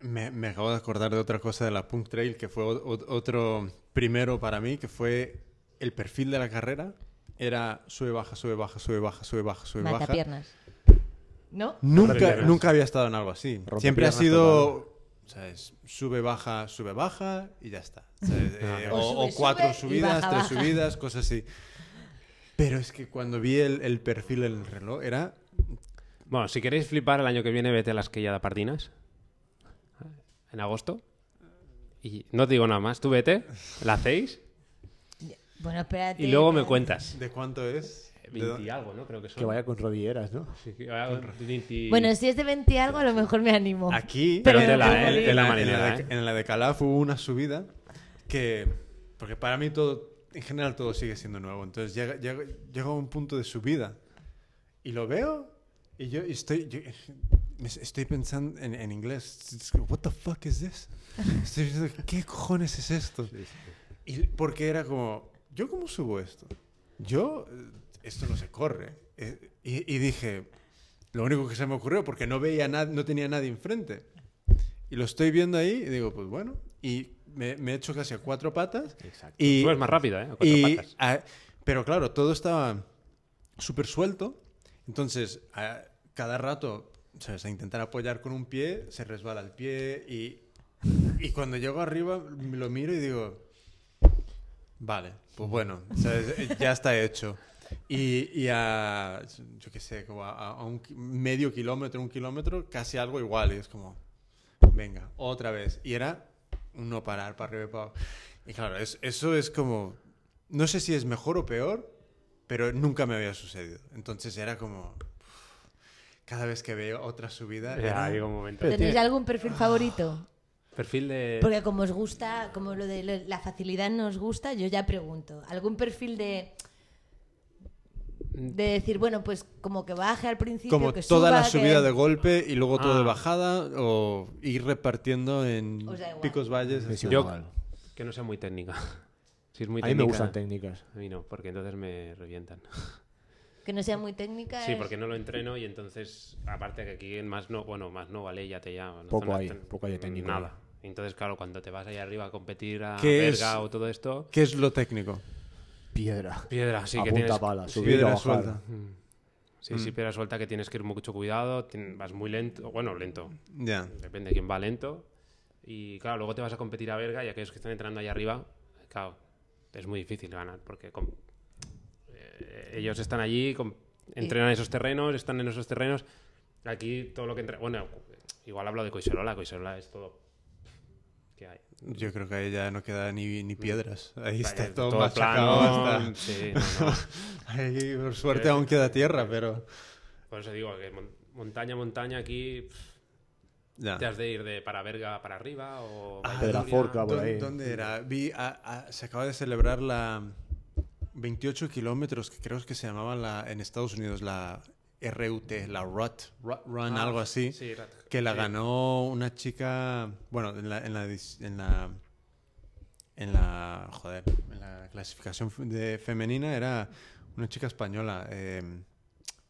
S1: Me, me acabo de acordar de otra cosa de la Punk Trail, que fue o- o- otro primero para mí, que fue el perfil de la carrera. Era sube, baja, sube, baja, sube, baja, sube, baja, sube,
S2: Mata
S1: baja.
S2: piernas. ¿No?
S1: Nunca,
S3: Rompepiernas.
S1: nunca había estado en algo así.
S5: Rompepiernas
S1: Siempre ha sido ¿sabes? sube, baja, sube, baja y ya está. ¿Sabes? Eh,
S2: O
S1: o,
S2: sube,
S1: o cuatro
S2: sube y
S1: subidas,
S2: baja,
S1: tres
S2: baja.
S1: subidas, cosas así. Pero es que cuando vi el, el perfil del reloj era...
S3: Bueno, si queréis flipar el año que viene, vete a las que ya da partinas. En agosto. Y no te digo nada más, tú vete, la hacéis
S2: Bueno, espérate.
S3: y luego me
S2: espérate.
S3: cuentas.
S1: ¿De cuánto es? ¿De
S3: 20
S1: dó-
S3: y algo, ¿no? Creo que son.
S5: Que vaya con rodilleras, ¿no?
S3: Sí, que vaya con 20
S2: Bueno, si es de 20 algo, a lo mejor me animo.
S1: Aquí,
S3: Pero
S1: en,
S3: de la-
S1: en-
S3: de
S1: en
S3: la
S1: la-
S3: marinera,
S1: en la de-
S3: ¿eh?
S1: en la de Calaf hubo una subida que... Porque para mí todo, en general todo sigue siendo nuevo. Entonces llega, llega- llego a un punto de subida y lo veo y yo estoy... yo- me s- estoy pensando en, en inglés. It's like, What the fuck is this? Estoy diciendo, ¿qué cojones es esto? Y porque era como, ¿yo cómo subo esto? Yo, eh, esto no se corre. Eh, Y, y dije, lo único que se me ocurrió, porque no veía nada, no tenía nadie enfrente. Y lo estoy viendo ahí y digo, pues bueno. Y me, me echo casi a cuatro patas.
S5: Exacto.
S1: Y,
S3: Tú eres más rápida, ¿eh? A cuatro
S1: y,
S3: patas.
S1: ah, pero claro, todo estaba súper suelto. Entonces, a cada rato, ¿sabes? A intentar apoyar con un pie, se resbala el pie. Y, y cuando llego arriba, lo miro y digo, vale, pues bueno, ¿sabes? eh, ya está hecho. Y, y a, yo qué sé, como a, a un ki- medio kilómetro, un kilómetro, casi algo igual. Y es como, venga, otra vez. Y era un no parar, para arriba y para abajo. Y claro, es- eso es como, no sé si es mejor o peor, pero nunca me había sucedido. Entonces era como, cada vez que veo otra
S5: Ah,
S1: subida,
S3: Ya,
S1: era-
S3: digo un momento.
S5: Pero
S2: ¿Tenéis
S5: tiene-
S2: algún perfil favorito?
S3: Perfil de.
S2: Porque como os gusta, como lo de lo- la facilidad nos gusta, yo ya pregunto. ¿Algún perfil de de decir, bueno, pues como que baje al principio,
S1: Mm. como
S2: que
S1: toda la
S2: suba, que-
S1: subida de golpe y luego todo de
S3: Ah.
S1: bajada o ir repartiendo en
S2: Os da igual.
S1: picos, valles.
S5: Es
S1: hasta-
S3: Yo-
S5: igual.
S3: Que no sea muy técnica. [LAUGHS] Si es muy
S5: A mí
S3: técnica. ¿eh?
S5: me gustan técnicas.
S3: A mí no, porque entonces me revientan.
S2: Pues- que no sea muy técnica.
S3: Sí,
S2: es-
S3: porque no lo entreno y entonces, aparte que aquí en más no, bueno, más no vale, ya te llama.
S5: Poco hay, poco hay de técnico
S3: Nada. Entonces, claro, cuando te vas ahí arriba a competir a
S1: ¿Qué
S3: verga
S1: es?
S3: o todo esto,
S1: ¿Qué es lo técnico?
S5: Piedra.
S3: piedra, sí
S5: a
S3: que
S5: punta
S3: tienes.
S5: pala,
S1: Sí,
S5: subir y
S1: piedra
S5: bajar.
S1: suelta.
S3: Sí,
S1: Mm.
S3: sí, piedra suelta que tienes que ir con mucho cuidado, tien- vas muy lento, bueno, lento,
S1: Ya.
S3: depende de quién va lento. Y claro, luego te vas a competir a verga y aquellos que están entrando ahí arriba, claro, es muy difícil ganar porque com- eh, ellos están allí, com- entrenan esos terrenos, están en esos terrenos. Aquí todo lo que entra. Bueno, igual hablo de Coiserola, Coiserola es todo. que hay?
S1: Yo creo que ahí ya no queda ni, ni piedras. Ahí está
S3: Vaya,
S1: todo, machacado [LAUGHS] hasta-
S3: sí, no, no.
S1: Ahí, por suerte aún queda tierra, pero...
S3: Por eso digo que mon- montaña, montaña aquí. pff,
S1: Ya.
S3: Te has de ir de para verga para arriba o.
S1: Ah,
S5: Pedraforca, por
S1: ¿Dó-
S5: ahí.
S1: ¿Dónde era? Vi, a- a- se acaba de celebrar la 28 kilómetros, que creo que se llamaba la, en Estados Unidos la RUT, la Rut, Rut Run,
S3: Ah,
S1: algo así,
S3: sí, Rat-
S1: que la
S3: sí.
S1: ganó una chica, bueno, en la, en la, dis- en la, en la, joder, en la clasificación f- de femenina era una chica española, eh,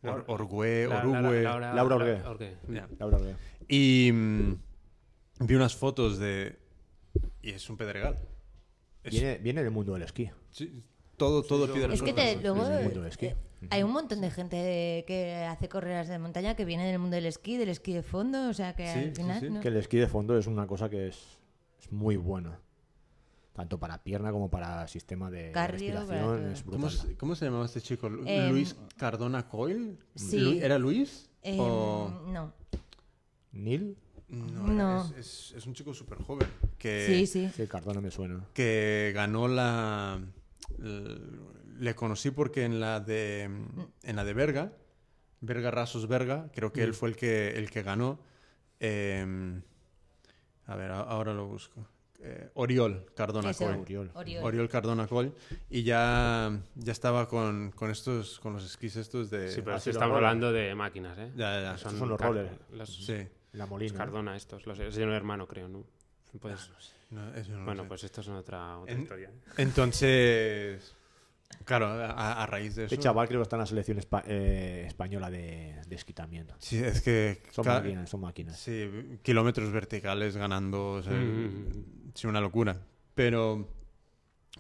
S1: Or- Orgüe,
S3: La- la- la-
S1: Orugüe.
S3: Laura-
S4: Laura
S3: la-
S4: Orgue.
S3: Orgue.
S1: Ya.
S4: Laura Orgue.
S1: Y mm, vi unas fotos de... Y es un pedregal. Es-
S4: Viene, viene del mundo del esquí.
S1: sí, todo, todo piedra
S2: Es que
S1: suelta.
S2: te- luego
S4: del mundo del esquí.
S2: eh, hay un montón de gente de- que hace carreras de montaña que viene del mundo del esquí, del esquí de fondo, o sea que
S1: Sí,
S2: al
S1: sí,
S2: final...
S1: sí.
S2: ¿no?
S4: Que el esquí de fondo es una cosa que es, es muy buena. Tanto para pierna como para sistema de
S2: Cardio, para
S4: respiración.
S2: todo.
S4: Es
S1: ¿Cómo,
S4: brutal.
S1: se- cómo se llamaba este chico? Lu-
S2: Em,
S1: ¿Luis Cardona Coyle?
S2: sí.
S1: Lu- ¿Era Luis?
S2: Eh,
S1: O-
S2: No.
S4: ¿Nil?
S1: No,
S2: no.
S1: Es, es- es un chico súper joven que,
S2: Sí, sí.
S4: Sí, Cardona me suena.
S1: que ganó la... l- Le conocí porque en la de, en la de Berga, Berga Rasos Berga, creo que él fue el que, el que ganó. Em, a ver, a- ahora lo busco. Eh, Oriol Cardona
S2: Eso.
S1: Coyle.
S4: Oriol.
S2: Oriol.
S1: Oriol Cardona Col y ya, ya estaba con, con estos con los esquís estos de
S3: Sí, pero
S4: Ah, sí, los
S3: estamos
S4: rollers.
S3: hablando de máquinas, ¿eh?
S1: ya, ya, ya.
S4: Estos son los
S3: car-
S4: rollers.
S3: Los,
S1: sí
S4: La
S3: los
S4: Molina.
S3: Cardona estos. Los, es de un hermano, creo, ¿no? Pues-
S1: Ah, No, eso no lo
S3: bueno,
S1: sé.
S3: pues esto es otra, otra
S1: En-
S3: historia. ¿eh?
S1: entonces claro a, a raíz de eso
S4: Este chaval creo que está en la selección espa- eh, española de, de esquí también.
S1: sí es que
S4: Son
S1: ca-
S4: máquinas, son máquinas.
S1: sí, kilómetros verticales ganando o sea,
S3: Mm.
S1: sí una locura pero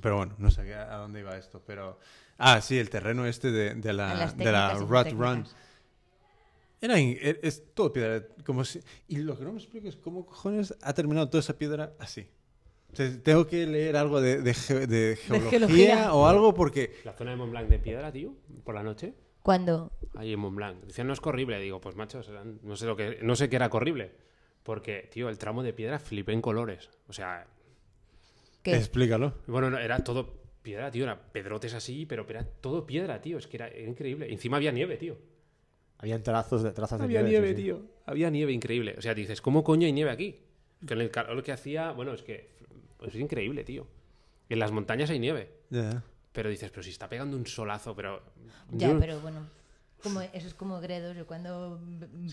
S1: pero bueno no sé a a dónde iba esto pero ah sí el terreno este de, de
S2: A
S1: la
S2: las
S1: de la
S2: técnicas y
S1: rut
S2: técnicas.
S1: run Era in- e- es todo piedra. Como si- y lo que no me explico es cómo cojones ha terminado toda esa piedra así. O sea, tengo que leer algo de, de ge- de geología,
S2: geología.
S1: o algo porque...
S3: La zona de Mont Blanc de piedra, tío, por la noche.
S2: Cuando
S3: Ahí en Mont Blanc. Decían, no es corrible. Digo, pues macho, serán- no sé lo que no sé qué era corrible. Porque, tío, el tramo de piedra flipé en colores. O sea,
S2: que
S1: Explícalo.
S3: bueno, no, era todo piedra, tío. Era pedrotes así, pero era todo piedra, tío. Es que era, era increíble. Encima había nieve, tío.
S4: Habían trazos de, trazas de
S3: Había
S4: nieve,
S3: nieve,
S4: sí, sí.
S3: tío. Había nieve increíble. O sea, dices, ¿cómo coño hay nieve aquí? Con el calor que hacía, bueno, es que pues, es increíble, tío. En las montañas hay nieve.
S1: Ya.
S3: Pero dices, pero si está pegando un solazo, pero.
S2: ya,
S3: Yo-
S2: pero bueno. Como, eso es como Gredos. Yo cuando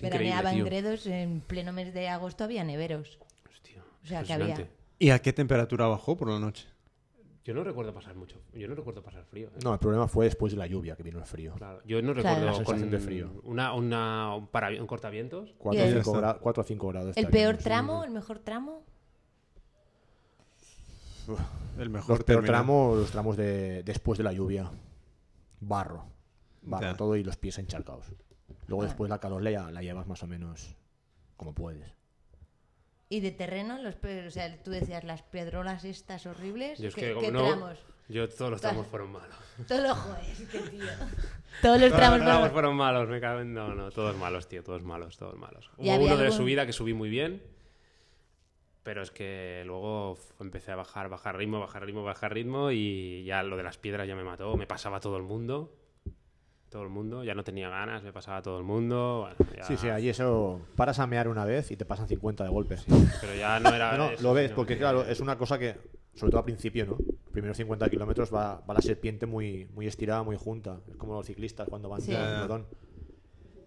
S2: veraneaba en
S3: increíble, tío.
S2: Gredos, en pleno mes de agosto había neveros.
S3: Hostia,
S2: O sea, que
S3: impresionante.
S2: había-
S1: ¿Y a qué temperatura bajó por la noche?
S3: Yo no recuerdo pasar mucho. Yo no recuerdo pasar frío. ¿eh?
S4: No, el problema fue después de la lluvia, que vino el frío.
S3: Claro, yo no
S2: Claro.
S3: recuerdo
S2: La
S4: sensación
S3: con
S4: de frío.
S3: Una, una, un, paravi- un cortavientos.
S4: 4
S2: Ya
S4: a 5
S1: está.
S4: gra- cuatro a 5 grados. este
S2: ¿El
S4: estaríamos.
S2: peor tramo? ¿El mejor tramo?
S1: El mejor
S4: Los peor
S1: término.
S4: tramos, los tramos de después de la lluvia. Barro. Barro
S1: Ya.
S4: todo y los pies encharcados.
S2: Ah.
S4: Luego después la calor la, la llevas más o menos como puedes.
S2: Y de terreno, los pe- o sea, tú decías las piedrolas estas horribles.
S3: Yo es
S2: ¿Qué,
S3: que, como
S2: qué
S3: no.
S2: tramos?
S3: Yo todos los
S2: Claro.
S3: tramos fueron malos.
S2: Todos los joder, qué
S3: [LAUGHS]
S2: tío. Todos los
S3: Todos
S2: tramos.
S3: los tramos
S2: fueron-
S3: Ah, fueron malos, me cago en. No, no, todos malos, tío, todos malos, todos malos.
S2: Y
S3: Hubo
S2: había
S3: uno de
S2: algún-
S3: subida que subí muy bien. Pero es que luego f- empecé a bajar, bajar ritmo, bajar ritmo, bajar ritmo y ya lo de las piedras ya me mató. Me pasaba todo el mundo. Todo el mundo. Ya no tenía ganas, me pasaba todo el mundo. bueno, ya-
S4: Sí, sí, ahí eso. Paras a mear una vez y te pasan 50 de golpe.
S3: Pero ya no era...
S4: [LAUGHS] No, no,
S3: Ah, eso,
S4: lo ves,
S3: sino
S4: porque
S3: que-
S4: claro, es una cosa que, sobre todo al principio, ¿no? Primeros 50 kilómetros va, va la serpiente muy, muy estirada, muy junta. Es como los ciclistas cuando van
S2: Sí.
S4: por el
S1: Ya.
S4: pelotón.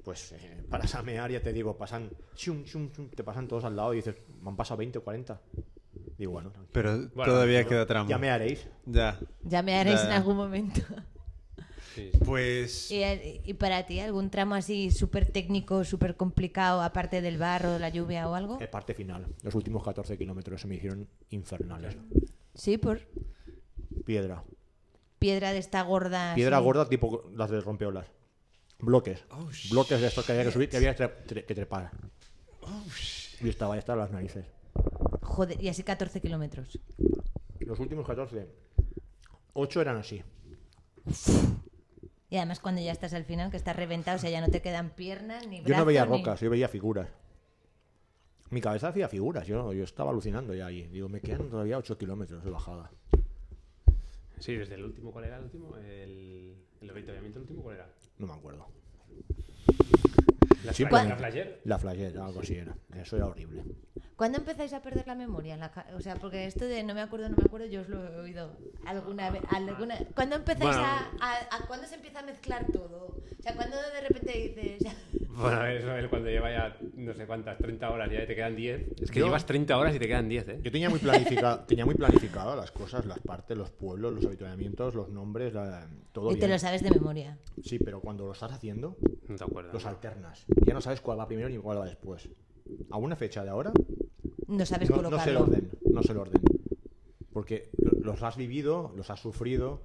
S4: Pues eh, para samear, ya te digo, pasan, shum, shum, shum, te pasan todos al lado y dices, me han pasado 20 o 40. Digo, bueno, tranquilo.
S1: Pero todavía queda tramo.
S4: ya me haréis.
S1: Ya.
S2: Ya me haréis
S1: Ya.
S2: en algún momento.
S3: Sí, sí.
S1: Pues...
S2: ¿Y, y para ti algún tramo así súper técnico, súper complicado, aparte del barro, la lluvia o algo?
S4: Es
S3: Eh.
S4: parte final. Los últimos 14 kilómetros se me hicieron infernales.
S2: Sí, por
S4: Piedra.
S2: piedra de esta gorda.
S4: Piedra
S2: así.
S4: gorda tipo las de rompeolas. Bloques. Bloques de estos que había que subir, que había que tre- tre- que trepar.
S1: oh,
S4: y estaba ya hasta las narices.
S2: Joder, y así 14 kilómetros.
S4: Los últimos 14. 8 eran así.
S2: Y además cuando ya estás al final, que estás reventado, o sea, ya no te quedan piernas ni
S4: Yo
S2: brazos.
S4: no veía
S2: ni-
S4: rocas, yo veía figuras. Mi cabeza hacía figuras, yo, yo estaba alucinando ya ahí. Digo, me quedan todavía 8 kilómetros de bajada.
S3: Sí, desde el último, ¿cuál era el último? El, el avituallamiento, el último, ¿cuál era?
S4: No me acuerdo.
S3: La,
S4: Sí,
S3: fla-
S4: pues-
S3: la flayer.
S4: La flashera, algo así era. Eso era horrible.
S2: ¿Cuándo empezáis a perder la memoria? En la ca- o sea, porque esto de no me acuerdo, no me acuerdo, yo os lo he oído alguna vez. Alguna... ¿Cuándo empezáis
S3: Bueno.
S2: a, a- a- ¿Cuándo se empieza a mezclar todo? O sea, ¿cuándo de repente dices... "Ah"?
S3: Bueno, a ver, eso es cuando lleva ya no sé cuántas, 30 horas ya y te quedan 10. Es que
S5: Yo-
S3: llevas 30 horas y te quedan 10, ¿eh?
S5: Yo tenía muy, planificado, [LAUGHS] tenía muy planificado las cosas, las partes, los pueblos, los habituamientos, los nombres, la- todo
S2: y te
S5: bien.
S2: lo sabes de memoria.
S5: Sí, pero cuando lo estás haciendo,
S3: No te acuerdas.
S5: los alternas. Ya no sabes cuál va primero ni cuál va después. A una fecha de ahora,
S2: No sabes
S5: no, no sé el
S2: colocarlo.
S5: orden, no sé el orden. Porque lo- los has vivido, los has sufrido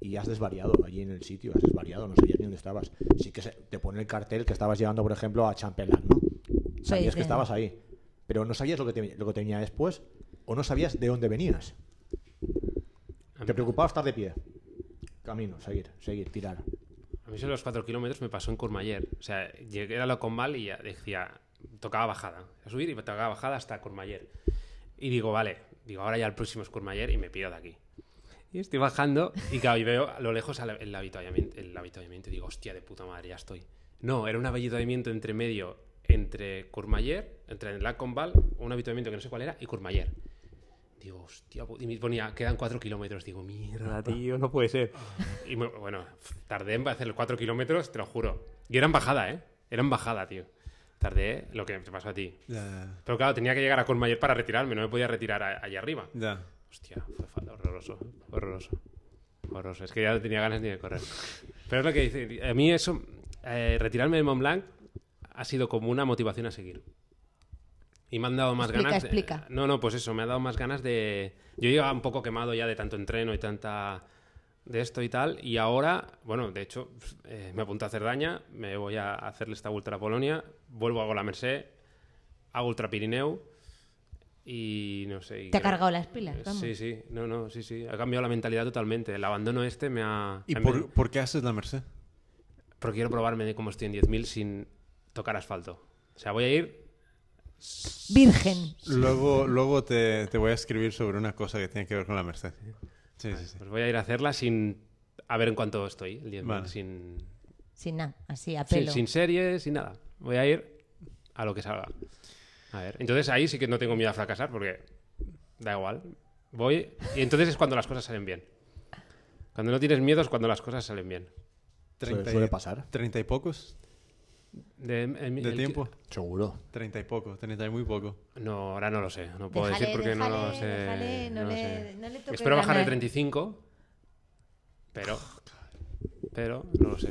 S5: y has desvariado allí en el sitio, has desvariado, no sabías ni dónde estabas. Sí que se- te pone el cartel que estabas llegando, por ejemplo, a Champelán, ¿no? Sabías que
S2: bien.
S5: estabas ahí, pero no sabías lo que, te- lo que te venía después o no sabías de dónde venías.
S3: A mí-
S5: Te preocupaba estar de pie. Camino, seguir, seguir, tirar.
S3: A mí eso de los 4 kilómetros me pasó en Courmayeur. O sea, llegué a la Conval y ya decía, tocaba bajada. A subir y me tocaba bajada hasta Courmayeur. Y digo, vale, digo, ahora ya el próximo es Courmayeur y me piro de aquí. Y estoy bajando y claro, y veo a lo lejos al- el avituallamiento, el avituallamiento y digo, hostia, de puta madre, ya estoy. No, era un avituallamiento entre medio, entre Courmayeur, entre la Conval, un avituallamiento que no sé cuál era, y Courmayeur. Digo, hostia, pu- y me ponía, quedan 4 kilómetros. Digo, mierda, tío, no puede ser. Y me- bueno, tardé en hacer los 4 kilómetros, te lo juro. Y era en bajada, ¿eh? Era en bajada, tío. Tardé lo que te pasó a ti.
S1: Ya,
S3: Pero claro, tenía que llegar a Courmayeur para retirarme, no me podía retirar a- allá arriba.
S1: ya.
S3: Hostia, fue fa- horroroso, horroroso. Horroroso. Es que ya no tenía ganas ni de correr. Pero es lo que dice. A mí eso, eh, retirarme de Mont Blanc ha sido como una motivación a seguir. Y me han dado más
S2: Explica,
S3: ganas. de-
S2: explica.
S3: No, no, pues eso, me ha dado más ganas de. Yo llegaba un poco quemado ya de tanto entreno y tanta. de esto y tal. Y ahora, bueno, de hecho, pues, eh, me apunto a Cerdaña, me voy a hacerle esta ultra a Polonia, vuelvo, hago la Merced, hago ultra Pirineu. Y no sé. y
S2: Te ha
S3: creo-
S2: cargado las pilas, vamos.
S3: Sí, sí, no, no, sí, sí. Ha cambiado la mentalidad totalmente. El abandono este me ha.
S1: ¿Y
S3: en vez-
S1: por, por qué haces la merced?
S3: Porque quiero probarme de cómo estoy en 10.000 sin tocar asfalto. O sea, voy a ir.
S2: Virgen.
S1: Luego, luego te, te voy a escribir sobre una cosa que tiene que ver con la merced. Sí, sí, sí.
S3: Pues voy a ir a hacerla sin. A ver en cuánto estoy, el 10.000.
S1: Vale.
S3: Sin,
S2: Sin nada, así, a
S3: sin,
S2: pelo. [LAUGHS]
S3: sin series, sin nada. Voy a ir a lo que salga. A ver. Entonces ahí sí que no tengo miedo a fracasar porque. Da igual. Voy. Y entonces es cuando las cosas salen bien. Cuando no tienes miedo es cuando las cosas salen bien.
S5: Suele,
S1: y-
S5: suele pasar.
S1: ¿Treinta y pocos?
S3: ¿De, em-
S1: ¿De
S3: el-
S1: tiempo?
S5: Seguro.
S1: Treinta y poco, treinta y muy poco.
S3: No, ahora no lo sé. No puedo
S2: Déjale,
S3: decir porque no lo
S2: déjale,
S3: sé.
S2: déjale, no
S3: no lo
S2: le-
S3: sé.
S2: no le toques
S3: Espero bajar de
S2: ganas.
S3: 35, pero. Pero no lo sé.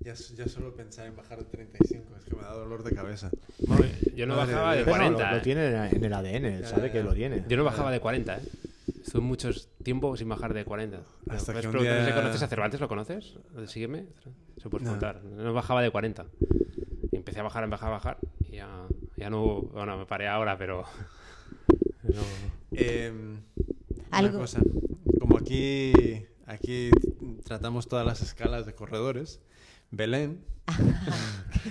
S1: Ya, ya solo pensar en bajar de 35 es que me da dolor de cabeza.
S3: Bueno, yo no
S1: Madre
S3: bajaba
S1: de
S3: de
S1: Dios.
S5: Bueno,
S3: 40.
S5: lo, lo
S3: eh.
S5: tiene en el ADN, él sabe que lo tiene.
S3: Yo no bajaba de 40, ¿eh? Estuve muchos tiempos sin bajar de 40.
S1: Hasta
S3: ¿Puedes
S1: que un
S3: preguntarle
S1: día-
S3: si conoces a Cervantes? ¿Lo conoces? Sígueme. Se puede preguntar. No bajaba de 40. Y empecé a bajar, a bajar, a bajar. Y ya, ya no. Bueno, me paré ahora, pero. [LAUGHS] no-
S2: Algo.
S1: Em, Una cosa. Como aquí, aquí tratamos todas las escalas de corredores, Belén.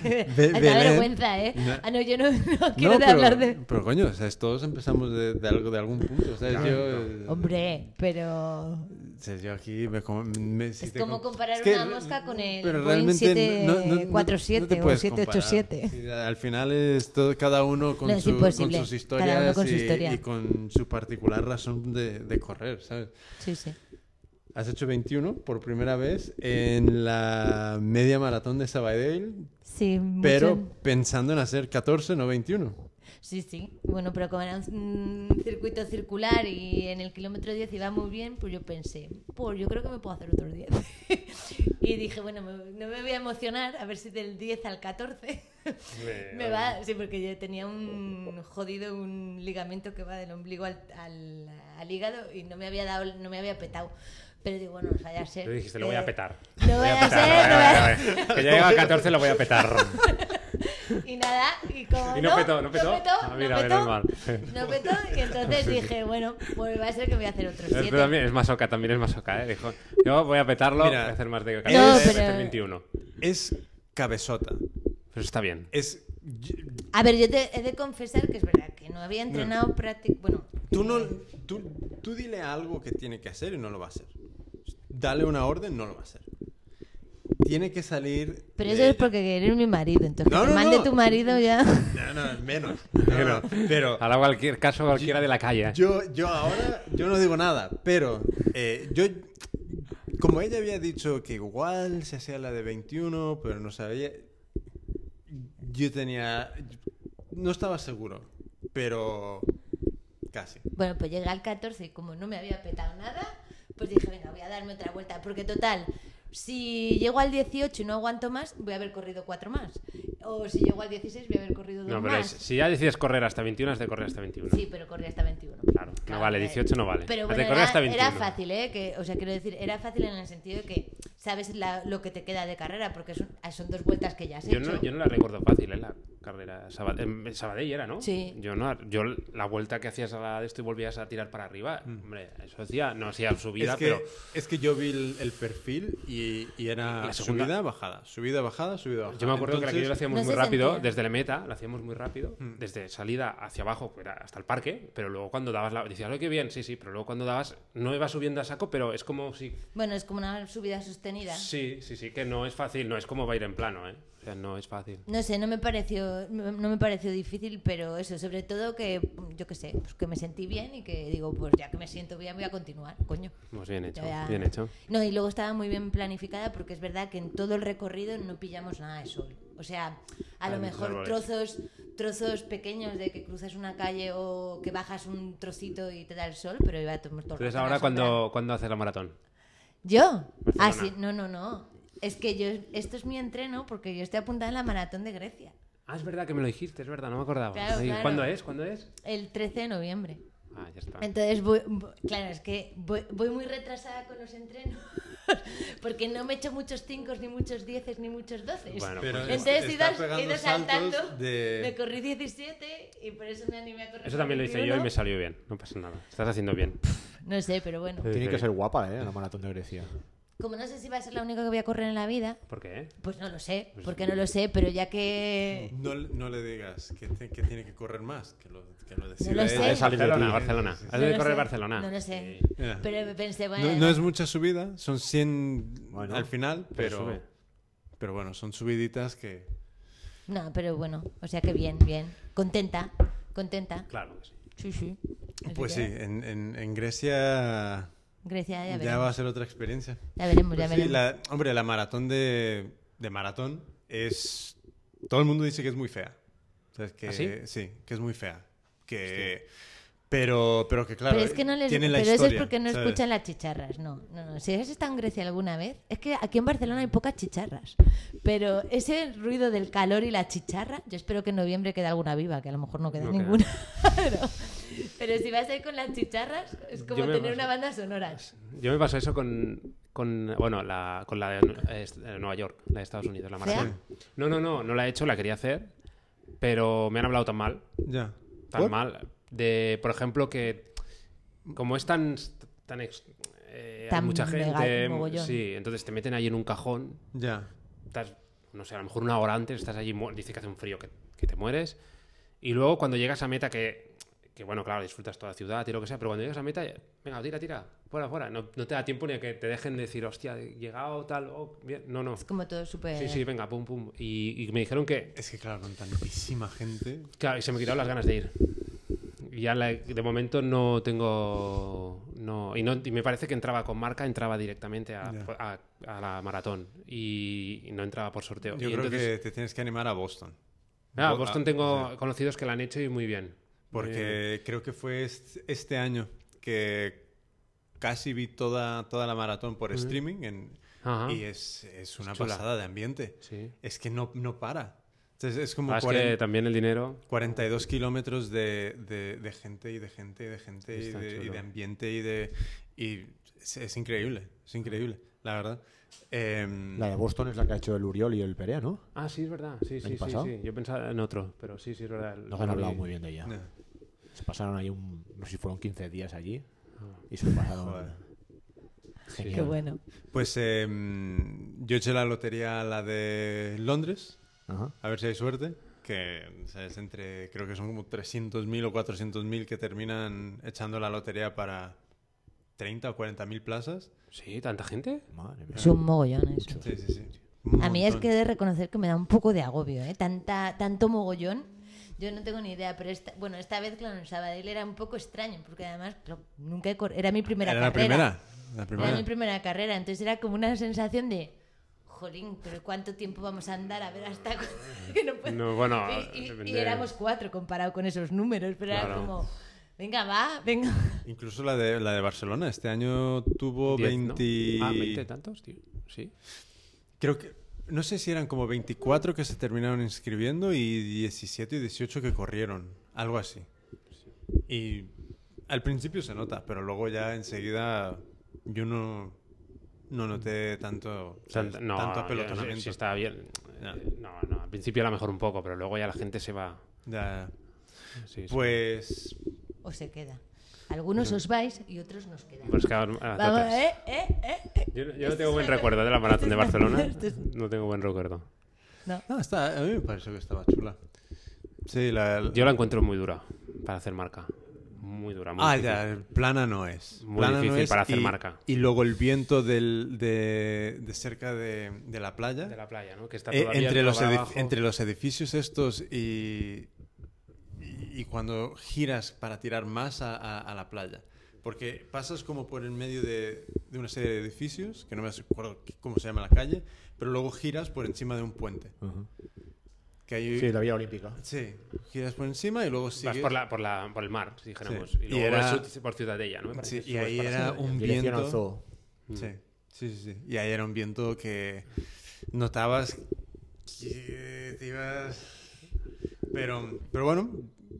S1: Be-
S2: Me da
S1: Belén-
S2: vergüenza, ¿eh?
S1: No.
S2: Ah, no, yo no, [LAUGHS] no quiero de
S1: pero,
S2: hablar de...
S1: pero coño, ¿sabes? todos empezamos de, de algo, de algún punto. ¿sabes? yo, eh,
S2: Hombre, pero...
S1: ¿sabes? yo aquí me, com- me- si
S2: es
S1: te
S2: como
S1: com-
S2: comparar
S1: es que
S2: una
S1: re-
S2: mosca con el
S1: pero
S2: Boeing
S1: realmente no- no- no- no te
S2: 747 o
S1: puedes comparar.
S2: 787.
S1: Sí, Al final es todo, cada uno con,
S2: No, es
S1: su- con
S2: imposible.
S1: sus
S2: Cada
S1: historias
S2: uno con su
S1: y,
S2: historia.
S1: y con su particular razón de, de correr, ¿sabes?
S2: Sí, sí.
S1: Has hecho 21 por primera vez en la media maratón de Sabadell,
S2: Sí, mucho-
S1: pero pensando en hacer 14, no 21.
S2: Sí, sí. Bueno, pero como era un mm, circuito circular y en el kilómetro 10 iba muy bien, pues yo pensé, pues yo creo que me puedo hacer otros 10. [LAUGHS] y dije, bueno, me- no me voy a emocionar, a ver si del 10 al 14 [LAUGHS] me va. Sí, porque yo tenía un jodido, un ligamento que va del ombligo al, al- al hígado y no me había dado, no me había petado. Pero digo, bueno, o sea, ya sé.
S3: Tú dijiste, lo voy
S2: eh,
S3: a petar.
S2: Lo
S3: Lo
S2: voy a
S3: petar,
S2: hacer, lo voy a-
S3: vale, vale, vale. Que llegue
S2: [LAUGHS]
S3: a 14 lo voy a petar.
S2: Y nada, y como.
S3: [LAUGHS] Y no petó, no petó. Ah,
S2: no
S3: mira,
S2: petó, [LAUGHS]
S3: menos mal.
S2: No petó, y
S3: [LAUGHS]
S2: entonces dije, bueno, pues va a ser que voy a hacer otros
S3: Esto
S2: siete.
S3: también es masoca, también es masoca, ¿eh? Dijo, yo voy a petarlo,
S1: Mira,
S3: voy a hacer más de Este 14,
S1: No,
S3: voy a hacer
S2: pero-
S3: 21.
S1: Es cabezota.
S3: Pero Pues está bien.
S1: Es...
S2: A ver, yo te he de confesar que es verdad que no había entrenado prácticamente. Bueno, eh,
S1: Tú, no, tú, tú dile algo que tiene que hacer y no lo va a hacer. Dale una orden, no lo va a hacer. tiene que salir.
S2: Pero
S1: de
S2: eso es
S1: ella.
S2: porque eres mi marido, entonces
S1: No,
S2: que te
S1: no,
S2: mande
S1: no.
S2: tu marido ya.
S1: No,
S2: [LAUGHS]
S1: no, menos. No, no, pero
S3: Ahora cualquier caso, cualquiera de la calle. ¿eh?
S1: yo, yo ahora, yo no digo nada, pero eh, yo, como ella había dicho que igual se hacía la de 21, pero no sabía, yo tenía, no estaba seguro, pero casi.
S2: Bueno, pues llegué al 14 y como no me había petado nada, pues dije, venga, voy a darme otra vuelta. Porque total, si llego al 18 y no aguanto más, voy a haber corrido cuatro más. O si llego al 16, voy a haber corrido dos
S3: No, pero
S2: más.
S3: es- si ya decides correr hasta 21, has de correr hasta 21.
S2: Sí, pero corrí hasta 21.
S3: Claro, no vale,
S2: eh.
S3: 18 no vale.
S2: Pero
S3: Has
S2: bueno,
S3: de correr
S2: era,
S3: hasta 21.
S2: era fácil, ¿eh? Que, o sea, quiero decir, era fácil en el sentido de que sabes la- lo que te queda de carrera, porque son, son dos vueltas que ya has
S3: Yo
S2: hecho.
S3: no, yo no la recuerdo fácil, ¿eh? La carrera. Saba- en Sabadell era, ¿no?
S2: Sí.
S3: Yo, no, yo la vuelta que hacías a la de esto y volvías a tirar para arriba, hombre, eso hacía, no hacía subida,
S1: Mm. es que,
S3: pero
S1: es que yo vi el, el perfil y, y era
S3: La segunda-
S1: subida, bajada, subida, bajada, subida, bajada.
S3: Yo me acuerdo que la que yo lo
S1: Entonces,
S3: hacíamos
S2: No
S3: muy
S2: se
S3: rápido,
S2: sentía.
S3: desde la meta, lo hacíamos muy rápido, desde salida hacia abajo, que era hasta el parque, pero luego cuando dabas la. Decías, oye, qué bien, sí, sí, pero luego cuando dabas, no iba subiendo a saco, pero es como si.
S2: Bueno, es como una subida sostenida.
S3: Sí, sí, sí, que no es fácil, no es como va a ir en plano, ¿eh? O sea, no es fácil.
S2: No sé, no me pareció, no no me pareció difícil, pero eso, sobre todo que, yo qué sé, pues que me sentí bien y que digo, pues ya que me siento bien voy a continuar, coño.
S3: Pues bien hecho,
S2: Ya.
S3: bien hecho.
S2: No, y luego estaba muy bien planificada porque es verdad que en todo el recorrido no pillamos nada de sol. O sea, a
S3: Hay
S2: lo
S3: muchos
S2: mejor
S3: árboles.
S2: trozos, trozos pequeños de que cruzas una calle o que bajas un trocito y te da el sol, pero iba a tomar todo el
S3: Entonces
S2: rato en la
S3: ahora,
S2: sombra.
S3: cuando, Pues cuando haces la maratón?
S2: ¿Yo?
S3: Barcelona.
S2: Ah, sí, no, no, no. Es que yo, esto es mi entreno porque yo estoy apuntada en la maratón de Grecia,
S3: Ah, es verdad que me lo dijiste, es verdad, no me acordaba.
S2: Claro,
S3: Ay,
S2: claro.
S3: ¿Cuándo es? ¿Cuándo es?
S2: el 13 de noviembre.
S3: Ah, ya está.
S2: Entonces, voy, voy- claro, es que voy, voy muy retrasada con los entrenos [LAUGHS] porque no me echo muchos 5 ni muchos 10 ni muchos 12.
S3: Bueno,
S1: pero
S3: pues-
S2: Entonces he ido,
S1: está pegando
S2: he ido
S1: saltos
S2: saltando,
S1: de-
S2: me corrí 17 y por eso me animé a correr.
S3: Eso también lo hice yo y
S2: 21.
S3: me salió bien, no pasa nada. Estás haciendo bien.
S2: No sé, pero bueno.
S3: Sí.
S5: Tiene que ser guapa, ¿eh? La maratón de Grecia.
S2: Como no sé si va a ser la única que voy a correr en la vida,
S3: ¿Por qué? eh?
S2: pues no lo sé, porque no lo sé, pero ya que...
S1: No, le- no le digas que, te- que tiene que correr más, que lo, que lo decida
S2: lo
S1: ella.
S2: sé.
S5: Sale de
S3: Barcelona,
S5: ti.
S3: Barcelona.
S1: Sí,
S3: Has
S2: no
S3: de
S2: lo
S3: correr
S2: sé,
S3: Barcelona.
S2: No lo sé.
S3: Sí.
S1: Ya.
S2: Pero pensé, bueno...
S1: No, no es mucha subida, son 100
S5: Bueno,
S1: al final, pero,
S3: pues sube.
S1: pero, bueno, son subiditas que...
S2: No, pero bueno, o sea que bien, bien. Contenta, contenta.
S3: Claro que sí.
S2: Sí, sí. Así
S1: Pues sí,
S2: que,
S1: en, en- en Grecia
S2: Grecia, ya
S1: ya,
S2: veremos.
S1: va a ser otra experiencia.
S2: Ya veremos, ya
S1: Pues sí,
S2: veremos.
S1: la- hombre, la maratón de, de maratón es... Todo el mundo dice que es muy fea. O sea, es que,
S3: ¿Ah, sí?
S1: que es muy fea. Que, pero, pero que claro,
S2: pero es que no les,
S1: tienen la
S2: pero eso
S1: historia,
S2: es porque no
S1: ¿sabes?
S2: escuchan las chicharras, no, no, no. Si has estado en Grecia alguna vez, es que aquí en Barcelona hay pocas chicharras, pero ese ruido del calor y la chicharra, yo espero que en noviembre quede alguna viva, que a lo mejor no queda
S3: No queda.
S2: ninguna. [LAUGHS] pero, pero si vas ahí con las chicharras, es como
S3: Yo me
S2: tener
S3: paso.
S2: una banda sonora.
S3: Yo me pasó eso con, con bueno, la, con la de eh, est- eh, Nueva York, la de Estados Unidos, la
S2: ¿Fea?
S3: maratón. No, no, no, no la he hecho, la quería hacer, pero me han hablado tan mal,
S1: Ya.
S3: tan mal, de, por ejemplo, que como es tan, tan, ex- eh, hay
S2: Tan
S3: mucha
S2: mega-
S3: gente,
S2: mogollón.
S3: sí, entonces te meten ahí en un cajón,
S1: Ya.
S3: estás, no sé, a lo mejor una hora antes, estás allí, mu- dice que hace un frío que, que te mueres. Y luego cuando llegas a meta, que, que bueno, claro, disfrutas toda la ciudad y lo que sea, pero cuando llegas a meta, venga, tira, tira, fuera, fuera. No, no te da tiempo ni a que te dejen decir, hostia, he llegado, tal, oh, bien. No, no.
S2: Es como todo súper...
S3: Sí, sí, venga, pum, pum. Y, y me dijeron que,
S1: Es que claro, con tantísima gente...
S3: claro, y se me quitaron las ganas de ir. Y Ya la- de momento no tengo. No, y, no, y me parece que entraba con marca, entraba directamente a,
S1: Ya.
S3: a- a la maratón. Y, y no entraba por sorteo.
S1: Yo
S3: Y
S1: creo
S3: entonces-
S1: que te tienes que animar a Boston.
S3: Ah,
S1: Bo-
S3: Boston
S1: ah,
S3: tengo eh,
S1: o sea,
S3: conocidos que la han hecho y muy bien.
S1: porque creo que fue est- este año que casi vi toda, toda la maratón por streaming en-
S3: Ajá.
S1: y es, es una
S3: chula.
S1: pasada de ambiente.
S3: Sí.
S1: Es que no, no para. Entonces, es como
S3: Ah, es que
S1: cuaren-
S3: también el dinero.
S1: 42 kilómetros de, de- de gente y de gente y de gente y
S3: Está
S1: de, y
S3: chulo.
S1: de ambiente y de... Y es, es increíble, es increíble, la verdad. Em,
S5: La de Boston es la que ha hecho el Uriol y el Perea, ¿no?
S3: Ah, sí, es verdad. Sí, sí, sí,
S5: pasado?
S3: sí. Yo pensaba en otro, pero sí, sí, es verdad.
S5: Nos
S2: Ah,
S5: han hablado muy bien de ella.
S3: Eh.
S1: no.
S5: Se pasaron ahí un. No sé si fueron 15 días allí.
S3: Ah,
S5: Y se lo pasaron.
S1: Joder.
S5: Genial.
S2: Qué bueno.
S1: Pues em, yo eché la lotería a la de Londres,
S5: Ajá.
S1: a ver si hay suerte, que ¿sabes? entre creo que son como 300.000 o 400.000 que terminan echando la lotería para 30 o 40.000 plazas.
S3: Sí, tanta gente.
S2: [LAUGHS]
S5: Madre mía.
S2: Es un mogollón eso.
S1: Sí, sí, sí. Un
S2: A mí es
S1: montón.
S2: que he de reconocer que me da un poco de agobio, ¿eh? Tanta, tanto mogollón. Yo no tengo ni idea, pero esta, bueno, esta vez, claro, en Sabadell era un poco extraño, porque además claro, nunca he cor- era mi primera
S1: Era la
S2: carrera.
S1: primera. La primera.
S2: Era mi primera carrera, entonces era como una sensación de, jolín, pero ¿cuánto tiempo vamos a andar? A ver hasta cu- [LAUGHS] que no puedo.
S3: No, bueno,
S2: y, y-
S3: depende.
S2: y éramos cuatro comparado con esos números, pero era
S3: Claro.
S2: como, venga, va, venga. [LAUGHS]
S1: Incluso la de, la de Barcelona. Este año tuvo
S3: Diez, ¿no?
S1: 20...
S3: Ah, 20 tantos, tío. Sí.
S1: Creo que... No sé si eran como 24 que se terminaron inscribiendo y 17 y 18 que corrieron. Algo así. Y al principio se nota, pero luego ya enseguida yo no, no noté tanto, ¿sabes?
S3: Tant- no,
S1: tanto
S3: yo-
S1: apelotamiento.
S3: si estaba bien.
S1: Ya.
S3: Eh, No, no, al principio a lo mejor un poco, pero luego ya la gente se va.
S1: Ya.
S3: Sí, sí.
S1: Pues
S2: O se queda. Algunos os vais y otros nos quedamos.
S3: Pues cada- a
S2: Vamos,
S3: totes.
S2: eh, Este eh, eh, eh.
S3: Yo, no- yo no tengo buen recuerdo de la maratón
S2: [LAUGHS]
S3: de Barcelona. No tengo buen recuerdo.
S2: No.
S1: No, está, a mí me pareció que estaba chula. Sí, la...
S3: Yo la encuentro muy dura para hacer marca. Muy dura. Muy
S1: ah,
S3: difícil.
S1: ya, el plana no es.
S3: Muy
S1: Plana no
S3: difícil
S1: es
S3: para hacer
S1: y-
S3: marca.
S1: Y luego el viento del, de, de cerca de, de la playa.
S3: De la playa, ¿no? Que está
S1: eh,
S3: todavía
S1: entre, los
S3: para
S1: edif-
S3: abajo.
S1: entre los edificios estos y, y, y cuando giras para tirar más a, a- a la playa. Porque pasas como por el medio de, de una serie de edificios, que no me acuerdo qué- cómo se llama la calle, pero luego giras por encima de un puente. Que hay,
S5: Sí, la Vía Olímpica.
S1: Sí, giras por encima y luego
S3: Vas
S1: sigues.
S3: por, la, por, la, por el mar, si dijéramos.
S1: Sí.
S3: Y luego
S1: Y era-
S3: vas su- por Ciudadella, ¿no? Me parece
S1: Sí,
S3: que
S1: y ahí
S3: subes para
S1: era
S3: Ciutadella.
S1: un
S5: Dirección al
S1: viento.
S5: zoo.
S3: Mm.
S1: Sí, sí, sí, sí. Y ahí era un viento que notabas que te ibas. Pero, pero bueno,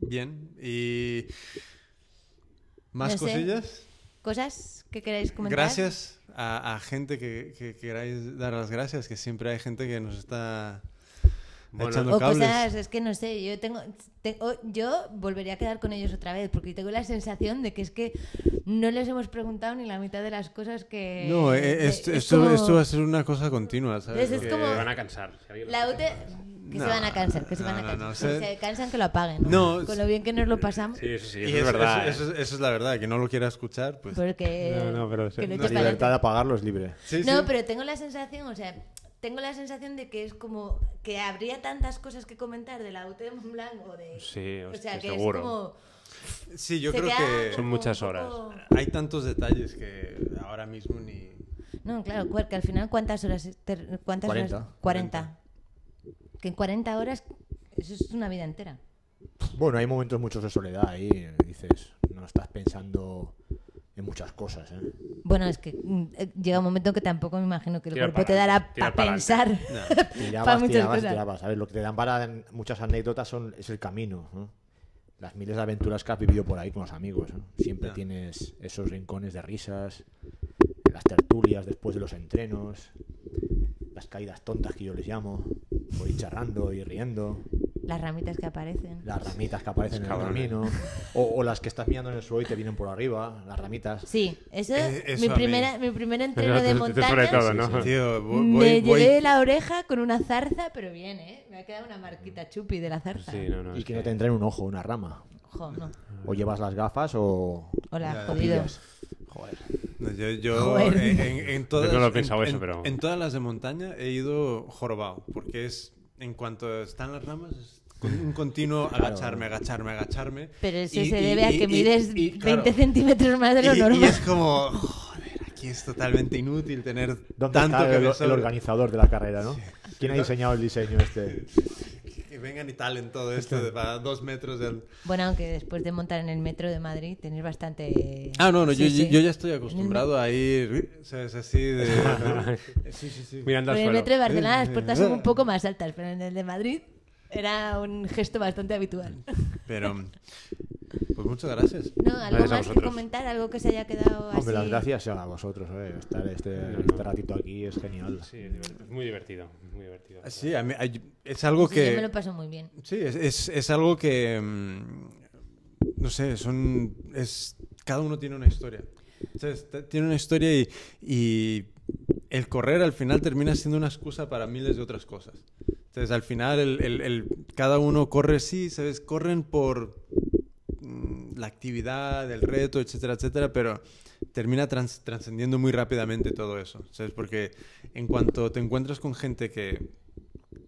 S1: bien. Y. ¿Más
S2: No sé.
S1: cosillas?
S2: ¿Cosas que queráis comentar?
S1: Gracias a, a gente que, que queráis dar las gracias, que siempre hay gente que nos está
S3: Bueno.
S1: echando
S2: O
S1: cables.
S2: cosas, es que no sé, yo tengo, te- o- yo volvería a quedar con ellos otra vez, porque tengo la sensación de que es que no les hemos preguntado ni la mitad de las cosas que...
S1: No, eh,
S2: de-
S1: esto,
S2: es
S1: esto,
S2: como-
S1: esto va a ser una cosa continua, ¿sabes?
S2: Es- es
S1: Porque-
S2: como-
S3: Se van a cansar. si alguien lo
S2: La
S3: hace.
S2: UTE... Que se
S1: No,
S2: van a cansar, que se
S1: no,
S2: van a
S1: no,
S2: cansar.
S1: no,
S2: Si
S1: se-
S2: se cansan, que lo apaguen.
S1: No,
S2: Con lo bien que nos lo pasamos.
S3: Sí, sí, sí.
S1: Y
S3: Eso es
S1: eso-
S3: verdad.
S1: eso-
S3: ¿eh?
S1: eso- eso es la verdad, que no lo quiera escuchar, pues.
S2: Porque...
S3: No, no, pero sí.
S5: La
S1: La
S2: Eh, que lo eches para adelante.
S5: libertad de apagarlo es libre.
S1: Sí,
S2: no,
S1: sí.
S2: pero tengo la sensación, o sea, tengo la sensación de que es como que habría tantas cosas que comentar de la UT de Montblanc o de...
S3: Sí,
S2: o
S3: hostia,
S2: sea, que
S3: seguro.
S2: es
S3: [LAUGHS]
S2: como...
S1: Sí, yo
S2: se
S1: creo
S2: queda
S1: que
S3: Son
S2: como
S3: muchas
S2: un
S3: horas.
S2: poco-
S1: hay tantos detalles que ahora mismo ni...
S2: No, claro, cuer- que al final, ¿cuántas horas? ter- ¿Cuántas horas?
S5: 40.
S2: 40. Que en 40 horas, eso es una vida entera.
S5: Bueno, hay momentos muchos de soledad ahí. eh, Dices, no estás pensando en muchas cosas, ¿eh?
S2: Bueno, es que mm, eh, llega un momento que tampoco me imagino que el
S3: Tira
S2: cuerpo te
S3: pa'lante,
S2: dará
S3: tira
S2: para pensar. [LAUGHS]
S1: [LAUGHS]
S3: pa'lante.
S2: para
S5: Tirabas,
S2: muchas
S5: tirabas,
S2: cosas.
S5: tirabas. A ver, lo que te dan para muchas anécdotas son, es el camino. ¿no? Las miles de aventuras que has vivido por ahí con los amigos. ¿no? Siempre
S1: Ya.
S5: tienes esos rincones de risas, las tertulias después de los entrenos, las caídas tontas que yo les llamo, por ir charrando y riendo,
S2: Las ramitas que aparecen.
S5: las ramitas que aparecen en el
S3: Cabrones.
S5: camino, o, o las que estás mirando en el suelo y te vienen por arriba, las ramitas.
S2: Sí, eso,
S1: Eh, eso a
S2: mi,
S1: mí.
S2: primera, mi primer entreno
S3: Eso te-
S2: de
S3: te-
S2: montaña.
S3: sobre todo, ¿no?
S1: Tío, vo-
S2: Me
S1: voy, voy-
S2: llevé la oreja con una zarza, pero bien, ¿eh? Me ha quedado una marquita chupi de la zarza.
S3: Sí, no, no.
S5: Y
S3: es
S5: que no te entren un ojo, una rama.
S2: Jo, no.
S5: O llevas las gafas o...
S2: Hola,
S1: Ya,
S2: jodido.
S5: pillas. Joder.
S1: No, yo, [LAUGHS] yo
S2: Joder.
S1: en, en- en todas,
S3: no lo he
S1: en-
S3: pensado
S1: en-
S3: eso, pero-
S1: en todas las de montaña he ido jorobado, porque es, en cuanto están las ramas, es con- un continuo agacharme, agacharme, agacharme.
S2: Pero eso
S1: Y-
S2: se
S1: y-
S2: debe a
S1: y-
S2: que
S1: y-
S2: mides
S1: y,
S2: 20
S1: claro,
S2: centímetros más de
S1: [LAUGHS]
S2: lo
S1: y- y
S2: normal.
S1: es como, joder, aquí es totalmente inútil tener
S5: ¿Dónde
S1: tanto
S5: está
S1: que
S5: el,
S1: me
S5: el
S1: sobra.
S5: organizador de la carrera, no? ¿Quién ha diseñado el diseño este?
S1: Que vengan y talen todo esto de, para dos metros del...
S2: Bueno, aunque después de montar en el metro de Madrid tenés bastante...
S1: Ah, no, no,
S2: Sí,
S1: yo,
S2: sí.
S1: yo ya estoy acostumbrado a ir, ¿sabes? Así de... [LAUGHS] Eh, sí, sí, sí.
S3: [LAUGHS] Mirando al
S2: Pero en el
S3: suelo.
S2: metro de Barcelona las puertas son un poco más altas, pero en el de Madrid era un gesto bastante
S3: [LAUGHS]
S2: habitual.
S1: Pero, pues muchas gracias.
S2: No, algo
S3: Gracias a
S2: más que
S3: vosotros.
S2: comentar, algo que se haya quedado así.
S5: Hombre, las gracias a vosotros, eh. Estar este, este ratito aquí es genial.
S3: Sí, es divertido. Es muy divertido. Muy divertido.
S1: Sí, a mí- ay- es algo
S2: Sí,
S1: que...
S2: yo me lo paso muy bien.
S1: Sí, es, es- es algo que... mm, No sé, son... Es, cada uno tiene una historia. O sea, está- tiene una historia y, y el correr al final termina siendo una excusa para miles de otras cosas. Entonces, al final, el, el- el- cada uno corre, sí, ¿sabes? Corren por mm, la actividad, el reto, etcétera, etcétera, pero termina trans- trascendiendo muy rápidamente todo eso. ¿Sabes? Porque en cuanto te encuentras con gente que,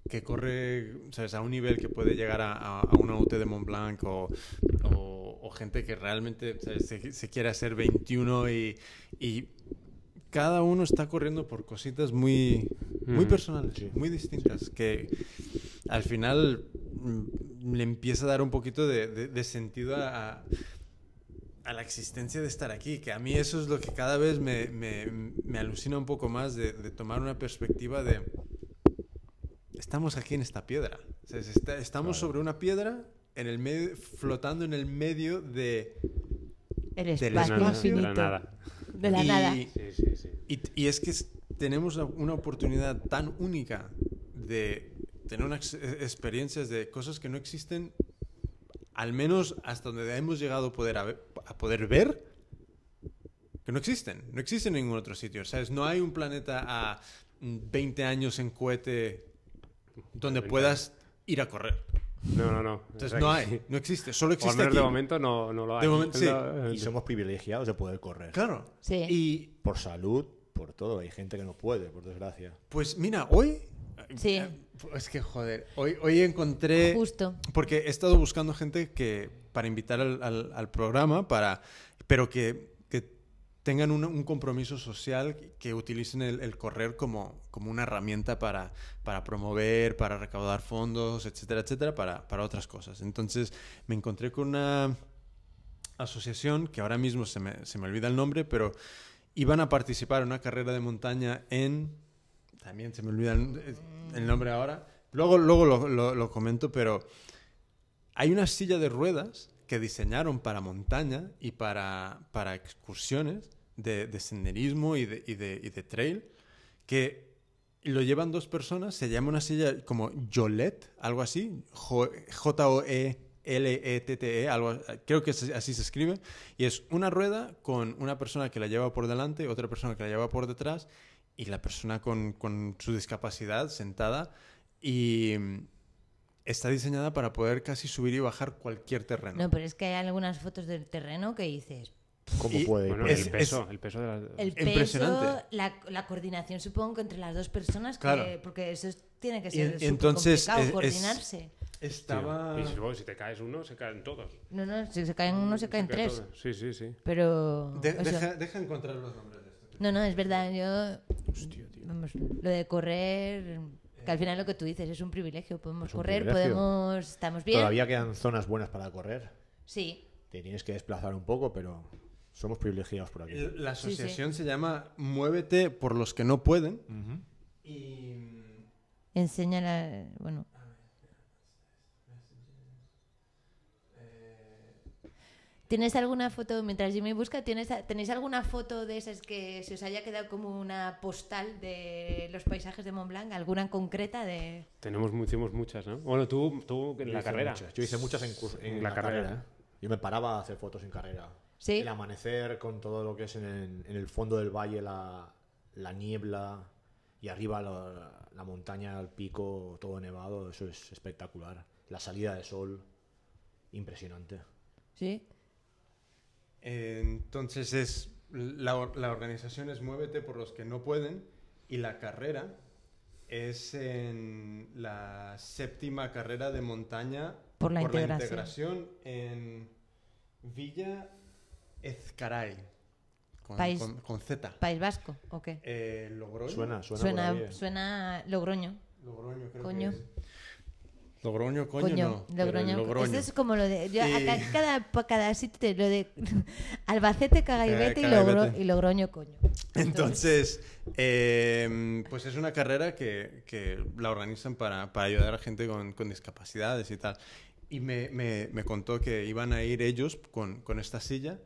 S1: que corre ¿sabes? a un nivel que puede llegar a, a- a una UT de Mont Blanc o, o- o gente que realmente ¿sabes? Se, se quiere hacer 21 y, y cada uno está corriendo por cositas muy, muy
S3: Ujú.
S1: personales, muy distintas, que al final mm, le empieza a dar un poquito de, de- de sentido a, a- a la existencia de estar aquí, que a mí eso es lo que cada vez me, me- me alucina un poco más de, de tomar una perspectiva de... Estamos aquí en esta piedra. O sea, se está- estamos sobre una piedra en el medio, flotando en el medio de...
S2: El
S1: Del
S2: espacio
S1: nada,
S2: infinito.
S3: De la nada.
S2: De la
S1: y-
S2: nada.
S3: Sí, sí, sí.
S1: Y, y es que es- tenemos la- una oportunidad tan única de tener unas ex- e, experiencias de cosas que no existen, al menos hasta donde hemos llegado a poder, haber- a poder ver, que no existen. No existen en ningún otro sitio. ¿Sabes? No hay un planeta a mm, 20 años en cohete donde puedas ir a correr.
S3: No, no, no.
S1: Entonces
S3: Es
S1: no
S3: aquí.
S1: hay, no existe, solo
S3: O al
S1: existe
S3: menos de
S1: aquí.
S3: momento no, no lo hay.
S1: De momento sí.
S3: No, eh,
S5: Y somos privilegiados de poder correr.
S1: Claro.
S2: Sí.
S1: Y
S5: Por salud, por todo. Hay gente que no puede, por desgracia.
S1: Pues mira, hoy.
S2: Sí.
S1: eh, Es que joder, hoy, hoy encontré.
S2: Justo.
S1: Porque he estado buscando gente que. para invitar al, al- al programa, para. pero que, que tengan un, un compromiso social, que utilicen el, el correr como, como una herramienta para, para promover, para recaudar fondos, etcétera, etcétera, para, para otras cosas. Entonces me encontré con una asociación que ahora mismo se me, se me olvida el nombre, pero iban a participar en una carrera de montaña en... También se me olvida el, el nombre ahora. Luego, luego lo, lo- lo comento, pero hay una silla de ruedas que diseñaron para montaña y para, para excursiones de, de senderismo y de, y de- y de trail que lo llevan dos personas. Se llama una silla como Jolet, algo así. Jo- E J-O-E-L-E-T-T-E, E, algo creo que es- así se escribe. Y es una rueda con una persona que la lleva por delante, otra persona que la lleva por detrás y la persona con, con su discapacidad sentada. Y mm, está diseñada para poder casi subir y bajar cualquier terreno.
S2: No, pero es que hay algunas fotos del terreno que dices.
S5: ¿Cómo
S1: Y-
S5: puede?
S3: Bueno,
S1: Es-
S3: el peso, el peso de la...
S2: El peso,
S1: Impresionante.
S2: la, la coordinación, supongo, que entre las dos personas, que-
S1: Claro.
S2: porque eso es- tiene que
S1: Y-
S2: ser
S1: y entonces
S2: supercomplicado,
S1: es- es-
S2: coordinarse.
S1: Estaba...
S3: Y si, bueno, si te caes uno, se caen todos.
S2: No, no, si se caen uno, se caen
S3: caen
S2: tres.
S3: todos. Sí, sí, sí.
S2: Pero.
S1: De-
S2: o sea,
S1: deja, deja encontrar los nombres de esto.
S2: No, no, es verdad. Yo. Vamos, lo de correr. Que al final lo que tú dices es un privilegio. Podemos
S5: un
S2: correr,
S5: privilegio.
S2: podemos. Estamos bien.
S5: Todavía quedan zonas buenas para correr.
S2: Sí.
S5: Te tienes que desplazar un poco, pero somos privilegiados por aquí.
S1: Eh, La
S2: Sí, sí.
S1: asociación se llama Muévete por los que no pueden. Y...
S2: Enseña la. Bueno. ¿Tienes alguna foto, mientras Jimmy busca, ¿tienes, ¿tenéis alguna foto de esas que se os haya quedado como una postal de los paisajes de Mont Blanc? ¿Alguna en concreta de...?
S3: Tenemos, mu- hicimos muchas, ¿no? Bueno, tú, tú en
S5: Yo
S3: la
S5: hice
S3: carrera.
S5: muchas. Yo hice muchas en, cur- en
S3: La
S5: la,
S3: carrera.
S5: carrera. ¿eh? Yo me paraba a hacer fotos en carrera.
S2: Sí.
S5: El amanecer con todo lo que es en, en el fondo del valle, la, la niebla y arriba la, la montaña, el pico, todo nevado. Eso es espectacular. La salida de sol, impresionante.
S2: Sí.
S1: eh, Entonces es la, or- la organización es Muévete por los que no pueden y la carrera es en la séptima carrera de montaña
S2: Por la
S1: integración en Villa Ezcaray con,
S2: País-
S1: con- con Z.
S2: ¿País Vasco o qué?
S1: Eh, Logroño.
S5: Suena, suena. por ahí,
S2: Suena,
S5: ¿eh?
S2: suena a Logroño.
S1: Logroño, creo
S2: Coño.
S1: que es. Logroño, coño, no. pero
S2: Logroño.
S1: Logroño.
S2: Esto es como lo de. yo
S1: Y-
S2: acá cada, pa- cada sitio te- lo de [LAUGHS] Albacete, Cagaibete y,
S5: Eh,
S1: Cagaibete.
S2: Logro- y Logroño, coño.
S1: Entonces, eh, pues es una carrera que, que la organizan para, para ayudar a gente con, con discapacidades y tal. Y me, me- me contó que iban a ir ellos con, con esta silla.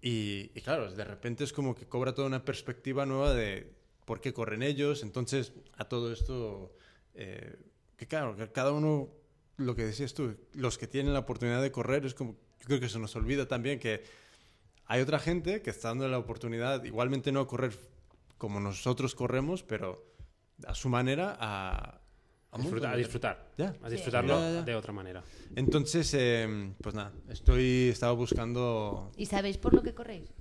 S1: Y, y claro, de repente es como que cobra toda una perspectiva nueva de por qué corren ellos. Entonces, a todo esto, eh, que claro, que cada uno, lo que decías tú, los que tienen la oportunidad de correr, es como, yo creo que se nos olvida también que hay otra gente que está dando la oportunidad, igualmente no a correr como nosotros corremos, pero a su manera a, a un montón
S3: Disfruta- a
S1: de-
S3: disfrutar.
S1: Ya.
S3: A disfrutarlo
S1: Ya, ya, ya.
S3: de otra manera.
S1: Entonces, eh, pues nada, em, estoy estaba buscando
S2: ¿Y sabéis por lo que corréis?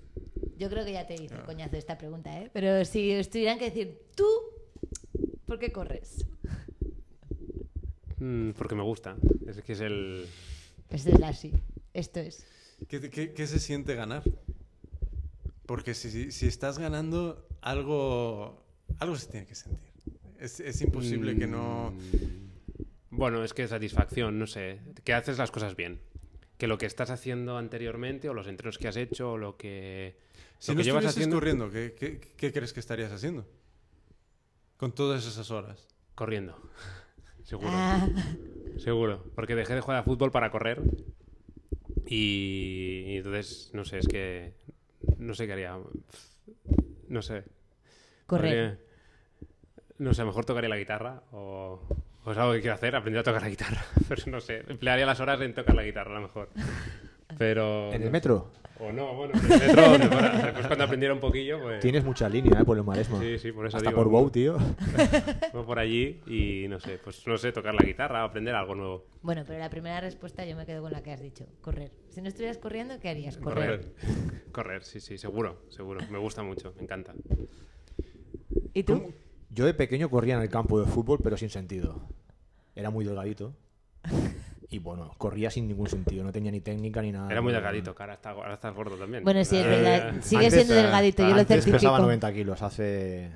S2: Yo creo que ya te hice coñazo esta pregunta, ¿eh? Pero si os tuvieran que decir, tú, ¿por qué corres?
S3: Mm, porque me gusta. Es que es el.
S2: Pues es así. Esto es.
S1: ¿Qué, qué, qué se siente ganar? Porque si, si, si estás ganando, algo, algo se tiene que sentir. Es, es imposible que no...
S3: Mm, Bueno, es que satisfacción, no sé. Que haces las cosas bien. Que lo que estás haciendo anteriormente, o los entrenos que has hecho, o lo que.
S1: Si
S3: lo
S1: no
S3: que llevas
S1: estuvieses
S3: haciendo.
S1: corriendo, ¿qué, qué, qué crees que estarías haciendo? Con todas esas horas.
S3: Corriendo. [LAUGHS] Seguro.
S2: Ah, [LAUGHS]
S3: Seguro. Porque dejé de jugar a fútbol para correr. Y, y entonces, no sé, es que. No sé qué haría. No sé.
S2: correr.
S3: Podría- No sé, a lo mejor tocaría la guitarra o... o es algo que quiero hacer, aprender a tocar la guitarra. [LAUGHS] Pero no sé, emplearía las horas en tocar la guitarra a lo mejor. Pero...
S4: En el metro
S3: O no, bueno, en el metro, donde fuera. Después cuando aprendiera un poquillo, pues...
S4: tienes mucha línea, ¿eh? Por el Maresma.
S3: Sí, sí, por eso
S4: Hasta
S3: digo.
S4: por Bow, tío.
S3: voy por allí y no sé, pues no sé, tocar la guitarra, aprender algo nuevo.
S2: Bueno, pero la primera respuesta yo me quedo con la que has dicho, correr. Si no estuvieras corriendo, ¿qué harías? Correr.
S3: Correr. Correr, [LAUGHS] sí, sí, seguro, seguro. Me gusta mucho, me encanta.
S2: ¿Y [LAUGHS] tú?
S4: Yo de pequeño corría en el campo de fútbol, pero sin sentido. Era
S2: [LAUGHS]
S4: muy delgadito. Y bueno, corría sin ningún sentido. No tenía ni técnica ni nada.
S3: Era muy delgadito, que ahora, está- ahora estás gordo también.
S2: Bueno, sí, es
S3: Ah,
S2: verdad. Sigue
S4: Eh, Antes,
S2: siendo
S4: eh,
S2: delgadito, yo lo
S4: antes
S2: certifico.
S4: pesaba 90 kilos hace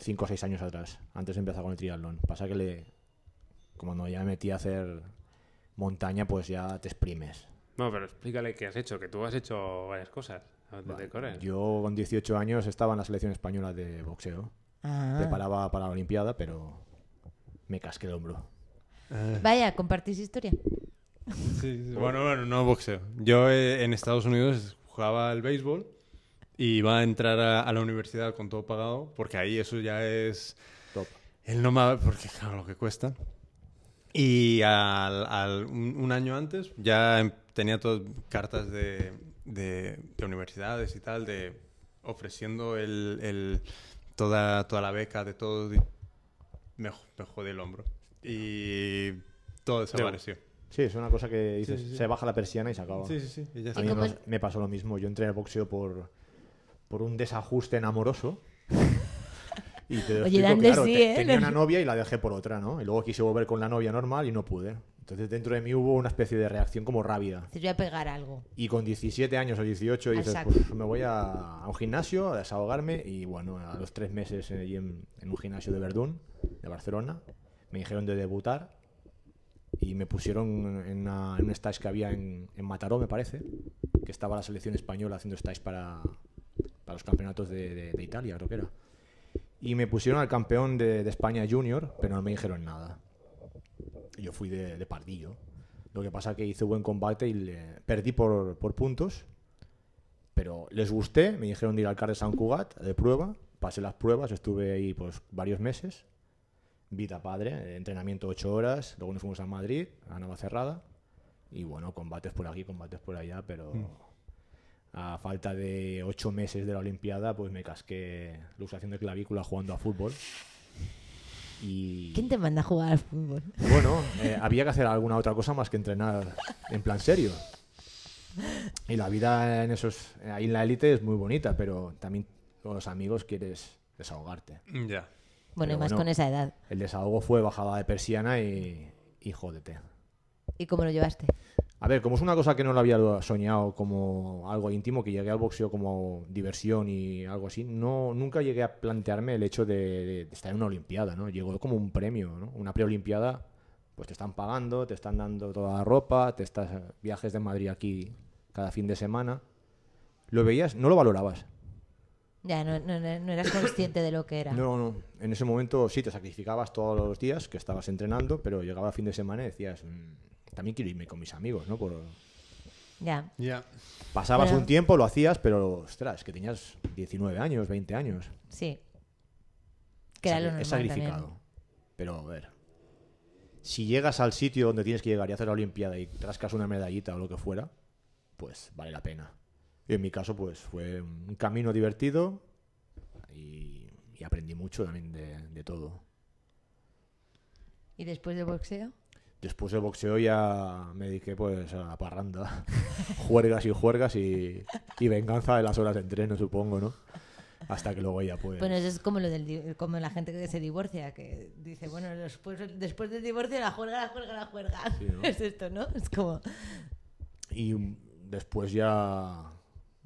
S4: 5 o 6 años atrás, antes de empezar con el triatlón. Pasa que le, como no ya me metí a hacer montaña, pues ya te exprimes.
S3: No, pero explícale qué has hecho, que tú has hecho varias cosas antes de correr.
S4: Yo con 18 años estaba en la selección española de boxeo.
S2: Ah,
S4: Preparaba para la Olimpiada, pero me casqué el hombro.
S2: vaya, compartís historia.
S1: Bueno, bueno, no boxeo. Yo eh, en Estados Unidos jugaba al béisbol y iba a entrar a, a la universidad con todo pagado, porque ahí eso ya es...
S4: Top.
S1: El nómada, porque claro, lo que cuesta. Y al, al- un, un año antes ya em- tenía todas cartas de, de- de universidades y tal, de ofreciendo el, el- toda, toda la beca de todo. y me, jo- me jodí el hombro. Y todo desapareció.
S4: Sí, es una cosa que dices, se baja la persiana y se acaba.
S1: Sí, sí, sí. y ya
S4: A
S1: está.
S4: mí
S2: cómo
S4: me-
S2: es-
S4: me pasó lo mismo. Yo entré al boxeo por, por un
S2: [LAUGHS]
S4: desajuste enamoroso. Y te lo
S2: Oye,
S4: explico
S2: Dan de
S4: claro,
S2: sí,
S4: te-
S2: ¿eh?
S4: tenía
S2: [LAUGHS]
S4: una novia y la dejé por otra, ¿no? Y luego quise volver con la novia normal y no pude. Entonces dentro de mí hubo una especie de reacción como rábida.
S2: Te voy a pegar algo.
S4: Y con 17 años o 18
S2: Al
S4: dices,
S2: saco.
S4: pues me voy a, a un gimnasio a desahogarme. Y bueno, a los tres meses allí en, en un gimnasio de Verdún, de Barcelona, me dijeron de debutar. Y me pusieron en, una- en un stage que había en, en Mataró, me parece, que estaba la selección española haciendo stage para, para los campeonatos de, de- de Italia, creo que era. Y me pusieron al campeón de, de España Junior, pero no me dijeron nada. Y Yo fui de, de pardillo. Lo que pasa que hice buen combate y le- perdí por, por puntos. Pero les gusté, me dijeron de ir al CAR de San Cugat de prueba. Pasé las pruebas, estuve ahí pues, varios meses. Vida padre, eh, entrenamiento 8 horas. Luego nos fuimos a Madrid, a Navacerrada. Y bueno, combates por aquí, combates por allá, pero a falta de 8 meses de la Olimpiada, pues me casqué luxación de clavícula jugando a fútbol. Y...
S2: ¿Quién te manda a jugar al fútbol?
S4: Bueno, eh, había que hacer alguna otra cosa más que entrenar en plan serio. Y la vida en esos, ahí en la élite es muy bonita, pero también con los amigos quieres desahogarte.
S1: Ya.
S2: Bueno, y
S4: Pero
S2: más
S4: bueno.
S2: con esa edad.
S4: El desahogo fue bajada de persiana y, y jódete.
S2: ¿Y cómo lo llevaste?
S4: A ver, como es una cosa que no lo había soñado como algo íntimo, que llegué al boxeo como diversión y algo así, no, nunca llegué a plantearme el hecho de, de estar en una olimpiada, ¿no? Llegó como un premio, ¿no? Una preolimpiada, pues te están pagando, te están dando toda la ropa, te estás viajes de Madrid aquí cada fin de semana. Lo veías, no lo valorabas.
S2: Ya, no, no- no- no eras consciente de lo que era.
S4: No, no. En ese momento sí te sacrificabas todos los días que estabas entrenando, pero llegaba fin de semana y decías, "Mm, también quiero irme con mis amigos, ¿no? Por,
S2: Ya.
S1: Ya.
S4: Pasabas
S2: Pero-
S4: un tiempo, lo hacías, pero ostras, que tenías 19 años, 20 años.
S2: Sí. Que era
S4: Sacri-
S2: lo normal
S4: es sacrificado.
S2: también.
S4: Pero a ver. Si llegas al sitio donde tienes que llegar y hacer la Olimpiada y trascas una medallita o lo que fuera, pues vale la pena. Y en mi caso, pues fue un camino divertido y, y aprendí mucho también de, de todo.
S2: ¿Y después del boxeo?
S4: Después del boxeo ya me dediqué pues a la parranda. [LAUGHS] juergas y juergas y, y venganza de las horas de entreno, supongo, ¿no? Hasta que luego ya pues...
S2: Bueno, eso es como lo del di- como la gente que se divorcia, que dice, bueno, después, después del divorcio la juerga, la juerga, la juerga. [LAUGHS]
S4: ¿no?
S2: Es esto, ¿no? Es como...
S4: Y mm, después ya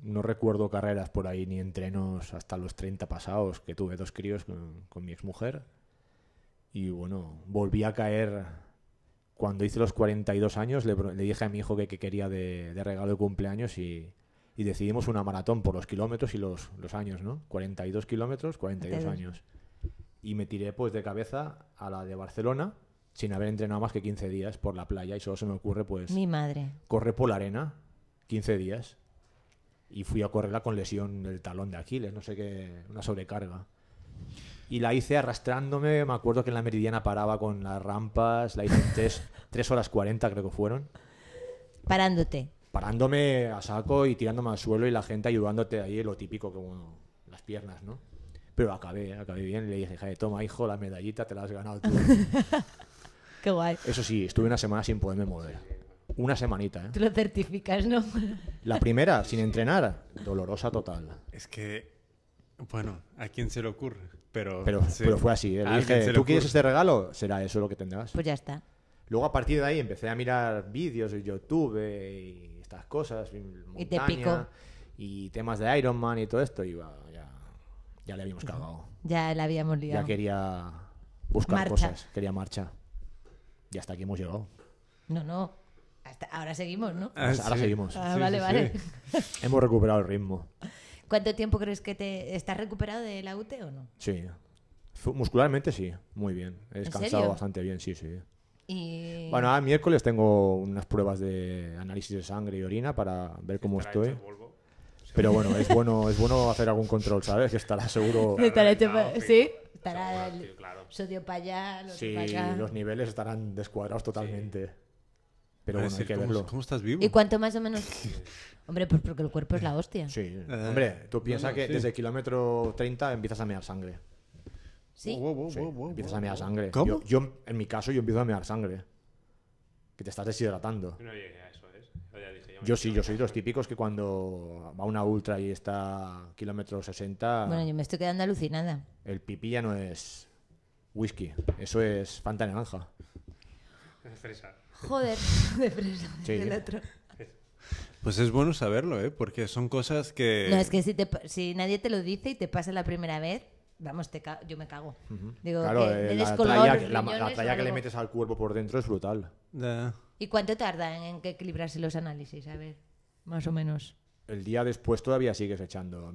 S4: no recuerdo carreras por ahí ni entrenos hasta los 30 pasados, que tuve dos críos con, con mi exmujer. Y bueno, volví a caer. Cuando hice los 42 años, le, pro- le dije a mi hijo que, que quería de, de regalo de cumpleaños y, y decidimos una maratón por los kilómetros y los, los años, ¿no? 42 kilómetros, 42
S2: 42.
S4: años. Y me tiré pues de cabeza a la de Barcelona sin haber entrenado más que 15 días por la playa y solo se me ocurre pues
S2: Mi madre.
S4: correr por la arena 15 días y fui a correrla con lesión del talón de Aquiles, no sé qué, una sobrecarga. Y la hice arrastrándome, me acuerdo que en la meridiana paraba con las rampas, la hice en 3, horas 40 creo que fueron,
S2: Parándote.
S4: parándome a saco y tirándome al suelo y la gente ayudándote ahí, lo típico como las piernas, ¿no? Pero acabé, acabé bien, le dije, "Jae, toma hijo, la medallita te la has ganado tú.
S2: Qué guay.
S4: Eso sí, estuve una semana sin poderme mover. Una semanita, ¿eh?
S2: Tú lo certificas, ¿no? [LAUGHS]
S4: La primera, sin entrenar, dolorosa total.
S1: Es que, bueno, ¿a quién se le ocurre? Pero,
S4: Pero,
S1: sí.
S4: pero fue así. ¿eh?
S1: ¿A
S4: Le
S1: alguien se le
S4: dije, ¿tú
S1: ocurre?
S4: quieres este regalo? Será eso lo que tendrás.
S2: Pues ya está.
S4: Luego a partir de ahí empecé a mirar vídeos de YouTube eh, y estas cosas. Y, montaña,
S2: te picó.
S4: y temas de Iron Man y todo esto. Y va, ya, ya le habíamos cagado.
S2: Ya la habíamos liado.
S4: Ya quería buscar
S2: Marcha.
S4: cosas. Quería marcha. Y hasta aquí hemos llegado.
S2: No, no. Hasta ahora seguimos, ¿no?
S1: Ah,
S4: Ahora
S1: sí.
S4: seguimos.
S2: Ah,
S1: sí,
S2: vale,
S1: sí.
S2: vale.
S4: Hemos recuperado el ritmo.
S2: [LAUGHS] ¿Cuánto tiempo crees que te estás recuperado de la UT o no?
S4: Sí. Fu- Muscularmente sí, muy bien. He descansado
S2: serio?
S4: bastante bien, sí, sí.
S2: Y
S4: Bueno, ahora miércoles tengo unas pruebas de análisis de sangre y orina para ver cómo
S3: Estará hecho
S4: estoy.
S3: polvo.
S4: Pero bueno, es bueno, es bueno hacer algún control, ¿sabes? Que
S2: [LAUGHS]
S4: estará
S2: [LAUGHS]
S4: seguro.
S2: estará hecho
S3: reventado,
S2: pa-
S3: sí.
S2: sí, estará
S3: Seguro,
S2: el
S3: tío, claro.
S2: sodio para allá, lo
S4: Sí,
S2: para acá.
S4: los niveles estarán descuadrados totalmente. Pero
S1: Va a
S4: bueno, hay
S1: decir,
S4: que
S1: ¿cómo,
S4: verlo.
S1: ¿Cómo estás vivo?
S2: ¿Y cuánto más o menos? [LAUGHS] Hombre, pues porque el cuerpo es la hostia. Sí.
S4: Sí, hombre, tú piensas
S1: Eh, no,
S4: que
S1: sí.
S4: desde el kilómetro 30 empiezas a mear sangre.
S1: Wow, wow,
S4: Sí,
S1: wow, wow,
S4: empiezas
S1: wow,
S4: a mear
S1: wow.
S4: sangre.
S1: ¿Cómo?
S4: Yo, yo, en mi caso, yo empiezo a mear sangre. Que te estás deshidratando.
S3: Yo No llegué a eso, ¿eh? Yo ya dije, ya me
S4: Yo
S3: he
S4: sí,
S3: quitado.
S4: yo
S3: [LAUGHS]
S4: soy de los típicos que cuando va una ultra y está kilómetro 60,
S2: Bueno, yo me estoy quedando alucinada.
S4: el pipí ya no es whisky, eso es Fanta naranja.
S3: Fresa.
S4: [LAUGHS]
S2: Joder, [LAUGHS] de fresa
S4: Sí.
S2: del otro.
S1: Pues es bueno saberlo, ¿eh? Porque son cosas que...
S4: Eh.
S2: No, es que si, te pa- si nadie te lo dice y te pasa la primera vez, vamos, te ca- yo me cago. Digo,
S4: claro,
S2: que
S4: eh,
S2: le des
S4: la,
S2: color,
S4: tralla,
S2: los
S4: la- la
S2: riñones o
S4: tralla que le
S2: algo.
S4: metes al cuerpo por dentro es brutal.
S1: Da.
S2: ¿Y cuánto tardan en que equilibrarse los análisis? A ver, más o menos.
S4: El día después todavía sigues echando.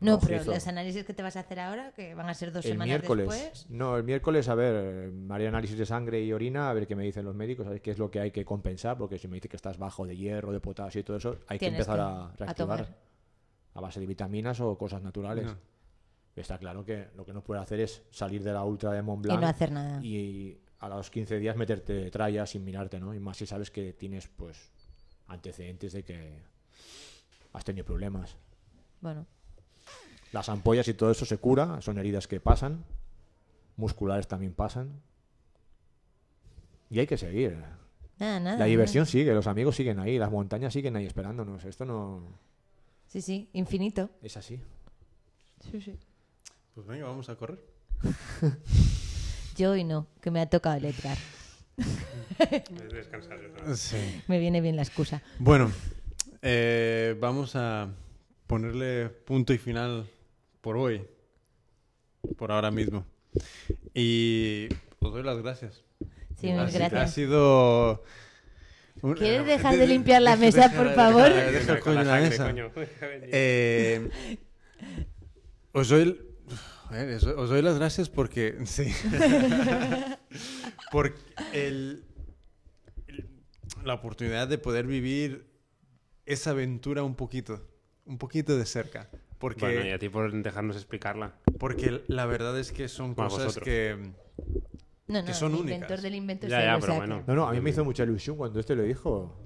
S2: No,
S4: rojizo.
S2: pero los análisis que te vas a hacer ahora, que van a ser dos
S4: el
S2: semanas
S4: miércoles.
S2: después.
S4: No, el miércoles, a ver, eh, haré análisis de sangre y orina, a ver qué me dicen los médicos, a ver qué es lo que hay que compensar, porque si me dice que estás bajo de hierro, de potasio y todo eso, hay que
S2: Tienes
S4: empezar
S2: que-
S4: a
S2: a
S4: reactivar
S2: tomar.
S4: a base de vitaminas o cosas naturales.
S1: No.
S4: Está claro que lo que no puede hacer es salir de la ultra de Mont Blanc
S2: Y no hacer nada.
S4: y a los 15 días meterte tralla sin mirarte, ¿no? Y más si sabes que tienes, pues, antecedentes de que has tenido problemas.
S2: Bueno,
S4: Las ampollas y todo eso se cura, son heridas que pasan, musculares también pasan. Y hay que seguir.
S2: nada, nada.
S4: La
S2: nada.
S4: diversión sigue, los amigos siguen ahí, las montañas siguen ahí esperándonos. Esto no
S2: Sí, sí, infinito.
S4: es así.
S2: Sí, sí.
S1: Pues venga, vamos a correr.
S2: Yo hoy no, que me ha tocado letrar.
S3: Es
S2: [LAUGHS]
S3: descansar, yo creo.
S1: Sí.
S2: Me viene bien la excusa.
S1: Bueno, eh, vamos a ponerle punto y final por hoy, por ahora mismo. Y os doy las gracias.
S2: Sí, mil
S1: Ha si- Ha
S2: gracias.
S1: sido... un- Eh,
S2: ¿Quieres dejar de limpiar la mesa, por favor?
S1: Deja, deja el
S3: Con
S1: coño en la
S3: sangre,
S1: mesa.
S3: coño. [LAUGHS]
S1: Eh, os doy... el- joder, os doy- os doy las gracias porque... [LAUGHS] Sí. por el- el- la oportunidad de poder vivir esa aventura un poquito, un poquito de cerca. Porque,
S3: Bueno, y a ti por dejarnos explicarla.
S1: porque la verdad es que son
S3: Bueno,
S1: cosas
S3: vosotros.
S1: que...
S2: No, no,
S1: que son
S2: el
S1: únicas.
S2: inventor del invento
S3: Ya,
S2: es él,
S3: ya,
S2: o
S3: pero
S2: sea
S3: bueno.
S4: No, no, a mí me hizo mucha ilusión cuando este lo dijo.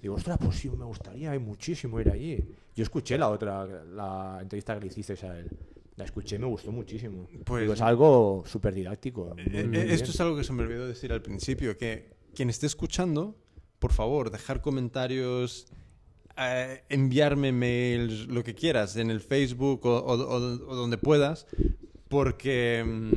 S4: Digo, ostras, pues sí, me gustaría, hay muchísimo ir allí. Yo escuché la otra, la entrevista que le hicisteis a él. La escuché y me gustó muchísimo.
S1: Pues-
S4: Digo, es algo súper didáctico. muy,
S1: Eh,
S4: muy
S1: eh,
S4: bien.
S1: esto es algo que se me olvidó decir al principio, que quien esté escuchando, por favor, dejar comentarios, eh, enviarme mails, lo que quieras, en el Facebook o, o- o- o donde puedas, porque mm,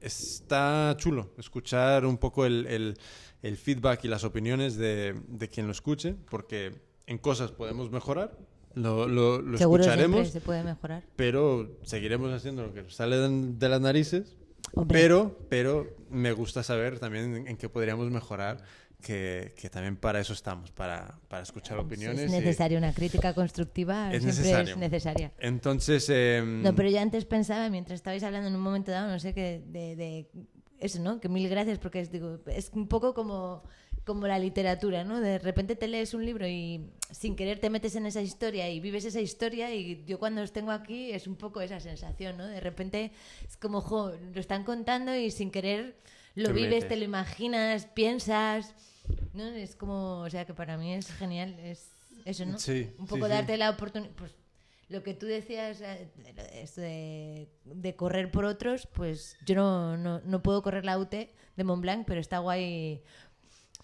S1: está chulo escuchar un poco el, el- el feedback y las opiniones de, de quien lo escuche, porque en cosas podemos mejorar, lo, lo- lo
S2: Seguro siempre
S1: escucharemos
S2: se puede mejorar.
S1: pero seguiremos haciendo lo que nos sale de de las narices.
S2: Hombre.
S1: Pero, pero me gusta saber también en, en qué podríamos mejorar, que, que también para eso estamos, para, para escuchar
S2: Si
S1: opiniones.
S2: es
S1: y-
S2: necesaria una crítica constructiva,
S1: Es
S2: siempre
S1: necesario.
S2: es necesaria.
S1: Entonces, eh,
S3: Em,
S2: No, pero yo antes pensaba, mientras estabais hablando en un momento dado, no sé, que de, de- eso, ¿no? Que mil gracias, porque es, digo, es un poco como, como la literatura, ¿no? De repente te lees un libro y sin querer te metes en esa historia y vives esa historia y yo cuando os tengo aquí es un poco esa sensación, ¿no? De repente es como, jo, lo están contando y sin querer lo
S3: Te
S2: vives,
S3: metes.
S2: te lo imaginas, piensas, ¿no? Es como, o sea, que para mí es genial, es eso, ¿no?
S1: Sí,
S2: un
S1: sí,
S2: poco
S1: sí.
S2: darte la oportunidad. Pues lo que tú decías, eh, de lo de esto de, de correr por otros, pues yo no, no, no puedo correr la UT de Mont Blanc, pero está guay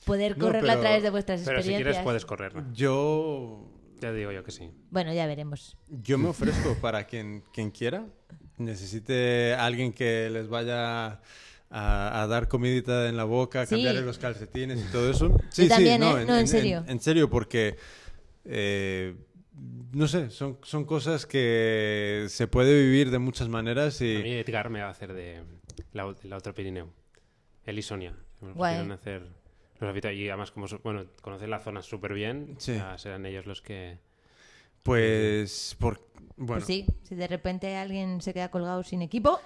S2: poder
S1: No,
S2: correrla
S1: pero-
S2: a través de vuestras
S3: Pero si
S2: experiencias.
S3: quieres puedes correrla.
S1: yo,
S3: Te digo yo que sí.
S2: Bueno, ya veremos.
S1: yo me ofrezco para quien, quien quiera, necesite a alguien que les vaya a, a dar comidita en la boca,
S2: Sí.
S1: cambiarle los calcetines y todo eso. Sí,
S2: también,
S1: sí, no,
S2: ¿eh? No, en serio.
S1: En, serio, porque... eh, no sé, son, son cosas que se puede vivir de muchas maneras
S3: A mí
S1: y...
S3: Edgar me va a hacer de la, de la otra Pirineo. Él y Sonia. Me lo
S2: Guay.
S3: pusieron a hacer los hábitats. y además como so- bueno, conocen la zona súper bien,
S1: Sí.
S3: ya serán ellos los que
S1: Pues... Por, bueno,
S2: Pues sí, si de repente alguien se queda colgado sin equipo,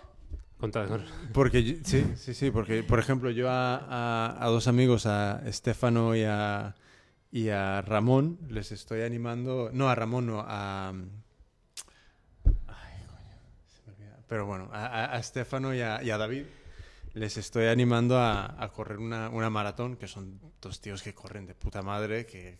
S1: [LAUGHS]
S3: contad con [LAUGHS]
S1: Porque yo- sí, sí, sí, porque por ejemplo yo a, a- a dos amigos, a Estefano y a, y a Ramón, les estoy animando, no a Ramón, no, a... Ay, coño, se me olvida. Pero bueno, a, a- a Estefano y a, y a David les estoy animando a, a correr una, una maratón, que son dos tíos que corren de puta madre, que,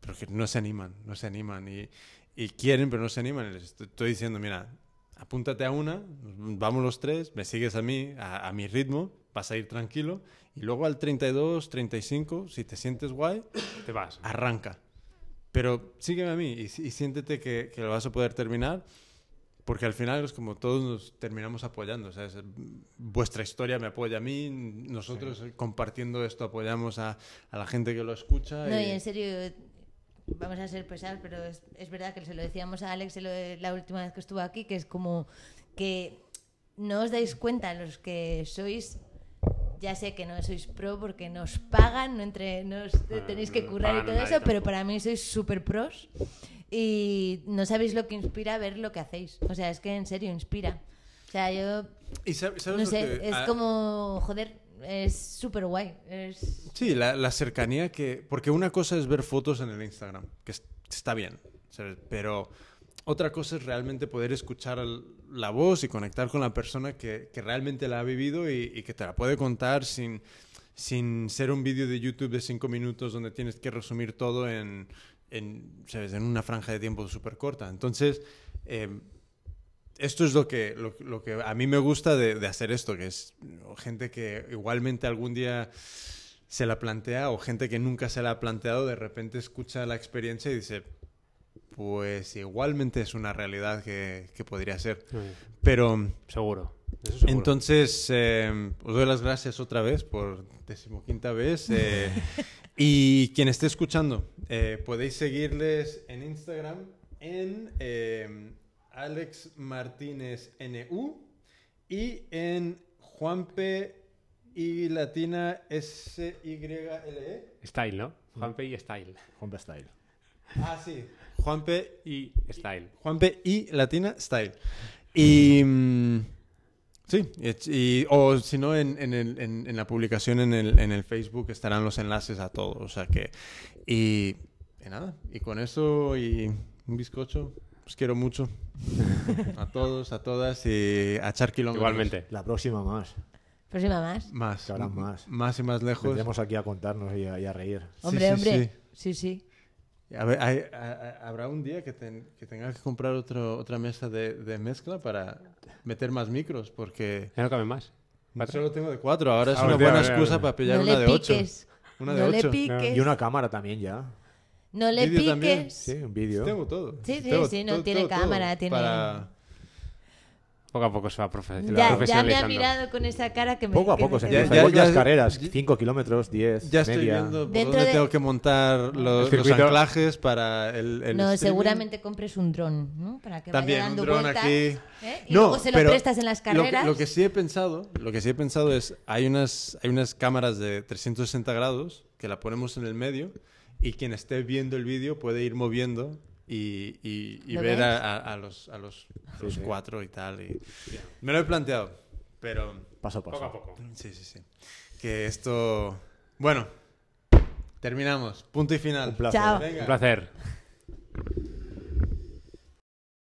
S1: pero que no se animan, no se animan y, y quieren, pero no se animan. Les est- estoy diciendo, mira, apúntate a una, vamos los tres, me sigues a mí, a, a mi ritmo, vas a ir tranquilo y luego al 32, 35, si te sientes guay,
S3: te vas.
S1: Ah. arranca. Pero sígueme a mí y, si- y siéntete que, que lo vas a poder terminar, porque al final es como todos nos terminamos apoyando. ¿sabes? Vuestra historia me apoya a mí, nosotros eh, compartiendo esto apoyamos a, a la gente que lo escucha.
S2: No,
S1: y-
S2: y en serio, vamos a ser pesados, pero es, es verdad que se lo decíamos a Alex el- la última vez que estuvo aquí, que es como que no os dais cuenta los que sois. Ya sé que no sois pro porque nos pagan, no entre, no os
S3: Ah,
S2: tenéis
S3: no
S2: que
S3: nos
S2: currar y
S3: pagan
S2: todo
S3: nadie
S2: eso, pero
S3: tampoco.
S2: para mí sois súper pros y no sabéis lo que inspira a ver lo que hacéis. O sea, es que en serio inspira. O sea, yo
S1: Y sab- ¿sabes
S2: no
S1: lo
S2: sé,
S1: que-
S2: es
S1: ah,
S2: como, joder, es súper guay. Es...
S1: Sí, la, la cercanía que... Porque una cosa es ver fotos en el Instagram, que es- está bien, ¿sabes? pero otra cosa es realmente poder escuchar el- la voz y conectar con la persona que, que realmente la ha vivido y, y que te la puede contar sin, sin ser un vídeo de YouTube de cinco minutos donde tienes que resumir todo en, en, ¿sabes? en una franja de tiempo súper corta. Entonces... eh, esto es lo que, lo, lo que a mí me gusta de, de hacer esto, que es gente que igualmente algún día se la plantea o gente que nunca se la ha planteado, de repente escucha la experiencia y dice, pues igualmente es una realidad que, que podría ser.
S3: Muy bien.
S1: Pero
S3: Seguro. Eso seguro.
S1: entonces, eh, os doy las gracias otra vez por decimoquinta vez. eh, y quien esté escuchando, eh, podéis seguirles en Instagram en eh, Alex Martínez NU y en Juanpe y Latina S-Y-L-E.
S3: Style, ¿no? Juanpe y Style.
S5: Home Style.
S1: Ah, sí. Juanpe
S3: Y Style.
S1: Juanpe y Latina Style. Y. mm, sí, y- y- o si no, en, en el- en- en la publicación en el, en el Facebook estarán los enlaces a todo. O sea que. Y. y nada, y con eso y un bizcocho, os
S5: [LAUGHS]
S1: quiero mucho. A todos, a todas y a echar kilómetros.
S3: Igualmente.
S5: La próxima más.
S2: Próxima más.
S1: Más.
S5: Que habrá más.
S1: Más y más lejos.
S5: Vendremos aquí a contarnos y a, y a reír.
S1: Sí,
S2: Hombre,
S1: sí,
S2: hombre.
S1: sí.
S2: sí. sí.
S1: A ver, hay- a- a- habrá un día que, ten- que tenga que comprar otro, otra mesa de, de mezcla para meter más micros, porque
S3: Ya no cabe más.
S1: Solo tengo de cuatro. Ahora es
S6: Ahora
S1: una
S6: tiene-
S1: buena
S6: a ver, a
S1: excusa
S6: ver.
S1: para pillar
S2: No
S1: una de
S2: le
S1: ocho.
S2: piques.
S1: Una de
S2: no le
S1: ocho.
S2: piques.
S5: Y una cámara también ya.
S2: No le
S1: Vídeo también,
S2: piques.
S5: Sí, un vídeo.
S1: Tengo todo.
S2: Sí, sí,
S1: Tengo
S2: sí, no,
S1: todo,
S2: tiene
S1: todo, todo.
S2: cámara, tiene-
S1: Para-
S3: Poco a poco se va profe-
S2: Ya, ya me ha
S3: profesionalizando.
S2: mirado con esa cara que me
S5: Poco a
S2: que me
S5: poco se
S1: Ya-
S2: quedé.
S5: empieza.
S1: ya-
S5: Igual que
S1: ya-
S5: las carreras,
S1: ya-
S5: 5 kilómetros, 10,
S1: Ya estoy
S5: media.
S1: viendo por
S2: Dentro
S1: dónde
S2: de-
S1: tengo que montar los,
S6: El
S1: los
S6: circuito.
S1: anclajes para el, el
S2: No,
S1: streaming.
S2: seguramente compres un dron, ¿no? Para que
S1: También,
S2: vaya
S1: un
S2: dando
S1: dron
S2: vueltas.
S1: aquí.
S2: ¿eh? Y
S1: No,
S2: luego se lo
S1: pero
S2: prestas en las
S1: lo que- Lo
S2: carreras.
S1: que, sí he pensado, lo que sí he pensado es hay unas hay unas cámaras de 360 grados que la ponemos en el medio y quien esté viendo el vídeo puede ir moviendo y, y- y
S2: ¿Lo
S1: ver
S2: ves?
S1: a, a- a los a los, a los cuatro y tal. y- Me lo he planteado, pero
S5: Paso a
S3: Poco a
S5: paso.
S3: poco.
S1: sí sí sí que esto bueno terminamos punto y final.
S5: Un placer.
S2: Chao.
S1: Venga.
S3: Un placer.